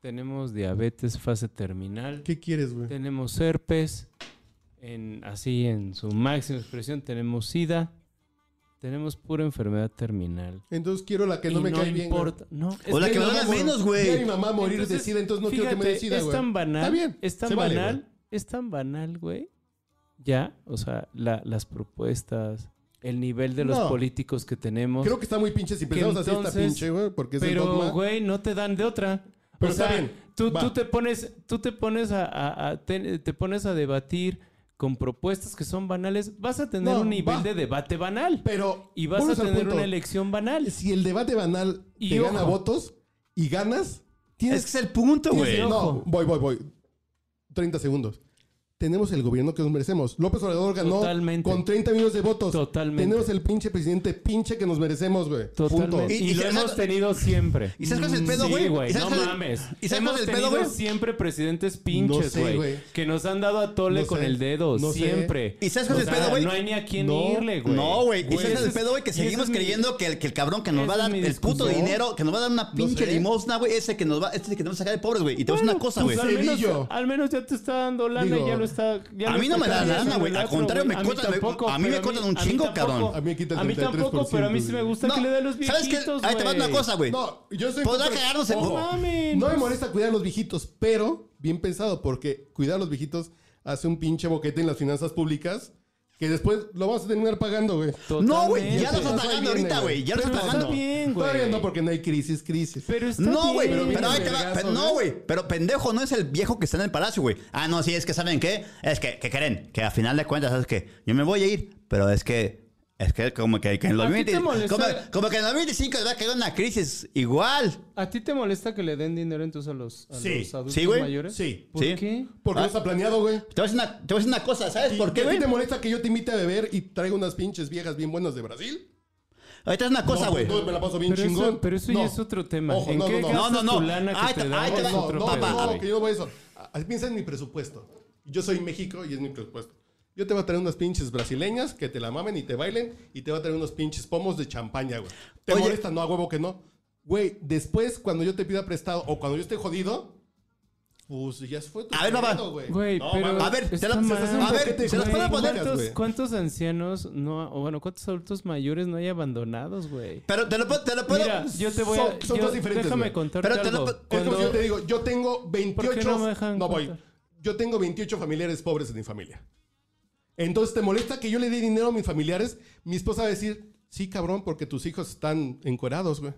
[SPEAKER 8] tenemos diabetes fase terminal,
[SPEAKER 6] ¿Qué quieres, güey?
[SPEAKER 8] tenemos herpes, en, así en su máxima expresión, tenemos sida, tenemos pura enfermedad terminal.
[SPEAKER 6] Entonces quiero la que no
[SPEAKER 8] Y
[SPEAKER 6] me
[SPEAKER 8] no
[SPEAKER 6] cae bien. güey.
[SPEAKER 8] importa, no.
[SPEAKER 7] O la
[SPEAKER 8] es
[SPEAKER 7] que me
[SPEAKER 8] no-
[SPEAKER 6] Mi
[SPEAKER 7] hagas
[SPEAKER 6] mamá
[SPEAKER 7] menos,
[SPEAKER 6] mor-
[SPEAKER 7] güey.
[SPEAKER 6] Vi a mi mamá morir de
[SPEAKER 8] Entonces,
[SPEAKER 6] sida, entonces no quiero que me
[SPEAKER 8] fíjate,
[SPEAKER 6] decida, güey.
[SPEAKER 8] Es tan banal.
[SPEAKER 6] Está bien.
[SPEAKER 8] Es tan
[SPEAKER 6] se vale,
[SPEAKER 8] banal.
[SPEAKER 6] güey.
[SPEAKER 8] es tan banal, güey. Ya, o sea, la- las propuestas, el nivel de los
[SPEAKER 6] No.
[SPEAKER 8] políticos que tenemos.
[SPEAKER 6] Creo que está muy pinche si pensamos así está
[SPEAKER 8] entonces-
[SPEAKER 6] pinche, güey, porque es el
[SPEAKER 8] pero,
[SPEAKER 6] dogma.
[SPEAKER 8] güey, no te dan de otra.
[SPEAKER 6] Pero
[SPEAKER 8] o
[SPEAKER 6] está
[SPEAKER 8] sea,
[SPEAKER 6] bien,
[SPEAKER 8] Tú,
[SPEAKER 6] va.
[SPEAKER 8] tú te pones, tú te pones a, a- a- te, te pones a debatir con propuestas que son banales. Vas a tener
[SPEAKER 6] No,
[SPEAKER 8] un nivel
[SPEAKER 6] va.
[SPEAKER 8] de debate banal.
[SPEAKER 6] pero
[SPEAKER 8] y vas a
[SPEAKER 6] volvemos al
[SPEAKER 8] tener
[SPEAKER 6] punto.
[SPEAKER 8] una elección banal.
[SPEAKER 6] Si el debate banal
[SPEAKER 8] Y
[SPEAKER 6] te gana
[SPEAKER 8] ojo.
[SPEAKER 6] votos y ganas, tienes
[SPEAKER 7] Es que es el punto,
[SPEAKER 6] tienes-
[SPEAKER 7] güey.
[SPEAKER 6] No, voy, voy, voy. 30 segundos. Tenemos el gobierno que nos merecemos. López Obrador ganó
[SPEAKER 8] Totalmente.
[SPEAKER 6] con 30 millones de votos.
[SPEAKER 8] Totalmente.
[SPEAKER 6] Tenemos el pinche presidente pinche que nos merecemos, güey. Punto.
[SPEAKER 8] Totalmente.
[SPEAKER 7] Y-
[SPEAKER 8] Y,
[SPEAKER 7] y
[SPEAKER 8] lo
[SPEAKER 7] sabes-
[SPEAKER 8] hemos tenido siempre.
[SPEAKER 7] ¿Y sabes cuál es el pedo, güey?
[SPEAKER 8] Sí,
[SPEAKER 7] ¿Y
[SPEAKER 8] güey,
[SPEAKER 7] sabes
[SPEAKER 8] no
[SPEAKER 7] cuál es-
[SPEAKER 8] mames.
[SPEAKER 7] ¿Y sabes
[SPEAKER 8] hemos
[SPEAKER 7] cuál es el pedo,
[SPEAKER 8] tenido
[SPEAKER 7] güey?
[SPEAKER 8] siempre presidentes
[SPEAKER 6] No
[SPEAKER 8] pinches,
[SPEAKER 6] sé,
[SPEAKER 8] güey.
[SPEAKER 6] güey.
[SPEAKER 8] que nos han dado a tole
[SPEAKER 6] No
[SPEAKER 8] con
[SPEAKER 6] sé,
[SPEAKER 8] el dedo,
[SPEAKER 6] no sé.
[SPEAKER 8] siempre.
[SPEAKER 7] ¿Y sabes cuál
[SPEAKER 8] O
[SPEAKER 7] es el
[SPEAKER 8] sea,
[SPEAKER 7] pedo, güey?
[SPEAKER 8] No hay ni a quién
[SPEAKER 6] No,
[SPEAKER 8] irle, güey.
[SPEAKER 7] No, güey. Y ese es
[SPEAKER 8] ese
[SPEAKER 7] el pedo, güey,
[SPEAKER 8] y
[SPEAKER 7] que
[SPEAKER 8] ese es
[SPEAKER 7] seguimos
[SPEAKER 8] mi-
[SPEAKER 7] creyendo que el, que el cabrón que nos
[SPEAKER 8] Esa
[SPEAKER 7] va a
[SPEAKER 8] es
[SPEAKER 7] dar
[SPEAKER 8] mi
[SPEAKER 7] el puto
[SPEAKER 8] discusión.
[SPEAKER 7] dinero, que nos va a dar una
[SPEAKER 6] No
[SPEAKER 7] pinche
[SPEAKER 6] sé.
[SPEAKER 7] limosna, güey, ese que nos va, este que nos va a sacar de pobres, güey. Y te voy a decir una cosa, güey.
[SPEAKER 8] Pues al menos,
[SPEAKER 6] Cedillo.
[SPEAKER 8] al menos ya te está dando lana
[SPEAKER 6] Digo,
[SPEAKER 8] y ya lo está. ya
[SPEAKER 7] a
[SPEAKER 8] lo
[SPEAKER 7] mí no
[SPEAKER 8] está
[SPEAKER 7] me da
[SPEAKER 8] cambiando
[SPEAKER 7] lana, güey.
[SPEAKER 8] el
[SPEAKER 7] Al
[SPEAKER 8] lacro,
[SPEAKER 7] contrario,
[SPEAKER 8] güey.
[SPEAKER 7] me
[SPEAKER 8] A mí
[SPEAKER 7] cortan- me-
[SPEAKER 8] tampoco,
[SPEAKER 7] a mí me
[SPEAKER 8] pero
[SPEAKER 7] cortan un
[SPEAKER 8] a mí
[SPEAKER 7] chingo,
[SPEAKER 8] tampoco.
[SPEAKER 7] cabrón.
[SPEAKER 6] A mí me quita el
[SPEAKER 8] A mí
[SPEAKER 6] 33%,
[SPEAKER 8] tampoco, pero a mí sí me
[SPEAKER 6] güey.
[SPEAKER 8] gusta que le dé a los
[SPEAKER 7] ¿Sabes qué?
[SPEAKER 8] viejitos,
[SPEAKER 7] Ahí te va una
[SPEAKER 8] güey.
[SPEAKER 7] cosa, güey.
[SPEAKER 6] No, yo soy
[SPEAKER 7] Podrá
[SPEAKER 6] contra-
[SPEAKER 7] cagarnos en-
[SPEAKER 6] Ojo,
[SPEAKER 8] No mames.
[SPEAKER 6] No me molesta cuidar a los viejitos, pero bien pensado, porque cuidar a los viejitos hace un pinche boquete en las finanzas públicas que después lo vamos a terminar pagando, güey.
[SPEAKER 7] No, güey, ya
[SPEAKER 6] Totalmente.
[SPEAKER 7] lo estás pagando ahorita, güey. Ya lo
[SPEAKER 8] Pero
[SPEAKER 7] estás
[SPEAKER 8] está
[SPEAKER 7] pagando.
[SPEAKER 8] bien, güey.
[SPEAKER 6] Todavía no, porque no hay crisis, crisis.
[SPEAKER 8] Pero está
[SPEAKER 7] No, güey,
[SPEAKER 8] bien.
[SPEAKER 7] pero,
[SPEAKER 6] viene
[SPEAKER 7] ahí
[SPEAKER 6] el
[SPEAKER 7] te va-
[SPEAKER 6] vergazo,
[SPEAKER 7] pero no,
[SPEAKER 6] güey.
[SPEAKER 7] güey, pero pendejo no es el viejo que está en el palacio, güey. Ah, no, sí, es que saben qué, es que, que creen, que a final de cuentas, sabes que yo me voy a ir, pero es que, es que como que, que en los
[SPEAKER 8] ¿A ti te
[SPEAKER 7] 20
[SPEAKER 8] molesta?
[SPEAKER 7] como, como que en los 2025 va a quedar una crisis igual.
[SPEAKER 8] ¿A ti te molesta que le den dinero entonces a los, a
[SPEAKER 6] Sí.
[SPEAKER 8] los adultos
[SPEAKER 7] Sí, güey.
[SPEAKER 8] mayores?
[SPEAKER 6] Sí.
[SPEAKER 8] ¿Por
[SPEAKER 7] Sí. Ah,
[SPEAKER 8] qué?
[SPEAKER 6] Porque no está planeado, güey.
[SPEAKER 7] Te voy a decir una, te voy a decir una cosa, ¿sabes
[SPEAKER 6] ¿Y
[SPEAKER 7] por qué,
[SPEAKER 6] a ti
[SPEAKER 7] güey?
[SPEAKER 6] te molesta que yo te invite a beber y traiga unas pinches viejas bien buenas de Brasil?
[SPEAKER 7] Ahorita es una cosa,
[SPEAKER 6] No, pues,
[SPEAKER 7] güey.
[SPEAKER 6] no, me la paso bien
[SPEAKER 8] Pero eso-
[SPEAKER 6] chingón.
[SPEAKER 8] pero eso ya es otro tema.
[SPEAKER 6] Ojo,
[SPEAKER 8] ¿En
[SPEAKER 6] no, no,
[SPEAKER 8] qué
[SPEAKER 6] no.
[SPEAKER 8] gastas
[SPEAKER 7] No, no, no.
[SPEAKER 8] tu lana que
[SPEAKER 7] Ahí
[SPEAKER 8] te
[SPEAKER 7] te-
[SPEAKER 8] dan?
[SPEAKER 7] ahí te
[SPEAKER 8] Es
[SPEAKER 7] va.
[SPEAKER 6] No,
[SPEAKER 8] otro
[SPEAKER 6] no, pues,
[SPEAKER 8] pedo,
[SPEAKER 7] papá.
[SPEAKER 6] no,
[SPEAKER 8] güey.
[SPEAKER 6] que yo no voy a eso. A- a- Piensa en mi presupuesto. Yo soy México y es mi presupuesto. Yo te voy a traer unas pinches brasileñas que te la mamen y te bailen y te voy a traer unos pinches pomos de champaña, güey. ¿Te
[SPEAKER 7] Oye.
[SPEAKER 6] molesta? No, a huevo que no. Güey, después cuando yo te pida prestado o cuando yo esté jodido, pues ya fue tu
[SPEAKER 7] A ver,
[SPEAKER 6] pedo,
[SPEAKER 7] papá.
[SPEAKER 8] Güey,
[SPEAKER 6] No,
[SPEAKER 8] pero
[SPEAKER 6] mames.
[SPEAKER 7] A ver, te
[SPEAKER 8] está
[SPEAKER 7] la-
[SPEAKER 8] mal.
[SPEAKER 6] Estás en un
[SPEAKER 7] a ver,
[SPEAKER 6] paquete
[SPEAKER 7] se las
[SPEAKER 6] de
[SPEAKER 7] puedo
[SPEAKER 6] comidas,
[SPEAKER 7] poner-
[SPEAKER 6] güey.
[SPEAKER 8] ¿Cuántos, cuántos ancianos no, o bueno, cuántos adultos mayores no hay abandonados, güey?
[SPEAKER 7] Pero te lo puedo, te lo puedo.
[SPEAKER 8] Mira, yo te voy a
[SPEAKER 6] son- son
[SPEAKER 8] yo-
[SPEAKER 6] cosas diferentes,
[SPEAKER 8] déjame
[SPEAKER 6] güey.
[SPEAKER 8] contarte
[SPEAKER 7] Pero te lo
[SPEAKER 8] algo.
[SPEAKER 7] puedo-
[SPEAKER 6] Es como si yo te
[SPEAKER 8] Cuando-
[SPEAKER 6] digo, yo tengo 28...
[SPEAKER 8] ¿Por qué no me dejan
[SPEAKER 6] voy.
[SPEAKER 8] contar?
[SPEAKER 6] Yo tengo 28 familiares pobres en mi familia. Entonces, ¿te molesta que yo le dé dinero a mis familiares? Mi esposa va a decir, sí, cabrón, porque tus hijos están encuerados, güey.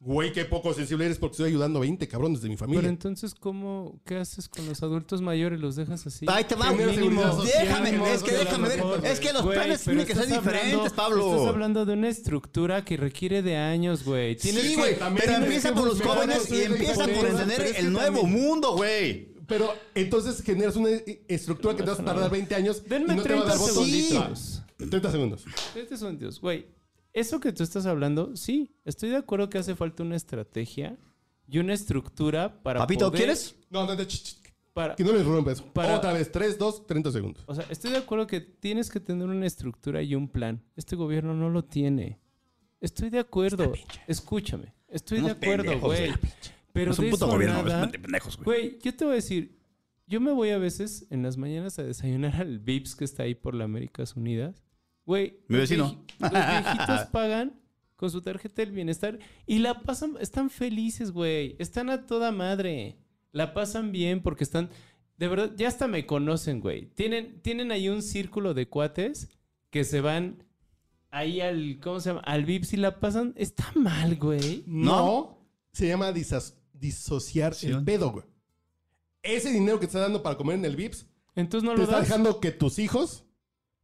[SPEAKER 6] Güey, qué poco sensible eres porque estoy ayudando a 20 cabrones de mi
[SPEAKER 8] Pero
[SPEAKER 6] familia.
[SPEAKER 8] entonces, ¿cómo, qué haces con los adultos mayores? ¿Los dejas así?
[SPEAKER 7] Ahí te va,
[SPEAKER 6] Genera seguridad
[SPEAKER 7] mínimo.
[SPEAKER 6] social,
[SPEAKER 7] Déjame,
[SPEAKER 6] mínimo,
[SPEAKER 7] es que
[SPEAKER 6] a lo
[SPEAKER 7] déjame
[SPEAKER 6] mejor,
[SPEAKER 7] ver. Es que los
[SPEAKER 8] Güey,
[SPEAKER 7] planes
[SPEAKER 8] pero
[SPEAKER 7] tienen que ser
[SPEAKER 8] estás hablando-
[SPEAKER 7] diferentes,
[SPEAKER 8] Estás
[SPEAKER 7] Pablo.
[SPEAKER 8] hablando de una estructura que requiere de años, güey. Tienes
[SPEAKER 7] Sí,
[SPEAKER 8] que-
[SPEAKER 7] güey,
[SPEAKER 6] también
[SPEAKER 7] pero
[SPEAKER 6] tienes
[SPEAKER 7] empieza
[SPEAKER 6] que
[SPEAKER 7] por los
[SPEAKER 6] buscar
[SPEAKER 7] jóvenes y
[SPEAKER 6] construir
[SPEAKER 7] empieza por
[SPEAKER 6] diferentes-
[SPEAKER 7] entender
[SPEAKER 6] pero es que
[SPEAKER 7] el nuevo
[SPEAKER 6] también-
[SPEAKER 7] mundo, güey.
[SPEAKER 6] Pero entonces generas una eh, estructura que te vas a tardar 20 años
[SPEAKER 8] Denme
[SPEAKER 6] y no te va a
[SPEAKER 8] 30
[SPEAKER 6] dar votos.
[SPEAKER 8] segunditos.
[SPEAKER 6] 30 segundos.
[SPEAKER 8] 30 segunditos. Güey, eso que tú estás hablando, sí, estoy de acuerdo que hace falta una estrategia y una estructura para
[SPEAKER 7] Papito,
[SPEAKER 8] poder-
[SPEAKER 7] ¿quieres?
[SPEAKER 6] No, no, no, ch, ch,
[SPEAKER 8] Para,
[SPEAKER 6] que no les rompes.
[SPEAKER 8] Para-
[SPEAKER 6] Otra vez, 3, 2, 30 segundos.
[SPEAKER 8] O sea, estoy de acuerdo que tienes que tener una estructura y un plan. Este gobierno no lo tiene. Estoy de acuerdo. Escúchame. Estoy de
[SPEAKER 7] Unos
[SPEAKER 8] acuerdo,
[SPEAKER 7] pendejos,
[SPEAKER 8] güey.
[SPEAKER 7] güey.
[SPEAKER 8] Pero
[SPEAKER 7] Es un
[SPEAKER 8] de
[SPEAKER 7] puto
[SPEAKER 8] eso
[SPEAKER 7] gobierno,
[SPEAKER 8] nada-
[SPEAKER 7] es de pendejos, güey.
[SPEAKER 8] Güey, yo te voy a decir, yo me voy a veces en las mañanas a desayunar al Vips que está ahí por las Américas Unidas. Güey,
[SPEAKER 7] Mi
[SPEAKER 8] los
[SPEAKER 7] vecino.
[SPEAKER 8] vieji- Los viejitos pagan con su tarjeta del bienestar y la pasan, están felices, güey. Están a toda madre. La pasan bien porque están, de verdad, ya hasta me conocen, güey. Tienen, tienen ahí un círculo de cuates que se van ahí al, ¿cómo se llama? Al Vips y la pasan. Está mal, güey.
[SPEAKER 6] No. Se llama disas- disociar el pedo, güey. Ese dinero que te está dando para comer en el VIPS
[SPEAKER 8] Entonces no
[SPEAKER 6] te
[SPEAKER 8] lo
[SPEAKER 6] está
[SPEAKER 8] das.
[SPEAKER 6] dejando que tus hijos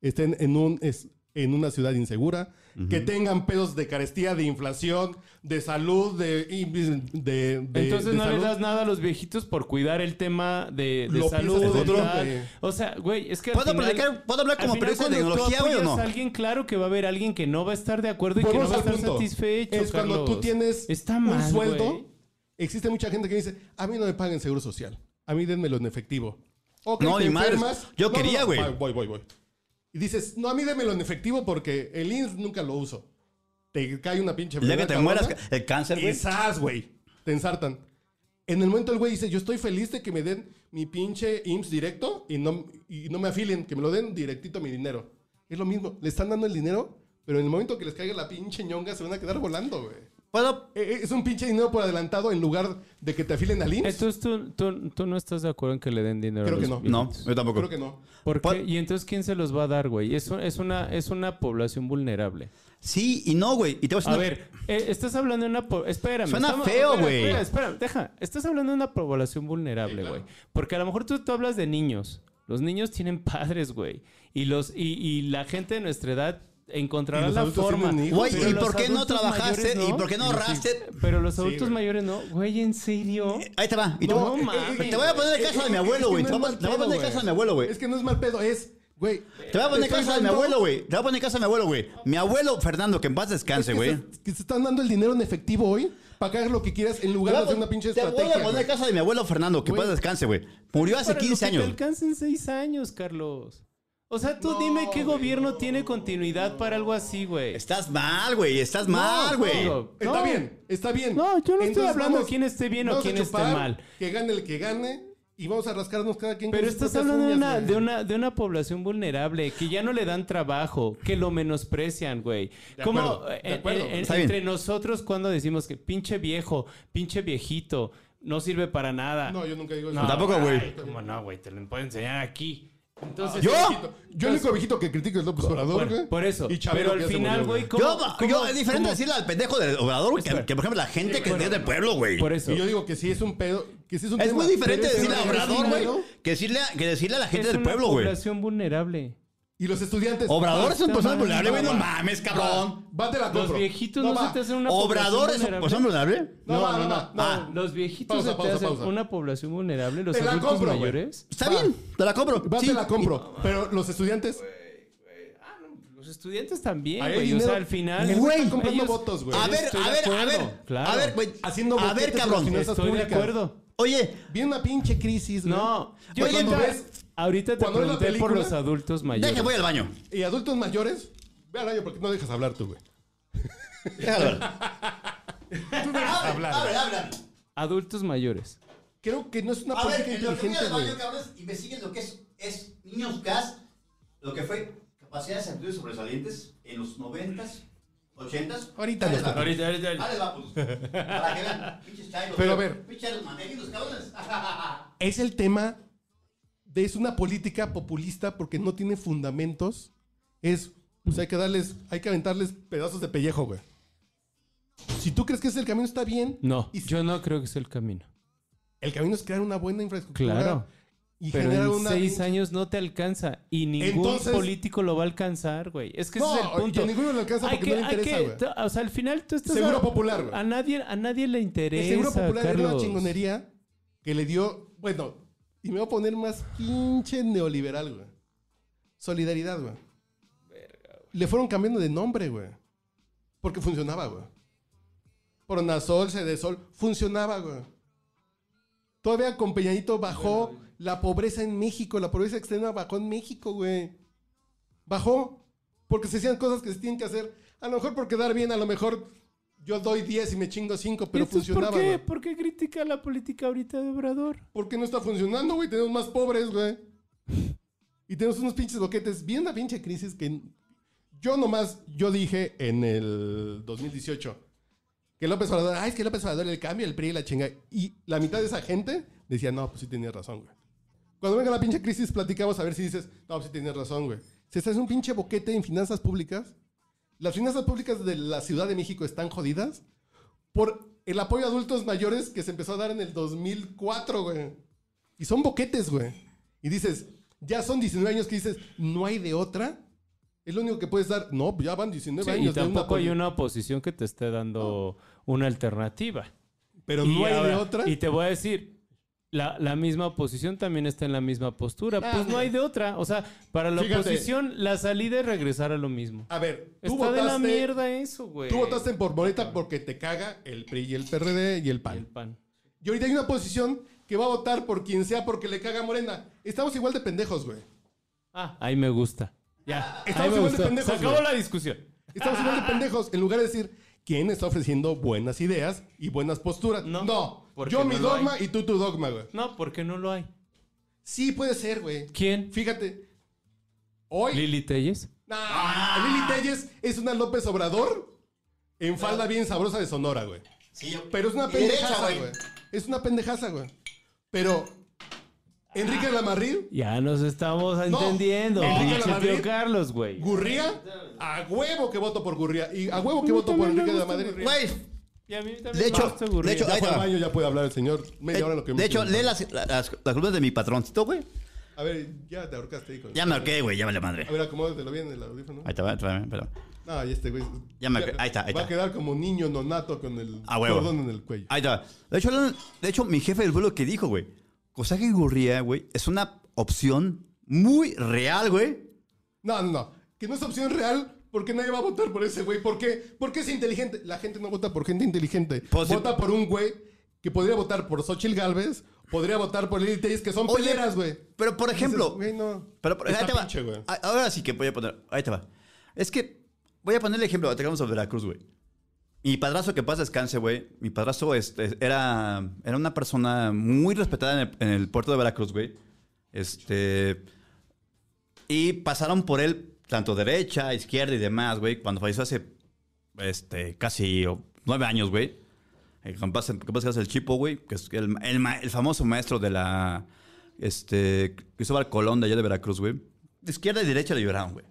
[SPEAKER 6] estén en, un, es- en una ciudad insegura, que tengan pedos de carestía, de inflación, de salud, de... y- de- de-
[SPEAKER 8] Entonces
[SPEAKER 6] de
[SPEAKER 8] no le
[SPEAKER 6] salud.
[SPEAKER 8] das nada a los viejitos por cuidar el tema de, de
[SPEAKER 6] Lo
[SPEAKER 8] salud.
[SPEAKER 6] piensas
[SPEAKER 8] de
[SPEAKER 6] otro, eh,
[SPEAKER 8] tal.
[SPEAKER 6] güey.
[SPEAKER 8] O sea, güey, es que al
[SPEAKER 7] ¿Puedo,
[SPEAKER 8] final-
[SPEAKER 7] platicar- ¿Puedo hablar
[SPEAKER 8] al
[SPEAKER 7] como
[SPEAKER 8] final
[SPEAKER 7] periodista de
[SPEAKER 8] cuando tú
[SPEAKER 7] tecnología, güey, o
[SPEAKER 8] apoyas
[SPEAKER 7] no?
[SPEAKER 8] a alguien, claro que va a haber alguien que no va a estar de acuerdo y que no
[SPEAKER 6] Volvemos
[SPEAKER 8] va a estar
[SPEAKER 6] al punto.
[SPEAKER 8] satisfecho,
[SPEAKER 6] Es cuando tú
[SPEAKER 8] Carlos.
[SPEAKER 6] tienes
[SPEAKER 8] Está mal,
[SPEAKER 6] un sueldo.
[SPEAKER 8] güey.
[SPEAKER 6] Existe mucha gente que dice, a mí no me paguen seguro social. A mí denmelo en efectivo. Ok,
[SPEAKER 7] No,
[SPEAKER 6] te
[SPEAKER 7] ni madres.
[SPEAKER 6] enfermas.
[SPEAKER 7] Yo quería, güey.
[SPEAKER 6] Voy, voy, voy. y dices, no, a mí démelo en efectivo porque el INS nunca lo uso. Te cae una pinche
[SPEAKER 7] El día que
[SPEAKER 6] enfermedad
[SPEAKER 7] te
[SPEAKER 6] cabrona,
[SPEAKER 7] mueras, el cáncer, güey.
[SPEAKER 6] y zas, güey. Te ensartan. En el momento el güey dice, yo estoy feliz de que me den mi pinche IMSS directo y no, y no me afilien, que me lo den directito mi dinero. Es lo mismo, le están dando el dinero, pero en el momento que les caiga la pinche ñonga se van a quedar volando, güey.
[SPEAKER 7] Puedo-
[SPEAKER 6] Eh, eh, Es un pinche dinero por adelantado en lugar de que te afilen al IMSS.
[SPEAKER 8] Entonces tú, tú- tú no estás de acuerdo en que le den dinero.
[SPEAKER 6] Creo
[SPEAKER 8] a
[SPEAKER 6] que
[SPEAKER 8] los
[SPEAKER 6] no.
[SPEAKER 7] No,
[SPEAKER 8] migrantes?
[SPEAKER 7] yo tampoco.
[SPEAKER 6] Creo que no.
[SPEAKER 8] ¿Por
[SPEAKER 7] Pa-
[SPEAKER 8] qué? ¿Y entonces quién se los va a dar, güey? Es, un- es, una, es una población vulnerable.
[SPEAKER 7] Sí y no, güey. Y te voy a
[SPEAKER 8] A
[SPEAKER 7] decir
[SPEAKER 8] ver, eh, estás hablando de una... po- Espérame.
[SPEAKER 7] Suena
[SPEAKER 8] estamos-
[SPEAKER 7] feo,
[SPEAKER 8] espera,
[SPEAKER 7] güey.
[SPEAKER 8] Espera, espera, deja. Estás hablando de una población vulnerable, güey. Porque a lo mejor tú, tú hablas de niños. Los niños tienen padres, güey. Y, los, y, y la gente de nuestra edad encontrará
[SPEAKER 6] Y los
[SPEAKER 8] la
[SPEAKER 6] adultos
[SPEAKER 8] forma.
[SPEAKER 6] tienen
[SPEAKER 7] una-
[SPEAKER 6] hijos,
[SPEAKER 7] Güey,
[SPEAKER 8] Pero
[SPEAKER 7] ¿y
[SPEAKER 8] los
[SPEAKER 7] por qué no
[SPEAKER 8] adultos
[SPEAKER 7] trabajaste?
[SPEAKER 8] mayores, ¿no?
[SPEAKER 7] ¿Y por qué no ahorraste? Eh,
[SPEAKER 8] Pero los
[SPEAKER 6] Sí,
[SPEAKER 8] adultos
[SPEAKER 6] güey.
[SPEAKER 8] mayores no. Güey, ¿en serio?
[SPEAKER 7] Ahí te va. Y te
[SPEAKER 8] No,
[SPEAKER 7] voy-
[SPEAKER 8] mames.
[SPEAKER 7] Te voy a poner el
[SPEAKER 6] caso
[SPEAKER 7] caso de mi abuelo, güey. Te voy a te voy a poner el caso de mi abuelo, güey.
[SPEAKER 6] Es que no es mal pedo, es, güey.
[SPEAKER 7] Te voy a poner
[SPEAKER 6] estoy
[SPEAKER 7] casa de mi
[SPEAKER 6] dando-
[SPEAKER 7] abuelo, güey. Te voy a poner casa de mi abuelo, güey. Mi abuelo, Fernando, que en paz
[SPEAKER 6] es
[SPEAKER 7] descanse,
[SPEAKER 6] que
[SPEAKER 7] güey.
[SPEAKER 6] se- Que se están dando el dinero en efectivo hoy para que hagas lo que quieras en
[SPEAKER 7] Te
[SPEAKER 6] lugar de
[SPEAKER 7] voy a
[SPEAKER 6] hacer una pinche
[SPEAKER 7] pon- te voy
[SPEAKER 6] estrategia.
[SPEAKER 7] a poner
[SPEAKER 6] güey.
[SPEAKER 7] casa de mi abuelo, Fernando, que en paz
[SPEAKER 6] Güey.
[SPEAKER 7] descanse, güey. Murió hace
[SPEAKER 8] Para lo
[SPEAKER 7] 15
[SPEAKER 8] que
[SPEAKER 7] años.
[SPEAKER 8] te alcancen seis años, Carlos. O sea, tú
[SPEAKER 6] No,
[SPEAKER 8] dime qué
[SPEAKER 6] güey,
[SPEAKER 8] gobierno
[SPEAKER 6] no,
[SPEAKER 8] tiene continuidad para algo así, güey.
[SPEAKER 7] Estás mal, güey. Estás mal,
[SPEAKER 8] no,
[SPEAKER 7] güey.
[SPEAKER 8] digo,
[SPEAKER 6] Está
[SPEAKER 8] No.
[SPEAKER 6] bien, está bien.
[SPEAKER 8] No, yo no estoy hablando
[SPEAKER 6] vamos-
[SPEAKER 8] quién esté bien o
[SPEAKER 6] vamos a
[SPEAKER 8] quién esté
[SPEAKER 6] chupar,
[SPEAKER 8] mal.
[SPEAKER 6] Que gane el que gane y vamos a rascarnos cada quien
[SPEAKER 8] Pero
[SPEAKER 6] con sus
[SPEAKER 8] estás
[SPEAKER 6] propias
[SPEAKER 8] hablando de
[SPEAKER 6] Pues, uñas,
[SPEAKER 8] una,
[SPEAKER 6] güey.
[SPEAKER 8] de, una, de una población vulnerable que ya no le dan trabajo, que lo menosprecian, güey.
[SPEAKER 6] De
[SPEAKER 8] Como
[SPEAKER 6] acuerdo, de acuerdo.
[SPEAKER 7] Está
[SPEAKER 8] entre
[SPEAKER 7] bien.
[SPEAKER 8] nosotros cuando decimos que pinche viejo, pinche viejito, no sirve para nada.
[SPEAKER 6] No, yo nunca digo eso.
[SPEAKER 8] No,
[SPEAKER 7] Tampoco, güey.
[SPEAKER 8] ay, ¿cómo no, güey? Te lo puedo enseñar aquí. Entonces,
[SPEAKER 6] Yo,
[SPEAKER 7] ¿Yo?
[SPEAKER 6] yo el único viejito que critico es López Obrador,
[SPEAKER 8] Bueno,
[SPEAKER 6] güey.
[SPEAKER 8] por eso.
[SPEAKER 6] Y Chabelo,
[SPEAKER 8] pero al
[SPEAKER 6] que ya se
[SPEAKER 8] final,
[SPEAKER 6] murió,
[SPEAKER 8] güey, ¿cómo,
[SPEAKER 7] Yo,
[SPEAKER 8] cómo-
[SPEAKER 7] yo, es diferente
[SPEAKER 8] cómo-
[SPEAKER 7] decirle al pendejo del obrador que,
[SPEAKER 8] Espera.
[SPEAKER 7] que, por ejemplo, la gente que es de pueblo, güey.
[SPEAKER 8] Por eso.
[SPEAKER 6] Y yo digo que sí es un pedo, que sí es un
[SPEAKER 7] Es
[SPEAKER 6] tema.
[SPEAKER 7] muy diferente
[SPEAKER 6] Pero es
[SPEAKER 7] decirle a
[SPEAKER 6] un
[SPEAKER 7] Obrador,
[SPEAKER 6] dinero,
[SPEAKER 7] güey, que decirle, a- que decirle a la gente
[SPEAKER 8] es
[SPEAKER 7] del
[SPEAKER 8] una
[SPEAKER 7] pueblo, güey.
[SPEAKER 8] población vulnerable.
[SPEAKER 6] Y los estudiantes.
[SPEAKER 7] Obrador es un
[SPEAKER 8] Está
[SPEAKER 7] persona
[SPEAKER 8] mal.
[SPEAKER 7] vulnerable, güey. No
[SPEAKER 6] Va.
[SPEAKER 7] mames, cabrón.
[SPEAKER 6] Va, te la compro.
[SPEAKER 8] Los viejitos
[SPEAKER 6] No
[SPEAKER 8] no,
[SPEAKER 6] va.
[SPEAKER 8] se te hacen una
[SPEAKER 7] Obrador es
[SPEAKER 8] población
[SPEAKER 7] una persona
[SPEAKER 8] vulnerable.
[SPEAKER 7] vulnerable.
[SPEAKER 6] No, va, no, no.
[SPEAKER 7] Ah,
[SPEAKER 8] Los viejitos
[SPEAKER 6] Pausa,
[SPEAKER 8] se te
[SPEAKER 6] pausa,
[SPEAKER 8] hacen
[SPEAKER 6] pausa.
[SPEAKER 8] una población vulnerable, los
[SPEAKER 6] Te la
[SPEAKER 8] adultos
[SPEAKER 6] compro, güey.
[SPEAKER 8] mayores.
[SPEAKER 7] Está
[SPEAKER 6] Va.
[SPEAKER 7] bien, te la compro.
[SPEAKER 6] Va,
[SPEAKER 7] Sí.
[SPEAKER 6] te la compro. Pero los estudiantes.
[SPEAKER 8] Ah, Los estudiantes también,
[SPEAKER 6] Ahí hay
[SPEAKER 8] güey. O
[SPEAKER 6] dinero.
[SPEAKER 8] sea, al final.
[SPEAKER 6] El güey está
[SPEAKER 8] ellos-
[SPEAKER 6] comprando votos, güey.
[SPEAKER 7] A ver,
[SPEAKER 8] Estoy de
[SPEAKER 7] a ver, a
[SPEAKER 8] acuerdo,
[SPEAKER 7] ver.
[SPEAKER 8] claro.
[SPEAKER 7] A ver, güey.
[SPEAKER 6] Haciendo
[SPEAKER 7] A ver,
[SPEAKER 6] boquetes
[SPEAKER 7] cabrón.
[SPEAKER 6] con las finanzas
[SPEAKER 8] Estoy de
[SPEAKER 6] públicas.
[SPEAKER 8] acuerdo.
[SPEAKER 7] Oye,
[SPEAKER 6] Viene una pinche crisis. güey.
[SPEAKER 8] No, yo
[SPEAKER 6] Oye,
[SPEAKER 8] ahorita,
[SPEAKER 6] cuando ves-
[SPEAKER 8] ahorita te
[SPEAKER 6] cuando ves la
[SPEAKER 8] pregunté por
[SPEAKER 6] película-
[SPEAKER 8] los adultos mayores.
[SPEAKER 7] deja, voy al baño.
[SPEAKER 6] Y adultos mayores. Ve al año porque no dejas hablar tú, güey.
[SPEAKER 7] Déjalo hablar. Abre, abre, abre.
[SPEAKER 8] Adultos mayores.
[SPEAKER 6] Creo que no pues, es una
[SPEAKER 7] A ver,
[SPEAKER 6] política
[SPEAKER 7] en lo que voy
[SPEAKER 6] inteligente,
[SPEAKER 7] al
[SPEAKER 6] güey.
[SPEAKER 7] baño, cabrones, investiguen lo que es, es Niños Gas, lo que fue capacidades actitudes sobresalientes en los 90s, 80s.
[SPEAKER 6] Ahorita
[SPEAKER 7] Ahí
[SPEAKER 6] los
[SPEAKER 7] les va.
[SPEAKER 6] toco.
[SPEAKER 8] Ahorita, ahorita, ahorita.
[SPEAKER 7] Ahí les va, putos. Para que vean, pinches chairos.
[SPEAKER 6] Pero a ver.
[SPEAKER 7] Pinches chairos, manejos, cabrones.
[SPEAKER 6] Es el tema de es una política populista porque no tiene fundamentos. Es, pues hay que darles, hay que aventarles pedazos de pellejo, güey. Si tú crees que ese es el camino, está bien.
[SPEAKER 8] No,
[SPEAKER 6] Y si-
[SPEAKER 8] yo no creo que sea el camino.
[SPEAKER 6] El camino es crear una buena infraestructura.
[SPEAKER 8] Claro.
[SPEAKER 6] Y
[SPEAKER 8] Pero
[SPEAKER 6] generar
[SPEAKER 8] en
[SPEAKER 6] una.
[SPEAKER 8] seis años no te alcanza y ningún
[SPEAKER 6] Entonces-
[SPEAKER 8] político lo va a alcanzar, güey. Es que
[SPEAKER 6] No,
[SPEAKER 8] ese es el
[SPEAKER 6] y
[SPEAKER 8] punto.
[SPEAKER 6] a ninguno le alcanza
[SPEAKER 8] Hay
[SPEAKER 6] porque no le
[SPEAKER 8] hay
[SPEAKER 6] interesa, güey.
[SPEAKER 8] t- O sea, al final tú estás...
[SPEAKER 6] Seguro
[SPEAKER 8] a-
[SPEAKER 6] popular, güey.
[SPEAKER 8] A nadie, a nadie le interesa,
[SPEAKER 6] El Seguro Popular era una
[SPEAKER 8] Carlos.
[SPEAKER 6] chingonería que le dio. Bueno, y me voy a poner más pinche neoliberal, güey. Solidaridad, güey. Le fueron cambiando de nombre, güey. Porque funcionaba, güey. Pronasol, Cedesol, funcionaba, güey. Todavía con Peñanito bajó la pobreza en México, la pobreza extrema bajó en México, güey. Bajó. Porque se hacían cosas que se tienen que hacer. A lo mejor por quedar bien, a lo mejor yo doy 10 y me chingo 5, pero
[SPEAKER 8] Entonces,
[SPEAKER 6] funcionaba,
[SPEAKER 8] ¿por qué?
[SPEAKER 6] güey.
[SPEAKER 8] ¿Por qué critica la política ahorita de Obrador?
[SPEAKER 6] ¿Por qué no está funcionando, güey? Tenemos más pobres, güey. Y tenemos unos pinches boquetes. Viene una pinche crisis que yo nomás, yo dije en el 2018 que López Obrador, ay, es que López Obrador el cambio, el PRI y la chinga. Y la mitad de esa gente decía, no, pues sí tenías razón, güey. Cuando venga la pinche crisis, platicamos a ver si dices, no, pues sí tenías razón, güey. Se está haciendo un pinche boquete en finanzas públicas. Las finanzas públicas de la Ciudad de México están jodidas por el apoyo a adultos mayores que se empezó a dar en el 2004, güey. Y son boquetes, güey. Y dices, ya son 19 años que dices, no hay de otra. Es lo único que puedes dar. No, ya van 19
[SPEAKER 8] Sí,
[SPEAKER 6] años.
[SPEAKER 8] y
[SPEAKER 6] de una
[SPEAKER 8] tampoco hay
[SPEAKER 6] poli-
[SPEAKER 8] una oposición que te esté dando una alternativa.
[SPEAKER 6] Pero
[SPEAKER 8] Y
[SPEAKER 6] no hay de
[SPEAKER 8] ahora-
[SPEAKER 6] otra.
[SPEAKER 8] Y te voy a decir, la, la misma oposición también está en la misma postura.
[SPEAKER 6] Ah,
[SPEAKER 8] pues no
[SPEAKER 6] mira.
[SPEAKER 8] hay de otra. O sea, para la
[SPEAKER 6] Fíjate.
[SPEAKER 8] oposición, la salida es regresar a lo mismo.
[SPEAKER 6] A ver, tú
[SPEAKER 8] Está
[SPEAKER 6] votaste.
[SPEAKER 8] de la mierda eso, güey.
[SPEAKER 6] Tú votaste por Moreta porque te caga el PRI y el PRD y el
[SPEAKER 8] el
[SPEAKER 6] PAN.
[SPEAKER 8] pan.
[SPEAKER 6] Y ahorita hay una posición que va a votar por quien sea porque le caga a Morena. Estamos igual de pendejos, güey.
[SPEAKER 8] Ah, ahí me gusta. Ya.
[SPEAKER 6] Estamos
[SPEAKER 8] ahí me
[SPEAKER 6] igual de
[SPEAKER 8] gustó.
[SPEAKER 6] pendejos,
[SPEAKER 8] Se acabó
[SPEAKER 6] güey.
[SPEAKER 8] la discusión.
[SPEAKER 6] Estamos igual de pendejos. En lugar de decir quién está ofreciendo buenas ideas y buenas posturas. No.
[SPEAKER 8] No, porque
[SPEAKER 6] Yo
[SPEAKER 8] no
[SPEAKER 6] mi
[SPEAKER 8] lo
[SPEAKER 6] dogma y tú tu dogma, güey.
[SPEAKER 8] No, porque no lo hay.
[SPEAKER 6] Sí, puede ser, güey.
[SPEAKER 8] ¿Quién?
[SPEAKER 6] Fíjate. Hoy.
[SPEAKER 8] ¿Lili Telles?
[SPEAKER 6] Nah, Lili Telles es una López Obrador en falda bien sabrosa de Sonora, güey.
[SPEAKER 9] Sí,
[SPEAKER 6] Pero es una
[SPEAKER 9] Y derecha,
[SPEAKER 6] pendejaza,
[SPEAKER 9] güey.
[SPEAKER 6] güey. Es una pendejaza, güey. Pero.
[SPEAKER 7] Ah.
[SPEAKER 6] Enrique Lamarril,
[SPEAKER 8] Ya nos estamos
[SPEAKER 6] entendiendo, Enrique
[SPEAKER 8] pinche
[SPEAKER 6] Lamadrid.
[SPEAKER 8] tío Carlos, güey.
[SPEAKER 6] Gurría, a huevo que voto por Gurría. Y a huevo que voto por Enrique Lamarril.
[SPEAKER 9] Güey,
[SPEAKER 8] Y a mí también
[SPEAKER 7] De
[SPEAKER 8] me
[SPEAKER 7] hecho,
[SPEAKER 8] gusta Gurría.
[SPEAKER 7] de hecho,
[SPEAKER 6] Ya
[SPEAKER 7] ahí
[SPEAKER 6] fue
[SPEAKER 7] te
[SPEAKER 6] al
[SPEAKER 7] va. Eh,
[SPEAKER 6] baño, ya puede hablar el señor. Media hora lo que
[SPEAKER 7] De hecho, lee
[SPEAKER 6] lee
[SPEAKER 7] las, las, las columnas de mi patroncito, güey.
[SPEAKER 6] A ver, ya te ahorcaste, hijo.
[SPEAKER 7] Ya me ahorqué, güey, ya me la madre.
[SPEAKER 6] A ver, acomódatelo bien el audífono.
[SPEAKER 7] Ahí te va, ahí te va, perdón.
[SPEAKER 6] No, y este güey.
[SPEAKER 7] Ya me- ahí está, ahí
[SPEAKER 6] Va
[SPEAKER 7] está.
[SPEAKER 6] a quedar como niño nonato con el
[SPEAKER 7] A huevo.
[SPEAKER 6] cordón en el cuello.
[SPEAKER 7] Ahí está. De hecho, Alan- de hecho, mi jefe del vuelo que dijo, güey, Cosaje Gurría, güey, es una opción muy real, güey.
[SPEAKER 6] No, no, no. Que no es opción real porque nadie va a votar por ese güey. ¿Por qué? Porque es inteligente. La gente no vota por gente inteligente.
[SPEAKER 7] Pues sí.
[SPEAKER 6] vota por un güey que podría votar por Xochitl Galvez, podría votar por Lili Tellez, que son
[SPEAKER 7] Oye,
[SPEAKER 6] peleras, güey.
[SPEAKER 7] Pero, por ejemplo,
[SPEAKER 6] Dices, güey, no.
[SPEAKER 7] pero, pero-
[SPEAKER 6] Está
[SPEAKER 7] ahí te va.
[SPEAKER 6] pinche, güey.
[SPEAKER 7] A- Ahora sí que voy a poner, ahí te va. Es que voy a poner el ejemplo, atacamos a Veracruz, güey. Mi padrazo que pasa descanse, güey. Mi padrazo este, era, era una persona muy respetada en el, en el puerto de Veracruz, güey. Este. Y pasaron por él tanto derecha, izquierda y demás, güey. Cuando falleció hace este, casi o, nueve años, güey. El compás, el compás que hace el Chipo, güey, que es el, el ma- el famoso maestro de la. Este. Cristóbal Colón de allá de Veracruz, güey. De izquierda y derecha le lloraron, güey.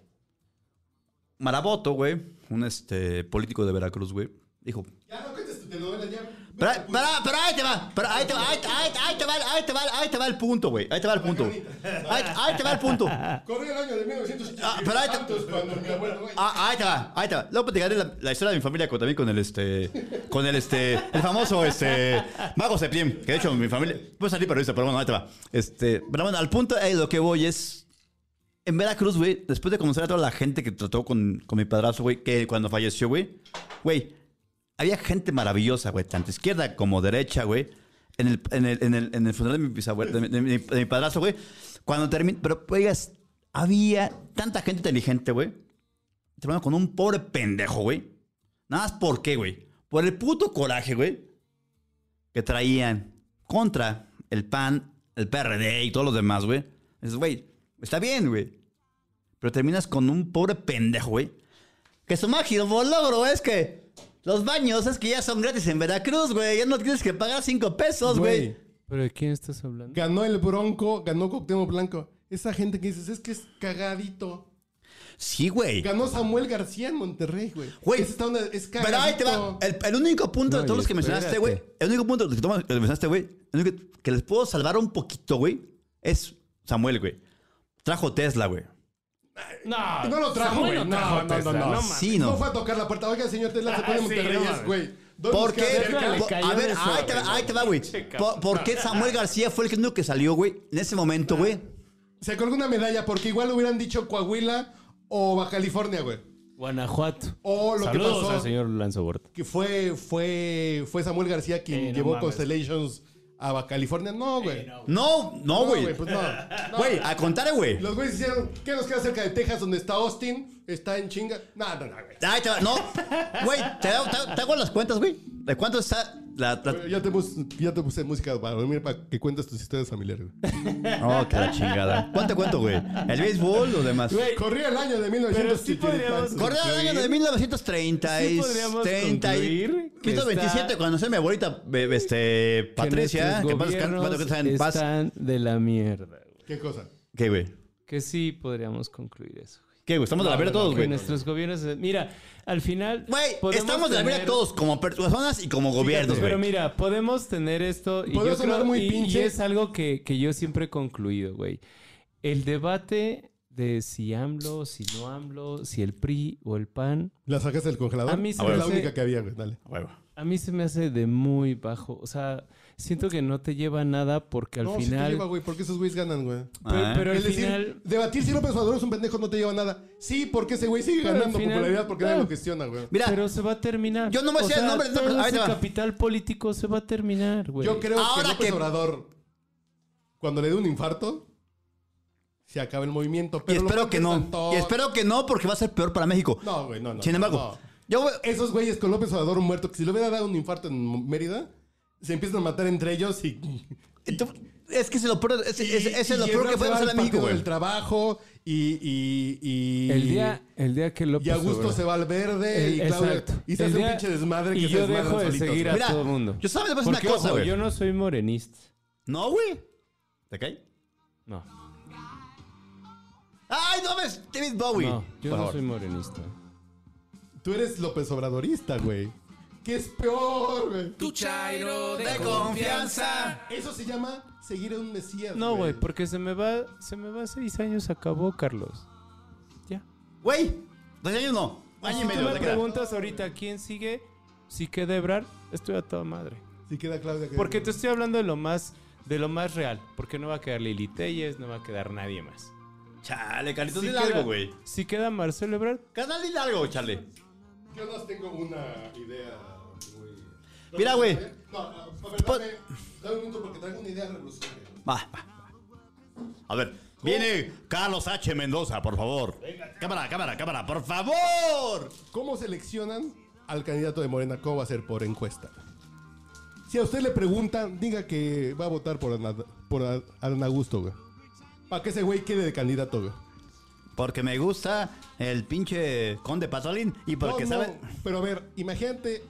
[SPEAKER 7] Maraboto, güey, un este, político de Veracruz, güey, dijo:
[SPEAKER 6] Ya no cuentes tu telenovela, ya.
[SPEAKER 7] pero, pero, pero ahí te va, pero ahí te va, ahí, te- ahí te- ahí te va, ahí te va, ahí te va el punto, güey. Ahí te va el punto. Ahí, ahí te va el punto. Ah,
[SPEAKER 6] Corría el año de 1980.
[SPEAKER 7] Ah, pero ahí te-
[SPEAKER 6] Santos, cuando mi abuelo, güey.
[SPEAKER 7] Ah, ahí te va, ahí te va. Luego platicaré la, la historia de mi familia con, también con el este. Con el este. El famoso este. Mago Septién. Que de hecho mi familia. Puede salir periodista, pero bueno, ahí te va. Este. Pero bueno, al punto de lo que voy es. En Veracruz, güey, después de conocer a toda la gente que trató con, con mi padrazo, güey, que cuando falleció, güey, güey, había gente maravillosa, güey, tanto izquierda como derecha, güey. En el, en el, en el, en el funeral de mi bisabuelo, de, mi- de mi- de mi padrazo, güey. Cuando terminó, pero, oigas, había tanta gente inteligente, güey. Terminó con un pobre pendejo, güey. Nada más por qué, güey. Por el puto coraje, güey, que traían contra el PAN, el PRD y todos los demás, güey. Dices, güey, está bien, güey. Pero terminas con un pobre pendejo, güey. Que su máximo logro es que los baños es que ya son gratis en Veracruz, güey. Ya no tienes que pagar cinco pesos, güey.
[SPEAKER 8] ¿Pero de quién estás hablando?
[SPEAKER 6] Ganó el Bronco, ganó Cuauhtémoc Blanco. Esa gente que dices, es que es cagadito.
[SPEAKER 7] Sí, güey.
[SPEAKER 6] Ganó Samuel García en Monterrey, güey.
[SPEAKER 7] Güey,
[SPEAKER 6] Esa está una- es cagadito.
[SPEAKER 7] Pero ahí te va. El, el único punto de
[SPEAKER 5] No,
[SPEAKER 7] todos
[SPEAKER 5] y
[SPEAKER 7] los que mencionaste, güey. El único punto de los que tomas- que mencionaste, güey. el único que- Que les puedo salvar un poquito, güey. Es Samuel, güey. Trajo Tesla, güey.
[SPEAKER 8] No,
[SPEAKER 6] No lo trajo, güey. No, no, no, no, no.
[SPEAKER 7] Sí,
[SPEAKER 6] No
[SPEAKER 7] no.
[SPEAKER 6] fue a tocar la puerta. Oiga, señor Tesla, se
[SPEAKER 8] Ah,
[SPEAKER 6] pone Monterrey, es, güey. ¿Dónde
[SPEAKER 7] ¿Por
[SPEAKER 6] nos queda
[SPEAKER 7] qué?
[SPEAKER 6] cerca?
[SPEAKER 8] Tesla le
[SPEAKER 7] Por-
[SPEAKER 8] cayó
[SPEAKER 7] A ver,
[SPEAKER 8] de
[SPEAKER 7] ahí te,
[SPEAKER 8] suave,
[SPEAKER 7] va, ahí te va, güey.
[SPEAKER 8] cabrón.
[SPEAKER 7] ¿Por, por qué Samuel García fue el que único que salió, güey? En ese momento, güey.
[SPEAKER 6] Se colgó una medalla porque igual hubieran dicho Coahuila o Baja California, güey.
[SPEAKER 8] Guanajuato.
[SPEAKER 6] O lo que
[SPEAKER 8] Saludos
[SPEAKER 6] pasó.
[SPEAKER 8] al señor Lanzobort.
[SPEAKER 6] Que fue, fue, fue Samuel García quien
[SPEAKER 8] Eh, no
[SPEAKER 6] llevó
[SPEAKER 8] mames.
[SPEAKER 6] Constellations a Baja California. No, güey.
[SPEAKER 7] No, no, güey.
[SPEAKER 6] pues no. No.
[SPEAKER 7] Güey, a contar, güey.
[SPEAKER 6] Los güeyes hicieron, ¿qué nos queda cerca de Texas donde está Austin? Está en chinga. No, no, no, güey.
[SPEAKER 7] Ahí te va. No. Güey, te, hago- te hago- te hago las cuentas, güey. ¿De cuánto está la. la-
[SPEAKER 6] Ya te, pus- ya te puse música para dormir para que cuentes tus historias familiares. güey.
[SPEAKER 7] No, que Oh, la chingada. ¿Cuánto cuento, güey? ¿El béisbol o demás?
[SPEAKER 6] Corría el año de 1980.
[SPEAKER 8] podríamos-
[SPEAKER 7] Corría el año de
[SPEAKER 8] concluir-
[SPEAKER 7] 1930
[SPEAKER 8] Sí
[SPEAKER 7] y
[SPEAKER 8] podríamos
[SPEAKER 7] 30 y
[SPEAKER 8] concluir que
[SPEAKER 7] 1927,
[SPEAKER 8] está-
[SPEAKER 7] cuando se mi abuelita be- este, Patricia, que
[SPEAKER 8] que
[SPEAKER 7] paz descanse, cuando que estaba en paz.
[SPEAKER 8] están de la mierda. güey.
[SPEAKER 6] ¿Qué cosa?
[SPEAKER 7] ¿Qué, güey?
[SPEAKER 8] Que sí podríamos concluir eso. güey.
[SPEAKER 7] ¿Qué, güey? Estamos de la verga todos,
[SPEAKER 8] que
[SPEAKER 7] güey.
[SPEAKER 8] nuestros gobiernos... Mira, al final...
[SPEAKER 7] Güey,
[SPEAKER 8] podemos
[SPEAKER 7] estamos de la verga
[SPEAKER 8] tener-
[SPEAKER 7] todos, como per- personas y como gobiernos,
[SPEAKER 8] Pero
[SPEAKER 7] güey.
[SPEAKER 8] mira, podemos tener esto y
[SPEAKER 6] Podría
[SPEAKER 8] yo
[SPEAKER 6] sonar
[SPEAKER 8] creo-
[SPEAKER 6] muy
[SPEAKER 8] y-
[SPEAKER 6] pinche.
[SPEAKER 8] y es algo que, que yo siempre he concluido, güey. El debate de si AMLO, si no AMLO, si el PRI o el PAN,
[SPEAKER 6] ¿La sacaste del congelador?
[SPEAKER 8] A mí se
[SPEAKER 6] Era
[SPEAKER 8] me
[SPEAKER 6] la
[SPEAKER 8] hace-
[SPEAKER 6] única que había, güey. Dale.
[SPEAKER 7] Huevo.
[SPEAKER 8] a mí se me hace de muy bajo. O sea, siento que no te lleva a nada porque al
[SPEAKER 6] no, sí te
[SPEAKER 8] final...
[SPEAKER 6] lleva, güey, porque esos güeyes ganan, güey.
[SPEAKER 8] pero,
[SPEAKER 7] Ah,
[SPEAKER 8] pero al
[SPEAKER 6] es decir,
[SPEAKER 8] final...
[SPEAKER 6] debatir si López Obrador es un pendejo no te lleva a nada. Sí, porque ese güey sigue
[SPEAKER 8] Pero al
[SPEAKER 6] ganando
[SPEAKER 8] final-
[SPEAKER 6] popularidad porque nadie
[SPEAKER 8] Ah.
[SPEAKER 6] lo gestiona, güey.
[SPEAKER 7] Mira,
[SPEAKER 8] pero se va a terminar.
[SPEAKER 7] yo no me
[SPEAKER 8] O
[SPEAKER 7] sé el
[SPEAKER 8] sea,
[SPEAKER 7] nombre de-
[SPEAKER 8] todo
[SPEAKER 7] ahí
[SPEAKER 8] ese
[SPEAKER 7] te va.
[SPEAKER 8] capital político se va a terminar, güey.
[SPEAKER 6] Yo creo
[SPEAKER 7] Ahora
[SPEAKER 6] que López
[SPEAKER 7] que-
[SPEAKER 6] Obrador, cuando le dé un infarto, se acaba el movimiento.
[SPEAKER 7] Y
[SPEAKER 6] Pero lo
[SPEAKER 7] espero que no.
[SPEAKER 6] contestan todos.
[SPEAKER 7] Y espero que no, porque va a ser peor para México.
[SPEAKER 6] No, güey, no, no.
[SPEAKER 7] Sin embargo,
[SPEAKER 6] no.
[SPEAKER 7] yo güey,
[SPEAKER 6] Esos güeyes con López Obrador muerto, que si le hubiera dado un infarto en Mérida, se empiezan a matar entre ellos y.
[SPEAKER 7] eh, tú- es que se lo peor, es, es- es lo
[SPEAKER 6] y
[SPEAKER 7] peor que
[SPEAKER 6] Ebrard se
[SPEAKER 7] puede
[SPEAKER 6] va
[SPEAKER 7] pasar
[SPEAKER 6] al
[SPEAKER 7] a México,
[SPEAKER 6] partido
[SPEAKER 7] güey.
[SPEAKER 6] del trabajo y. y- y-
[SPEAKER 8] El día, el día que López
[SPEAKER 6] Y Augusto
[SPEAKER 8] Obrador-
[SPEAKER 6] se va al verde
[SPEAKER 8] El-
[SPEAKER 6] y Claudia.
[SPEAKER 8] Eh, exacto.
[SPEAKER 6] Y se
[SPEAKER 8] El
[SPEAKER 6] hace un
[SPEAKER 8] día-
[SPEAKER 6] pinche desmadre que
[SPEAKER 8] y
[SPEAKER 6] se
[SPEAKER 8] yo
[SPEAKER 6] desmadran
[SPEAKER 8] dejo de
[SPEAKER 6] solitos,
[SPEAKER 8] seguir a
[SPEAKER 6] güey.
[SPEAKER 7] Mira,
[SPEAKER 8] todo el mundo.
[SPEAKER 7] yo sabes, pues, una
[SPEAKER 8] Porque,
[SPEAKER 7] cosa,
[SPEAKER 8] ojo,
[SPEAKER 7] güey.
[SPEAKER 8] yo no soy morenista.
[SPEAKER 7] No, güey. ¿Te cae?
[SPEAKER 8] No,
[SPEAKER 7] ¡Ay, no ves! David Bowie.
[SPEAKER 8] no,
[SPEAKER 7] Por
[SPEAKER 8] yo no
[SPEAKER 7] favor.
[SPEAKER 8] soy morenista.
[SPEAKER 6] Tú eres López Obradorista, güey. ¿Qué es peor, güey?
[SPEAKER 7] De confianza.
[SPEAKER 6] Eso se llama seguir a un mesías.
[SPEAKER 8] No, güey, porque se me va, se me va seis años, acabó, Carlos. Ya.
[SPEAKER 7] Güey, dos años no. Año y
[SPEAKER 8] Si tú
[SPEAKER 7] medio,
[SPEAKER 8] me
[SPEAKER 7] te queda.
[SPEAKER 8] preguntas ahorita quién sigue, si queda Ebrard, estoy a toda madre.
[SPEAKER 6] Si queda Claudia. queda-
[SPEAKER 8] Porque te estoy hablando de lo más, de lo más real. Porque no va a quedar Lili Telles, no va a quedar nadie más.
[SPEAKER 7] Chale, Carlitos,
[SPEAKER 8] Si
[SPEAKER 7] dile
[SPEAKER 8] queda-
[SPEAKER 7] algo, güey.
[SPEAKER 8] Si queda Marcelo Ebrard,
[SPEAKER 7] Canal, dile algo, chale.
[SPEAKER 6] Yo no tengo una idea muy.
[SPEAKER 7] Mira, güey.
[SPEAKER 6] No, a ver,
[SPEAKER 8] Pues-
[SPEAKER 6] dame, dame un minuto porque traigo una idea revolucionaria.
[SPEAKER 7] Va, va, va. A ver, viene Carlos H. Mendoza, por favor. Cámara, cámara, cámara, por favor.
[SPEAKER 6] ¿Cómo seleccionan al candidato de Morena? ¿Cómo va a ser por encuesta? Si a usted le preguntan, diga que va a votar por Ana, por A- Adán Augusto, güey. Para que ese güey quede de candidato, güey.
[SPEAKER 7] Porque me gusta el pinche conde Patolín y porque
[SPEAKER 6] No, no,
[SPEAKER 7] sabe...
[SPEAKER 6] Pero a ver, imagínate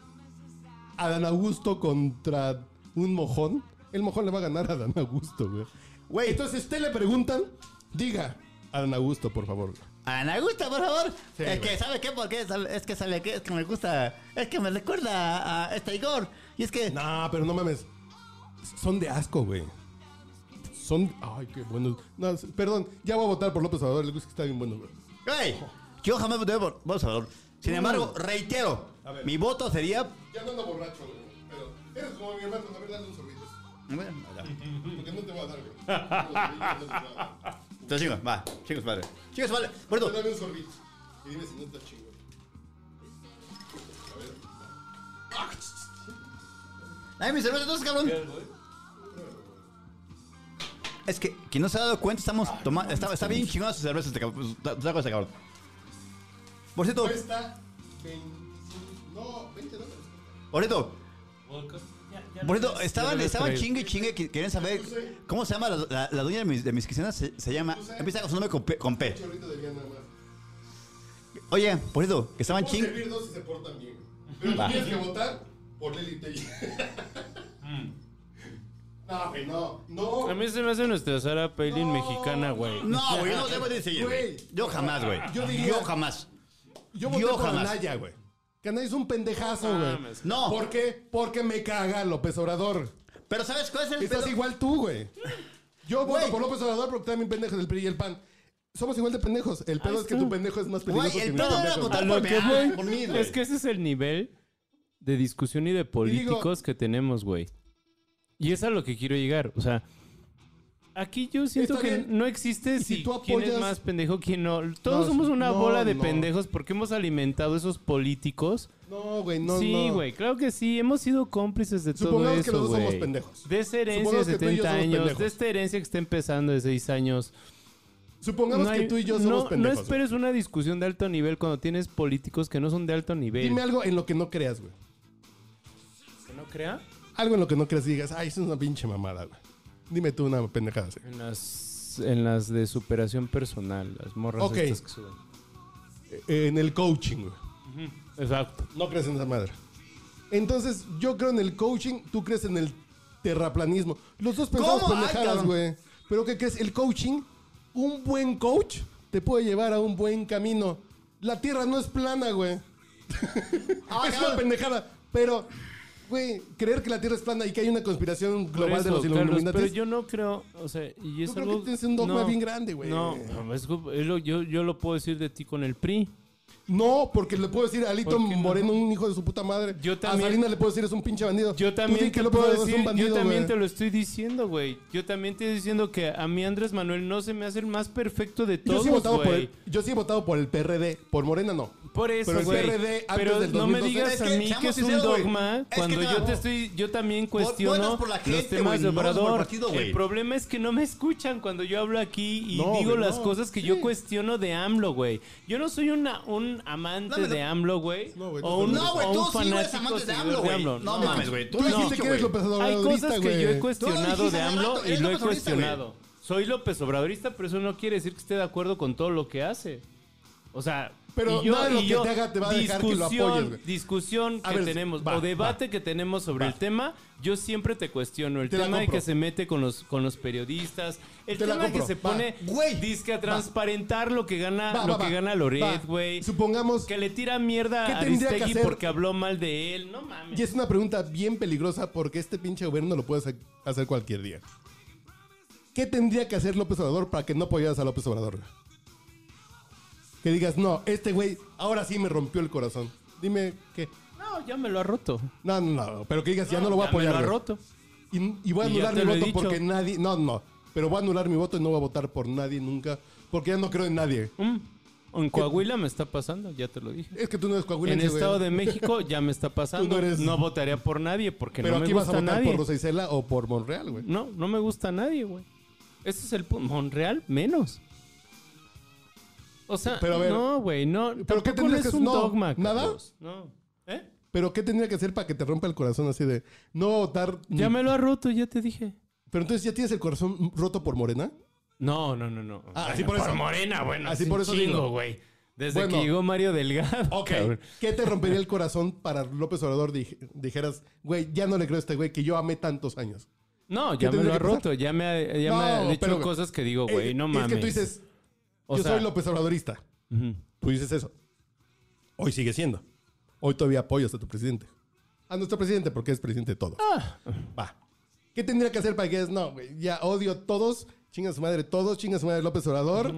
[SPEAKER 6] Adán Augusto contra un mojón. El mojón le va a ganar a Adán Augusto, güey.
[SPEAKER 7] Güey.
[SPEAKER 6] Entonces, si a usted le preguntan, diga Adán Augusto, por favor. güey.
[SPEAKER 7] Ana Gusta, por favor.
[SPEAKER 6] Sí,
[SPEAKER 7] es
[SPEAKER 6] güey.
[SPEAKER 7] que, ¿sabe qué? Porque es que sabe que es que me gusta. Es que me recuerda a este Igor. Y es que.
[SPEAKER 6] No, pero no mames. Son de asco, güey. Son. Ay, qué buenos. No, s- perdón, ya voy a votar por López Obrador. El güey es que está bien bueno, güey.
[SPEAKER 7] ¡Ey! Yo jamás voté por. Vamos a ver. Sin embargo, reitero,
[SPEAKER 6] Mm. A ver.
[SPEAKER 7] mi voto sería.
[SPEAKER 6] Ya no ando borracho, güey. Pero eres como mi hermano. A ver, dale un sorbito.
[SPEAKER 7] Bueno, ya.
[SPEAKER 6] Porque no te voy a dar, güey.
[SPEAKER 7] Entonces, chicos, va. Chicos, madre. Chicos, vale. Bueno,
[SPEAKER 6] Dame un sorbito. Y dime si no está chingo.
[SPEAKER 7] ay, mi cerveza, entonces, cabrón. Es que, quien no se ha dado cuenta, estamos tomando. Está, está bien chingada su cerveza, este cabrón. Trago este cabrón. Por cierto,
[SPEAKER 6] Cuesta 25. No, 20 dólares.
[SPEAKER 7] por cierto, Por cierto, estaban,
[SPEAKER 8] habías
[SPEAKER 7] estaban
[SPEAKER 8] traído.
[SPEAKER 7] chingue y chingue, que querían saber cómo se llama la, la- la dueña de mis, de mis quincenas, se, se llama, empieza con su nombre con P. con P.
[SPEAKER 6] Chorrito de bien nada más.
[SPEAKER 7] Oye, por cierto, que estaban
[SPEAKER 6] Puedo
[SPEAKER 7] chingue.
[SPEAKER 6] servir dos si se portan bien. güey. Pero tú tienes que votar por Lili Telly. No, güey, no. No.
[SPEAKER 8] a mí se me hace nuestra Sara Palin mexicana, güey.
[SPEAKER 7] No, güey, yo no debo decir.
[SPEAKER 6] Güey.
[SPEAKER 7] Yo jamás, güey.
[SPEAKER 6] Yo
[SPEAKER 7] Yo,
[SPEAKER 6] diría-
[SPEAKER 7] jamás.
[SPEAKER 6] Yo voté
[SPEAKER 7] Yo
[SPEAKER 6] por
[SPEAKER 7] jamás.
[SPEAKER 6] Anaya, güey. Que Anaya es un pendejazo, güey.
[SPEAKER 7] No.
[SPEAKER 6] ¿Por qué? Porque me caga López Obrador.
[SPEAKER 7] Pero ¿sabes cuál es el
[SPEAKER 6] Estás
[SPEAKER 7] pedo?
[SPEAKER 6] igual tú, güey. Yo voto
[SPEAKER 7] Güey.
[SPEAKER 6] por López Obrador porque también pendejos del PRI y el PAN. Somos igual de pendejos. El pedo es que tu pendejo es más peligroso
[SPEAKER 7] Güey, el
[SPEAKER 6] que mi
[SPEAKER 7] pedo era
[SPEAKER 6] pendejo.
[SPEAKER 7] votar
[SPEAKER 8] A lo
[SPEAKER 7] por
[SPEAKER 8] que
[SPEAKER 7] mí,
[SPEAKER 8] voy
[SPEAKER 7] por mí, güey.
[SPEAKER 8] es que ese es el nivel de discusión y de políticos que tenemos, güey. Y es a lo que quiero llegar. O sea, aquí yo siento
[SPEAKER 6] Está
[SPEAKER 8] que
[SPEAKER 6] bien.
[SPEAKER 8] no existe
[SPEAKER 6] Y si
[SPEAKER 8] si,
[SPEAKER 6] tú
[SPEAKER 8] quién es
[SPEAKER 6] apoyas-
[SPEAKER 8] más pendejo, quién no. Todos
[SPEAKER 6] No,
[SPEAKER 8] somos una
[SPEAKER 6] no,
[SPEAKER 8] bola de
[SPEAKER 6] no.
[SPEAKER 8] pendejos porque hemos alimentado esos políticos.
[SPEAKER 6] No, güey, no,
[SPEAKER 8] sí,
[SPEAKER 6] no.
[SPEAKER 8] güey, claro que sí. Hemos sido cómplices de todo
[SPEAKER 6] Supongamos
[SPEAKER 8] eso,
[SPEAKER 6] que los dos somos
[SPEAKER 8] güey.
[SPEAKER 6] pendejos.
[SPEAKER 8] De esa herencia de
[SPEAKER 6] Supongamos que tú y yo
[SPEAKER 8] 70
[SPEAKER 6] somos
[SPEAKER 8] años,
[SPEAKER 6] pendejos.
[SPEAKER 8] de esta herencia que está empezando de 6 años.
[SPEAKER 6] Supongamos
[SPEAKER 8] hay-
[SPEAKER 6] que tú y yo
[SPEAKER 8] no-
[SPEAKER 6] somos
[SPEAKER 8] no
[SPEAKER 6] pendejos. güey.
[SPEAKER 8] esperes una discusión de alto nivel cuando tienes políticos que no son de alto nivel.
[SPEAKER 6] Dime algo en lo que no creas, güey.
[SPEAKER 8] ¿Que no crea?
[SPEAKER 6] Algo en lo que no creas y digas, ay, eso es una pinche mamada, güey. Dime tú una pendejada así.
[SPEAKER 8] En las, en las de superación personal, las morras
[SPEAKER 6] Ok.
[SPEAKER 8] estas que suben.
[SPEAKER 6] Eh, En el coaching, güey.
[SPEAKER 8] Exacto.
[SPEAKER 6] No crees en esa madre. Entonces, yo creo en el coaching, tú crees en el terraplanismo. Los dos pensamos
[SPEAKER 7] ¿Cómo? Ay,
[SPEAKER 6] pendejadas,
[SPEAKER 7] cabrón.
[SPEAKER 6] güey. Pero ¿qué crees? El coaching, un buen coach te puede llevar a un buen camino. La tierra no es plana, güey. es una pendejada. Pero, güey, creer que la tierra es plana y que hay una conspiración
[SPEAKER 8] Por
[SPEAKER 6] global de
[SPEAKER 8] eso,
[SPEAKER 6] los
[SPEAKER 8] Carlos,
[SPEAKER 6] Illuminati.
[SPEAKER 8] pero yo no creo, o sea, y es
[SPEAKER 6] Yo creo
[SPEAKER 8] algo
[SPEAKER 6] que tienes un dogma
[SPEAKER 8] no,
[SPEAKER 6] bien grande, güey.
[SPEAKER 8] No, no, es- es lo- yo, yo lo puedo decir de ti con el PRI.
[SPEAKER 6] No, porque le puedo decir a Alito
[SPEAKER 8] ¿Por qué no?
[SPEAKER 6] Moreno un hijo de su puta madre.
[SPEAKER 8] Yo también-
[SPEAKER 6] A Salinas le puedo decir es un pinche bandido.
[SPEAKER 8] Yo
[SPEAKER 6] Tú
[SPEAKER 8] también
[SPEAKER 6] di que
[SPEAKER 8] te
[SPEAKER 6] López
[SPEAKER 8] puedo
[SPEAKER 6] Obrador
[SPEAKER 8] decir,
[SPEAKER 6] es un bandido,
[SPEAKER 8] yo también
[SPEAKER 6] güey.
[SPEAKER 8] te lo estoy diciendo, güey. Yo también te estoy diciendo que a mí Andrés Manuel no se me hace el más perfecto de
[SPEAKER 6] Yo
[SPEAKER 8] todos,
[SPEAKER 6] sí, he votado por
[SPEAKER 8] güey.
[SPEAKER 6] el, yo sí he votado por el PRD, por Morena no.
[SPEAKER 8] Por eso,
[SPEAKER 6] Pero el
[SPEAKER 8] güey.
[SPEAKER 6] PRD antes
[SPEAKER 8] Pero
[SPEAKER 6] del
[SPEAKER 8] no me
[SPEAKER 6] 2012.
[SPEAKER 8] digas
[SPEAKER 7] Es
[SPEAKER 8] a
[SPEAKER 7] que,
[SPEAKER 8] mí que
[SPEAKER 7] seamos
[SPEAKER 8] es un
[SPEAKER 7] sinceros, güey.
[SPEAKER 8] dogma
[SPEAKER 7] Es que
[SPEAKER 8] cuando
[SPEAKER 7] te
[SPEAKER 8] yo
[SPEAKER 7] amo.
[SPEAKER 8] te estoy yo también
[SPEAKER 7] no
[SPEAKER 8] cuestiono
[SPEAKER 7] eres por la
[SPEAKER 8] los
[SPEAKER 7] gente,
[SPEAKER 8] temas
[SPEAKER 7] güey,
[SPEAKER 8] de
[SPEAKER 7] no eres por
[SPEAKER 8] Obrador.
[SPEAKER 7] partido, güey.
[SPEAKER 8] el problema es que no me escuchan cuando yo hablo aquí y
[SPEAKER 6] No,
[SPEAKER 8] digo
[SPEAKER 6] güey,
[SPEAKER 8] las
[SPEAKER 6] no.
[SPEAKER 8] cosas que yo cuestiono de AMLO, güey. Yo no soy una un amante
[SPEAKER 7] No, me lo-
[SPEAKER 8] de AMLO, güey.
[SPEAKER 6] No, güey,
[SPEAKER 8] o un-
[SPEAKER 6] no,
[SPEAKER 7] güey,
[SPEAKER 8] o un
[SPEAKER 7] tú sí, güey, eres
[SPEAKER 8] fanático
[SPEAKER 7] amante de
[SPEAKER 8] seguidor
[SPEAKER 7] AMLO, güey. No mames, güey, tú
[SPEAKER 6] Tú
[SPEAKER 7] lo has
[SPEAKER 6] dijiste
[SPEAKER 7] dicho,
[SPEAKER 6] que eres
[SPEAKER 7] güey.
[SPEAKER 6] López Obrador
[SPEAKER 8] Hay
[SPEAKER 6] ahorita,
[SPEAKER 8] cosas que
[SPEAKER 6] güey.
[SPEAKER 8] yo he
[SPEAKER 7] Tú lo
[SPEAKER 8] cuestionado
[SPEAKER 7] dijiste
[SPEAKER 8] de
[SPEAKER 7] hace
[SPEAKER 8] AMLO
[SPEAKER 7] rato,
[SPEAKER 8] y
[SPEAKER 7] eres
[SPEAKER 8] lo he
[SPEAKER 7] López Obradorista,
[SPEAKER 8] cuestionado. Soy López Obradorista, pero eso no quiere decir que esté de acuerdo con todo lo que hace. O sea,
[SPEAKER 6] Pero
[SPEAKER 8] y yo-
[SPEAKER 6] nada de lo
[SPEAKER 8] y
[SPEAKER 6] que
[SPEAKER 8] yo-
[SPEAKER 6] te haga te va a dejar que lo
[SPEAKER 8] discusión-
[SPEAKER 6] apoyes, güey.
[SPEAKER 8] Discusión
[SPEAKER 6] A
[SPEAKER 8] que
[SPEAKER 6] ver,
[SPEAKER 8] tenemos
[SPEAKER 6] va,
[SPEAKER 8] o debate que tenemos sobre
[SPEAKER 6] va.
[SPEAKER 8] el tema, yo siempre te cuestiono. El
[SPEAKER 6] Te la
[SPEAKER 8] tema de
[SPEAKER 6] compro.
[SPEAKER 8] que se mete con los, con los periodistas, el
[SPEAKER 6] Te la
[SPEAKER 8] tema de que
[SPEAKER 6] compro,
[SPEAKER 8] se
[SPEAKER 6] va.
[SPEAKER 8] pone
[SPEAKER 7] Güey,
[SPEAKER 8] disque a
[SPEAKER 6] va.
[SPEAKER 8] transparentar lo que gana,
[SPEAKER 6] Va,
[SPEAKER 8] lo
[SPEAKER 6] va,
[SPEAKER 8] que
[SPEAKER 6] va,
[SPEAKER 8] gana
[SPEAKER 6] va.
[SPEAKER 8] Loret, güey.
[SPEAKER 6] Supongamos
[SPEAKER 8] Que le tira mierda
[SPEAKER 6] ¿Qué
[SPEAKER 8] a
[SPEAKER 6] tendría que
[SPEAKER 8] Aristegui
[SPEAKER 6] hacer?
[SPEAKER 8] porque habló mal de él. No mames.
[SPEAKER 6] Y es una pregunta bien peligrosa porque este pinche gobierno lo puedes hacer cualquier día. ¿Qué tendría que hacer López Obrador para que no apoyaras a López Obrador? Que digas, no, este güey ahora sí me rompió el corazón. Dime qué.
[SPEAKER 8] No, ya me lo ha roto.
[SPEAKER 6] No, no, no, pero que digas, ya no lo voy a
[SPEAKER 8] Ya me
[SPEAKER 6] apoyar.
[SPEAKER 8] lo ha
[SPEAKER 6] güey.
[SPEAKER 8] roto.
[SPEAKER 6] Y, y voy a
[SPEAKER 8] Y ya
[SPEAKER 6] anular
[SPEAKER 8] te
[SPEAKER 6] mi
[SPEAKER 8] lo he
[SPEAKER 6] voto
[SPEAKER 8] dicho.
[SPEAKER 6] porque nadie. No, no. Pero voy a anular mi voto y no voy a votar por nadie nunca. Porque ya no creo en nadie.
[SPEAKER 8] Mm. En Coahuila me está pasando, ya te lo dije.
[SPEAKER 6] Es que tú no eres
[SPEAKER 8] En
[SPEAKER 6] coahuilense,
[SPEAKER 8] el
[SPEAKER 6] güey.
[SPEAKER 8] Estado de México ya me está pasando.
[SPEAKER 6] Tú no
[SPEAKER 8] no,
[SPEAKER 6] eres-
[SPEAKER 8] votaría por nadie porque
[SPEAKER 6] Pero
[SPEAKER 8] no me
[SPEAKER 6] aquí vas a
[SPEAKER 8] gusta
[SPEAKER 6] votar
[SPEAKER 8] nadie.
[SPEAKER 6] por Rosa Isela o por Monreal, güey.
[SPEAKER 8] No, no me gusta nadie, güey. Ese es el punto. Monreal menos. O sea,
[SPEAKER 6] Pero a ver,
[SPEAKER 8] no, güey, no.
[SPEAKER 6] ¿pero
[SPEAKER 8] ¿Pero
[SPEAKER 6] qué
[SPEAKER 8] qué
[SPEAKER 6] tendrías
[SPEAKER 8] es
[SPEAKER 6] que-
[SPEAKER 8] un
[SPEAKER 6] no,
[SPEAKER 8] dogma.
[SPEAKER 6] nada?
[SPEAKER 8] Carlos. No. ¿Eh?
[SPEAKER 6] Pero ¿qué tendría que hacer para que te rompa el corazón así de no voy a votar?
[SPEAKER 8] Ya
[SPEAKER 6] ni-
[SPEAKER 8] me lo ha roto, ya te dije.
[SPEAKER 6] Pero entonces ya tienes el corazón roto por Morena.
[SPEAKER 8] No, no, no, no.
[SPEAKER 6] Ah, así por eso.
[SPEAKER 8] Morena, bueno.
[SPEAKER 6] Así
[SPEAKER 8] Así
[SPEAKER 6] por
[SPEAKER 8] por
[SPEAKER 6] eso digo.
[SPEAKER 8] Chingo, güey. Desde
[SPEAKER 6] Bueno.
[SPEAKER 8] que llegó Mario Delgado. cabrón.
[SPEAKER 6] ¿Qué te rompería el corazón para López Obrador dij- dijeras, güey, ya no le creo a este güey que yo amé tantos años?
[SPEAKER 8] No, ya me
[SPEAKER 6] tendría
[SPEAKER 8] lo ha
[SPEAKER 6] que pasar?
[SPEAKER 8] roto. Ya me ha, ya me ha
[SPEAKER 6] No,
[SPEAKER 8] dicho
[SPEAKER 6] pero- eh,
[SPEAKER 8] cosas que digo, güey,
[SPEAKER 6] Es-
[SPEAKER 8] no mames.
[SPEAKER 6] Es que tú dices,
[SPEAKER 8] O
[SPEAKER 6] yo
[SPEAKER 8] sea,
[SPEAKER 6] soy López Obradorista.
[SPEAKER 8] ujú.
[SPEAKER 6] Tú dices eso. Hoy sigue siendo. Hoy todavía apoyas a tu presidente. A nuestro presidente, porque es presidente de todo.
[SPEAKER 8] Ah.
[SPEAKER 6] Va. ¿Qué tendría que hacer para que digas, no, güey, ya odio a todos, chinga a su madre todos, chinga a su madre López Obrador?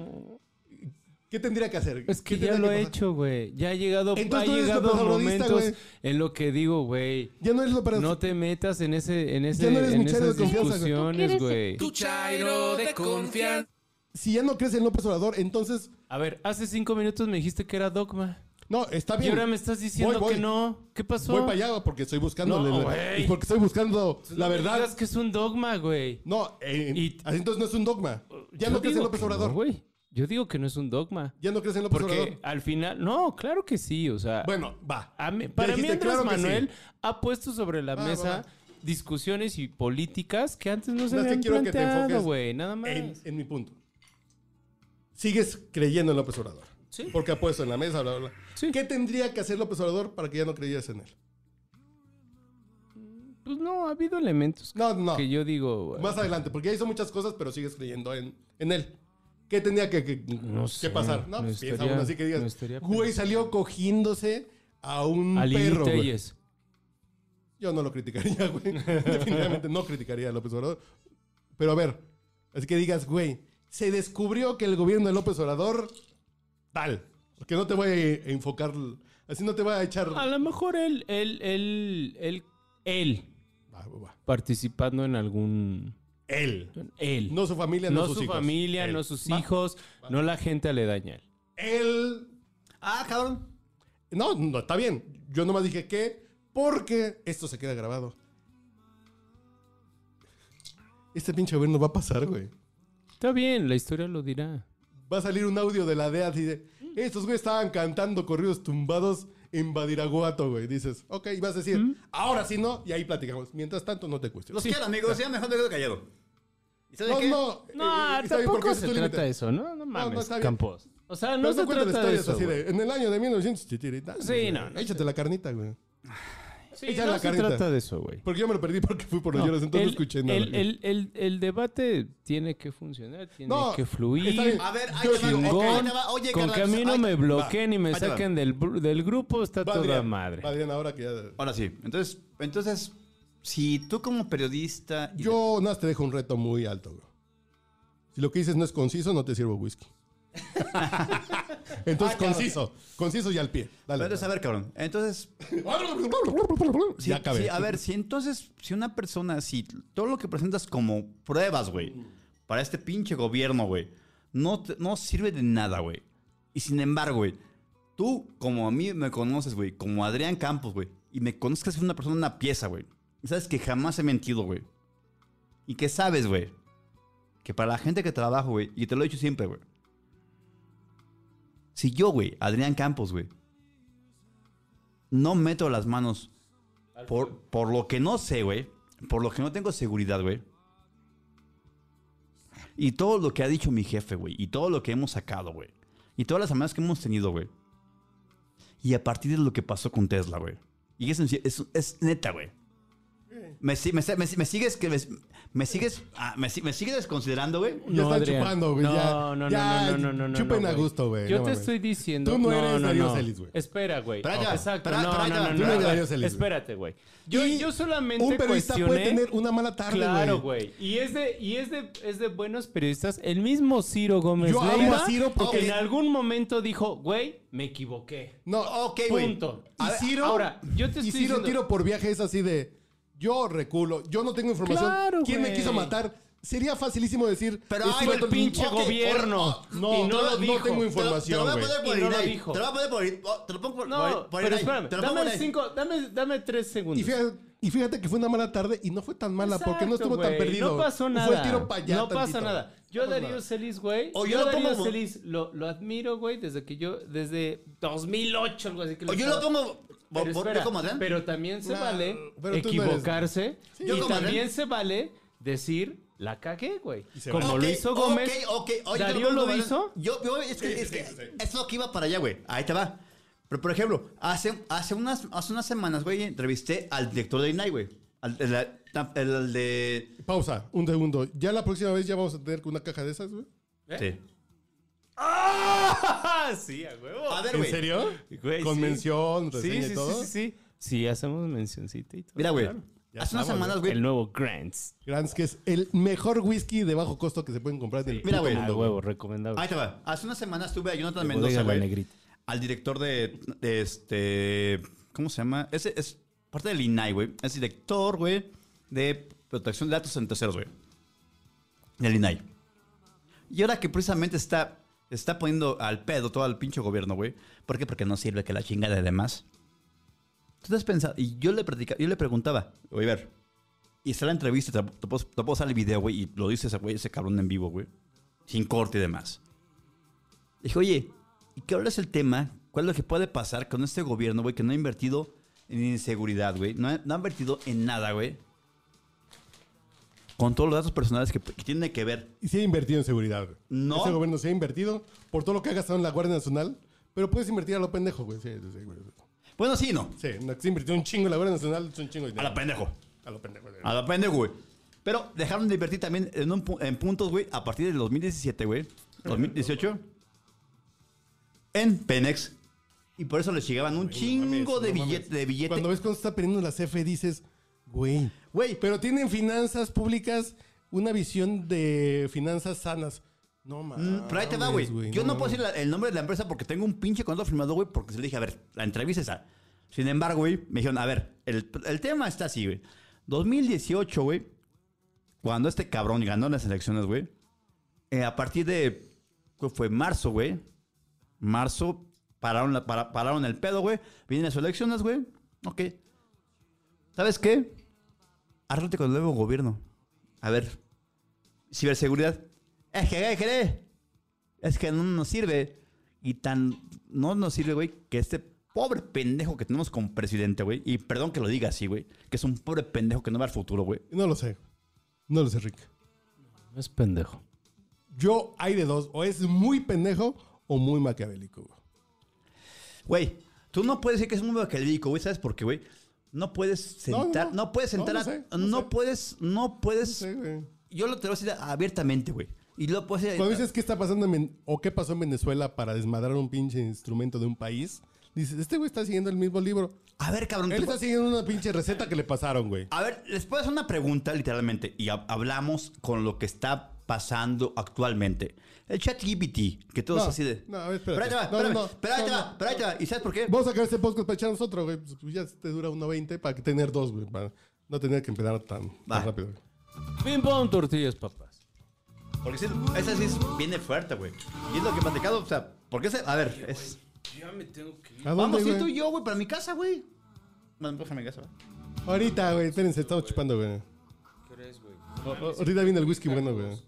[SPEAKER 6] ¿Qué tendría que hacer?
[SPEAKER 8] Es que
[SPEAKER 6] ¿Qué
[SPEAKER 8] ya
[SPEAKER 6] tendría
[SPEAKER 8] lo he
[SPEAKER 6] pasar?
[SPEAKER 8] hecho, güey. Ya ha llegado, ha
[SPEAKER 6] Entonces tú eres
[SPEAKER 8] llegado
[SPEAKER 6] lopezobradista,
[SPEAKER 8] momentos
[SPEAKER 6] güey.
[SPEAKER 8] en lo que digo, güey.
[SPEAKER 6] Ya no eres López Obrador.
[SPEAKER 8] No te metas en ese, en ese,
[SPEAKER 6] Ya no eres
[SPEAKER 8] en
[SPEAKER 6] mi chero de
[SPEAKER 8] esas
[SPEAKER 6] confianza, güey.
[SPEAKER 8] discusiones,
[SPEAKER 4] Tú quieres-
[SPEAKER 8] güey.
[SPEAKER 1] Tu chairo de confianza.
[SPEAKER 6] Si ya no crees en López Obrador, entonces,
[SPEAKER 8] A ver, hace cinco minutos me dijiste que era dogma.
[SPEAKER 6] no, está
[SPEAKER 8] Y
[SPEAKER 6] bien.
[SPEAKER 8] ahora me estás diciendo
[SPEAKER 6] Voy, voy.
[SPEAKER 8] que no. ¿Qué pasó?
[SPEAKER 6] Voy para allá porque estoy buscando
[SPEAKER 8] No,
[SPEAKER 6] la-
[SPEAKER 8] güey.
[SPEAKER 6] y porque estoy buscando la
[SPEAKER 8] Pues Digas
[SPEAKER 6] verdad.
[SPEAKER 8] que es un dogma, güey.
[SPEAKER 6] No, eh,
[SPEAKER 8] Y-
[SPEAKER 6] así entonces no es un dogma. Ya
[SPEAKER 8] Yo
[SPEAKER 6] no crees en
[SPEAKER 8] digo
[SPEAKER 6] López
[SPEAKER 8] que no,
[SPEAKER 6] Obrador.
[SPEAKER 8] güey. Yo digo que no es un dogma.
[SPEAKER 6] ya no crees en López
[SPEAKER 8] Porque
[SPEAKER 6] Obrador.
[SPEAKER 8] al final, no, claro que sí, o sea,
[SPEAKER 6] Bueno, va.
[SPEAKER 8] a mí-
[SPEAKER 6] Ya
[SPEAKER 8] para mí
[SPEAKER 6] dijiste,
[SPEAKER 8] Andrés
[SPEAKER 6] claro que sí. Ah,
[SPEAKER 8] Manuel ha puesto sobre la
[SPEAKER 6] Va, va,
[SPEAKER 8] mesa
[SPEAKER 6] va.
[SPEAKER 8] discusiones y políticas que antes no se
[SPEAKER 6] No, es que
[SPEAKER 8] habían
[SPEAKER 6] quiero que te
[SPEAKER 8] planteado,
[SPEAKER 6] enfoques
[SPEAKER 8] güey, nada más.
[SPEAKER 6] en, en mi punto. Sigues creyendo en López Obrador.
[SPEAKER 8] Sí.
[SPEAKER 6] Porque ha puesto en la mesa, bla, bla, bla.
[SPEAKER 8] Sí.
[SPEAKER 6] ¿Qué tendría que hacer López Obrador para que ya no creyeras en él?
[SPEAKER 8] Pues no, ha habido elementos
[SPEAKER 6] No, no.
[SPEAKER 8] que yo digo, güey,
[SPEAKER 6] Más adelante, porque ya hizo muchas cosas, pero sigues creyendo en, en él. ¿Qué tendría que, que- que
[SPEAKER 8] sé,
[SPEAKER 6] pasar? No,
[SPEAKER 8] me
[SPEAKER 6] pues piensa
[SPEAKER 8] estaría-
[SPEAKER 6] uno así que
[SPEAKER 8] me
[SPEAKER 6] digas.
[SPEAKER 8] estaría
[SPEAKER 6] Güey salió cogiéndose a un
[SPEAKER 8] a Lili
[SPEAKER 6] perro. güey".
[SPEAKER 8] Telles.
[SPEAKER 6] Yo no lo criticaría, güey. Definitivamente no criticaría a López Obrador. Pero a ver, así que digas, güey, se descubrió que el gobierno de López Obrador, tal. Porque no te voy a enfocar, así no te voy a echar.
[SPEAKER 8] A lo mejor él, él, él, él, él
[SPEAKER 6] Va, va, va.
[SPEAKER 8] participando en algún...
[SPEAKER 6] Él.
[SPEAKER 8] Él.
[SPEAKER 6] No su familia, no,
[SPEAKER 8] No
[SPEAKER 6] sus
[SPEAKER 8] su
[SPEAKER 6] hijos.
[SPEAKER 8] familia,
[SPEAKER 6] Él.
[SPEAKER 8] no sus
[SPEAKER 6] Va.
[SPEAKER 8] hijos, no la gente aledaña. a él.
[SPEAKER 6] Él.
[SPEAKER 7] Ah, cabrón.
[SPEAKER 6] No, no, está bien. Yo nomás dije que porque esto se queda grabado. Este pinche gobierno va a pasar, güey.
[SPEAKER 8] Está bien, la historia lo dirá.
[SPEAKER 6] va a salir un audio de la DEA y de estos güeyes estaban cantando corridos tumbados en Badiraguato, güey. Dices, ok, y vas a decir, ahora sí no, y ahí platicamos. Mientras tanto, no te
[SPEAKER 7] Los
[SPEAKER 6] cuestiones.
[SPEAKER 7] quiero, amigos. Ya mejor me quedo callado. ¿Y sabes
[SPEAKER 6] No,
[SPEAKER 7] qué?
[SPEAKER 6] no,
[SPEAKER 8] No,
[SPEAKER 6] eh, está bien, porque
[SPEAKER 8] tampoco
[SPEAKER 6] ese es
[SPEAKER 8] se
[SPEAKER 6] tu
[SPEAKER 8] trata
[SPEAKER 6] límite.
[SPEAKER 8] de eso, ¿no? No
[SPEAKER 6] no,
[SPEAKER 8] mames,
[SPEAKER 6] está bien.
[SPEAKER 8] Campos. O sea,
[SPEAKER 6] Pero
[SPEAKER 8] no se
[SPEAKER 6] cuentan
[SPEAKER 8] trata de
[SPEAKER 6] historias
[SPEAKER 8] eso.
[SPEAKER 6] así
[SPEAKER 8] güey.
[SPEAKER 6] de, en el año de 1900.
[SPEAKER 8] Sí, no, no.
[SPEAKER 6] Échate la carnita, güey.
[SPEAKER 8] Sí,
[SPEAKER 6] Echa
[SPEAKER 8] no
[SPEAKER 6] la
[SPEAKER 8] se
[SPEAKER 6] carnita.
[SPEAKER 8] trata de eso, güey.
[SPEAKER 6] Porque yo me lo perdí porque fui por los
[SPEAKER 8] No,
[SPEAKER 6] lloros, entonces
[SPEAKER 8] el-
[SPEAKER 6] no escuché nada.
[SPEAKER 8] El, el, el, el debate tiene que funcionar, tiene
[SPEAKER 6] No,
[SPEAKER 8] que fluir.
[SPEAKER 6] está bien.
[SPEAKER 7] A ver, ahí
[SPEAKER 6] Yo
[SPEAKER 7] te va,
[SPEAKER 6] digo,
[SPEAKER 7] ahí
[SPEAKER 8] Chingón,
[SPEAKER 7] te va. Oye,
[SPEAKER 8] con que a
[SPEAKER 7] Carlos,
[SPEAKER 6] pues,
[SPEAKER 8] mí no
[SPEAKER 7] ahí-
[SPEAKER 8] me bloqueen
[SPEAKER 7] va,
[SPEAKER 8] y me
[SPEAKER 7] ahí te va.
[SPEAKER 8] saquen del, br- del grupo, está
[SPEAKER 6] Va,
[SPEAKER 8] toda
[SPEAKER 6] Adrián.
[SPEAKER 8] madre.
[SPEAKER 6] Va, Adrián, ahora que ya...
[SPEAKER 7] Ahora sí. Entonces, entonces, si tú como periodista. y-
[SPEAKER 6] Yo, nada, más te dejo un reto muy alto, güey. Si lo que dices no es conciso, no te sirvo whisky. Entonces, conciso, conciso y al pie. Dale.
[SPEAKER 7] Ah, Pero es, a ver, cabrón. Entonces, sí,
[SPEAKER 6] ya acabé.
[SPEAKER 7] sí, a ver, si entonces, si una persona, si todo lo que presentas como pruebas, güey, para este pinche gobierno, güey, no, te- no sirve de nada, güey. Y sin embargo, güey, tú, como a mí me conoces, güey, como Adrián Campos, güey, y me conoces que soy una persona, una pieza, güey. y Sabes que jamás he mentido, güey. Y que sabes, güey, que para la gente que trabajo, güey, y te lo he dicho siempre, güey. Si yo, güey, Adrián Campos, güey, no meto las manos por, por lo que no sé, güey. Por lo que no tengo seguridad, güey. Y todo lo que ha dicho mi jefe, güey. Y todo lo que hemos sacado, güey. Y todas las amenazas que hemos tenido, güey. Y a partir de lo que pasó con Tesla, güey. Y es, es, es neta, güey. Me, si- me, me- me sigues que me, me sigues ah, me, si- me sigues desconsiderando, güey.
[SPEAKER 6] Ya están
[SPEAKER 8] Adrián.
[SPEAKER 6] chupando, güey,
[SPEAKER 8] No,
[SPEAKER 6] ya.
[SPEAKER 8] no, no,
[SPEAKER 6] Ya,
[SPEAKER 8] no, no, no, no, no,
[SPEAKER 6] chupen
[SPEAKER 8] no,
[SPEAKER 6] a gusto, güey,
[SPEAKER 8] Yo
[SPEAKER 6] no
[SPEAKER 8] te
[SPEAKER 6] mames.
[SPEAKER 8] estoy diciendo.
[SPEAKER 6] Tú no eres
[SPEAKER 8] no,
[SPEAKER 6] Darío
[SPEAKER 8] no.
[SPEAKER 6] Celis, güey.
[SPEAKER 8] Espera, güey.
[SPEAKER 7] Espera, espera,
[SPEAKER 8] Exacto.
[SPEAKER 7] espera,
[SPEAKER 8] no,
[SPEAKER 7] espera,
[SPEAKER 8] no, no,
[SPEAKER 7] espera.
[SPEAKER 8] no,
[SPEAKER 7] Tú no eres
[SPEAKER 8] no,
[SPEAKER 6] Darío Celis, güey.
[SPEAKER 8] Espérate, güey. Yo,
[SPEAKER 6] Y
[SPEAKER 8] yo solamente.
[SPEAKER 6] Un periodista puede
[SPEAKER 8] cuestioné-
[SPEAKER 6] tener una mala tarde, güey.
[SPEAKER 8] Claro, güey. Y es de, y es de, es de buenos periodistas. El mismo Ciro Gómez
[SPEAKER 6] Yo amo
[SPEAKER 8] Leiva,
[SPEAKER 6] a Ciro porque-
[SPEAKER 8] en algún momento dijo, güey, me equivoqué.
[SPEAKER 6] No, pues,
[SPEAKER 7] Ok, güey.
[SPEAKER 8] Punto.
[SPEAKER 6] Y Ciro,
[SPEAKER 8] Ahora, yo te
[SPEAKER 6] y
[SPEAKER 8] estoy
[SPEAKER 6] Ciro
[SPEAKER 8] diciendo-
[SPEAKER 6] tiro por viaje es así de yo reculo, yo no tengo información.
[SPEAKER 8] Claro,
[SPEAKER 6] ¿Quién me
[SPEAKER 8] güey.
[SPEAKER 6] quiso matar? Sería facilísimo decir,
[SPEAKER 7] Pero
[SPEAKER 6] es
[SPEAKER 7] ay,
[SPEAKER 6] Ciro
[SPEAKER 7] el
[SPEAKER 6] Torres-
[SPEAKER 8] pinche
[SPEAKER 6] Ok,
[SPEAKER 8] gobierno.
[SPEAKER 6] ahora-
[SPEAKER 8] Y no
[SPEAKER 6] te- No tengo
[SPEAKER 8] lo dijo.
[SPEAKER 7] Te lo- te lo
[SPEAKER 6] información,
[SPEAKER 7] voy a
[SPEAKER 6] güey.
[SPEAKER 7] poner por
[SPEAKER 8] Y no lo
[SPEAKER 7] Irai.
[SPEAKER 8] dijo.
[SPEAKER 7] Te lo voy a poner por Irai. Oh, Te lo pongo por,
[SPEAKER 8] No,
[SPEAKER 7] por- por
[SPEAKER 8] pero
[SPEAKER 7] Irai.
[SPEAKER 8] espérame.
[SPEAKER 7] Te lo pongo
[SPEAKER 8] Dame
[SPEAKER 7] por Irai.
[SPEAKER 8] cinco, dame, dame tres segundos.
[SPEAKER 6] Y fíjate, y fíjate que fue una mala tarde y no fue tan mala porque no
[SPEAKER 8] Exacto,
[SPEAKER 6] estuvo tan
[SPEAKER 8] güey.
[SPEAKER 6] perdido.
[SPEAKER 8] No pasó nada.
[SPEAKER 6] Fue el tiro para allá.
[SPEAKER 8] No
[SPEAKER 6] tantito.
[SPEAKER 8] pasa nada. Yo a
[SPEAKER 6] No pasó
[SPEAKER 8] Darío
[SPEAKER 6] nada.
[SPEAKER 8] Celis, güey.
[SPEAKER 7] O
[SPEAKER 8] Yo,
[SPEAKER 7] yo
[SPEAKER 8] a
[SPEAKER 7] lo
[SPEAKER 8] Darío
[SPEAKER 7] pongo-
[SPEAKER 8] Celis lo, lo admiro, güey, desde que yo. Desde 2008, algo así. Que
[SPEAKER 7] O yo lo
[SPEAKER 8] estaba-
[SPEAKER 7] pongo.
[SPEAKER 8] Pero,
[SPEAKER 7] por- por-
[SPEAKER 8] espera,
[SPEAKER 7] yo como Adrián.
[SPEAKER 8] pero también se
[SPEAKER 6] Nah,
[SPEAKER 8] vale
[SPEAKER 6] pero tú no eres-
[SPEAKER 8] equivocarse.
[SPEAKER 7] Yo
[SPEAKER 8] Y
[SPEAKER 7] como
[SPEAKER 8] también
[SPEAKER 7] Adrián.
[SPEAKER 8] se vale decir, la cagué, güey.
[SPEAKER 6] Y se
[SPEAKER 8] Como
[SPEAKER 6] vale.
[SPEAKER 8] lo hizo
[SPEAKER 7] Ok,
[SPEAKER 8] Gómez.
[SPEAKER 7] ok, ok. Oye,
[SPEAKER 8] Darío
[SPEAKER 7] te
[SPEAKER 8] lo
[SPEAKER 7] pongo,
[SPEAKER 8] hizo.
[SPEAKER 7] Yo, yo- es que,
[SPEAKER 6] Sí,
[SPEAKER 7] es
[SPEAKER 6] sí,
[SPEAKER 7] que
[SPEAKER 6] sí, sí.
[SPEAKER 7] es lo que iba para allá, güey. Ahí te va. Pero, por ejemplo, hace, hace, unas, hace unas semanas, güey, entrevisté al director de INAI, güey. Al, el, el- el de...
[SPEAKER 6] Pausa, un segundo. Ya la próxima vez ya vamos a tener una caja de esas, güey.
[SPEAKER 7] Sí.
[SPEAKER 8] ¡Ah! Sí, a huevo.
[SPEAKER 7] A ver,
[SPEAKER 6] ¿En
[SPEAKER 7] güey.
[SPEAKER 6] serio?
[SPEAKER 8] Güey,
[SPEAKER 6] Con
[SPEAKER 8] sí.
[SPEAKER 6] mención,
[SPEAKER 8] Sí,
[SPEAKER 6] reseña
[SPEAKER 8] sí,
[SPEAKER 6] y
[SPEAKER 8] sí,
[SPEAKER 6] todo.
[SPEAKER 8] sí, sí. Sí, hacemos mencioncita y todo.
[SPEAKER 7] Mira, güey.
[SPEAKER 8] claro.
[SPEAKER 6] Ya
[SPEAKER 7] Hace unas
[SPEAKER 6] estamos,
[SPEAKER 7] semanas,
[SPEAKER 8] El
[SPEAKER 7] güey.
[SPEAKER 8] nuevo Grants.
[SPEAKER 6] Grants, que es el mejor whisky de bajo costo que se pueden comprar en el
[SPEAKER 7] Mira,
[SPEAKER 6] puto
[SPEAKER 7] güey.
[SPEAKER 8] A
[SPEAKER 6] mundo,
[SPEAKER 8] huevo, recomendable.
[SPEAKER 7] Ahí te va. Hace unas semanas tuve a Jonathan
[SPEAKER 8] De
[SPEAKER 7] Mendoza,
[SPEAKER 8] Bodega La
[SPEAKER 7] güey.
[SPEAKER 8] Negrita.
[SPEAKER 7] Al director de, de este... ¿Cómo se llama? Ese es parte del INAI, güey. Es director, güey, de protección de datos en terceros, güey. Del INAI. Y ahora que precisamente está, está poniendo al pedo todo al pinche gobierno, güey. ¿Por qué? Porque no sirve que la chinga de demás. Tú te has pensado, y yo le, platica- yo le preguntaba, oye, a ver, y está la entrevista, te, te puedo, te puedo pasar el video, güey, y lo dice ese güey, ese cabrón en vivo, güey. Sin corte y demás. Dije, oye, ¿y qué ahora es el tema? ¿Cuál es lo que puede pasar con este gobierno, güey, que no ha invertido en inseguridad, güey? No ha, no ha invertido en nada, güey. Con todos los datos personales que, que tienen que ver
[SPEAKER 6] Y se ha invertido en seguridad, güey.
[SPEAKER 7] No.
[SPEAKER 6] Ese gobierno se ha invertido por todo lo que ha gastado en la Guardia Nacional, pero puedes invertir a lo pendejo, güey. Sí, sí, sí, güey.
[SPEAKER 7] Bueno, sí, y no.
[SPEAKER 6] Sí, no, se invirtió un chingo en la Guardia Nacional, es un chingo de
[SPEAKER 7] A
[SPEAKER 6] dinero.
[SPEAKER 7] la pendejo.
[SPEAKER 6] A lo pendejo. güey.
[SPEAKER 7] A la pendejo, güey. Pero dejaron de invertir también en, un pu- en puntos, güey, a partir del 2017, güey. 2018. En Penex. Y por eso les llegaban un chingo de,
[SPEAKER 6] no mames.
[SPEAKER 7] billete, de billete.
[SPEAKER 6] Cuando ves cuando está perdiendo la CFE, dices, güey.
[SPEAKER 7] Güey,
[SPEAKER 6] Pero tienen finanzas públicas, una visión de finanzas sanas. No mames.
[SPEAKER 7] Mm, Pero ahí te va, güey. Yo no,
[SPEAKER 6] mames.
[SPEAKER 7] puedo decir la- el nombre de la empresa porque tengo un pinche contrato firmado, güey, porque se le dije, a ver, la entrevista es esa. Sin embargo, güey, me dijeron, a ver, el, el tema está así, güey. 2018, güey, cuando este cabrón ganó las elecciones, güey, eh, a partir de, ¿qué fue? Marzo, güey. Marzo, pararon, la- para- pararon el pedo, güey. Vienen las elecciones, güey. Ok. ¿Sabes qué? Árrate con el nuevo gobierno. A ver, ciberseguridad. Es que, ¿qué crees? Es que no nos sirve. Y tan no nos sirve, güey, que este pobre pendejo que tenemos como presidente, güey, y perdón que lo diga así, güey, que es un pobre pendejo que no va al futuro, güey.
[SPEAKER 6] No lo sé. No lo sé, Rick.
[SPEAKER 8] No es pendejo.
[SPEAKER 6] Yo hay de dos. O es muy pendejo o muy maquiavélico, güey.
[SPEAKER 7] Güey, tú no puedes decir que es un maquiavélico, güey, ¿sabes por qué, güey? No puedes
[SPEAKER 6] No, no,
[SPEAKER 7] sentar, no,
[SPEAKER 6] no.
[SPEAKER 7] puedes
[SPEAKER 6] No,
[SPEAKER 7] sentar,
[SPEAKER 6] no
[SPEAKER 7] a-
[SPEAKER 6] sé,
[SPEAKER 7] no,
[SPEAKER 6] no sé.
[SPEAKER 7] puedes, no puedes,
[SPEAKER 6] Sí, güey.
[SPEAKER 7] yo lo te lo voy a decir abiertamente, güey. Y lo puedes decir,
[SPEAKER 6] Cuando dices qué está pasando en Ven- o qué pasó en Venezuela para desmadrar un pinche instrumento de un país, dices, este güey está siguiendo el mismo libro.
[SPEAKER 7] a ver, cabrón,
[SPEAKER 6] Él
[SPEAKER 7] te-
[SPEAKER 6] está siguiendo una pinche receta que le pasaron, güey.
[SPEAKER 7] A ver, les puedo hacer una pregunta literalmente y hab- hablamos con lo que está pasando actualmente. El chat GPT, que todos
[SPEAKER 6] No,
[SPEAKER 7] así de...
[SPEAKER 6] no, a ver, espérate.
[SPEAKER 7] Pero ahí te va,
[SPEAKER 6] No, no,
[SPEAKER 7] espérame,
[SPEAKER 6] no,
[SPEAKER 7] pero ahí te
[SPEAKER 6] no,
[SPEAKER 7] va,
[SPEAKER 6] no,
[SPEAKER 7] pero ahí te va. ¿Y sabes por qué?
[SPEAKER 6] Vamos a sacar este podcast para echar nosotros, güey. Pues Ya te dura 1.20 para que tener dos, güey. Para no tener que empezar tan, tan
[SPEAKER 7] Va.
[SPEAKER 6] rápido. güey.
[SPEAKER 8] Ping pong, tortillas, papas.
[SPEAKER 7] Porque sí, esa sí es- viene fuerte, güey. Y es lo que he platicado, o sea, porque ese... A ver, es...
[SPEAKER 8] Ya me tengo que ir.
[SPEAKER 6] ¿A dónde,
[SPEAKER 7] Vamos, sí,
[SPEAKER 6] güey?
[SPEAKER 7] tú y yo, güey, para mi casa, güey. Bueno, para mi casa, güey.
[SPEAKER 6] Ahorita, güey. Espérense, estamos chupando, güey. O- o- Ahorita viene el whisky bueno, güey.
[SPEAKER 7] Ahora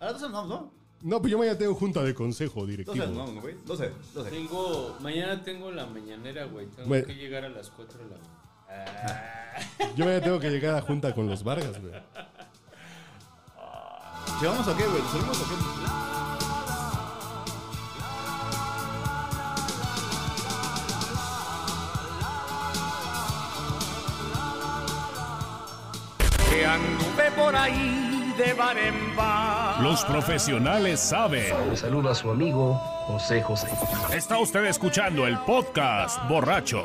[SPEAKER 7] entonces vamos, ¿no?
[SPEAKER 6] No, pues yo mañana tengo junta de consejo directivo.
[SPEAKER 7] Entonces vamos, güey. 12, 12.
[SPEAKER 8] Tengo, mañana tengo la mañanera, güey. Tengo
[SPEAKER 6] Bueno.
[SPEAKER 8] que llegar a las 4 de la mañana.
[SPEAKER 6] Yo mañana tengo que llegar a junta con los Vargas, güey.
[SPEAKER 7] ¿Llevamos o qué, güey? ¿Nos subimos o qué?
[SPEAKER 1] Los profesionales saben.
[SPEAKER 9] Le saluda su amigo José José.
[SPEAKER 1] Está usted escuchando el podcast borracho.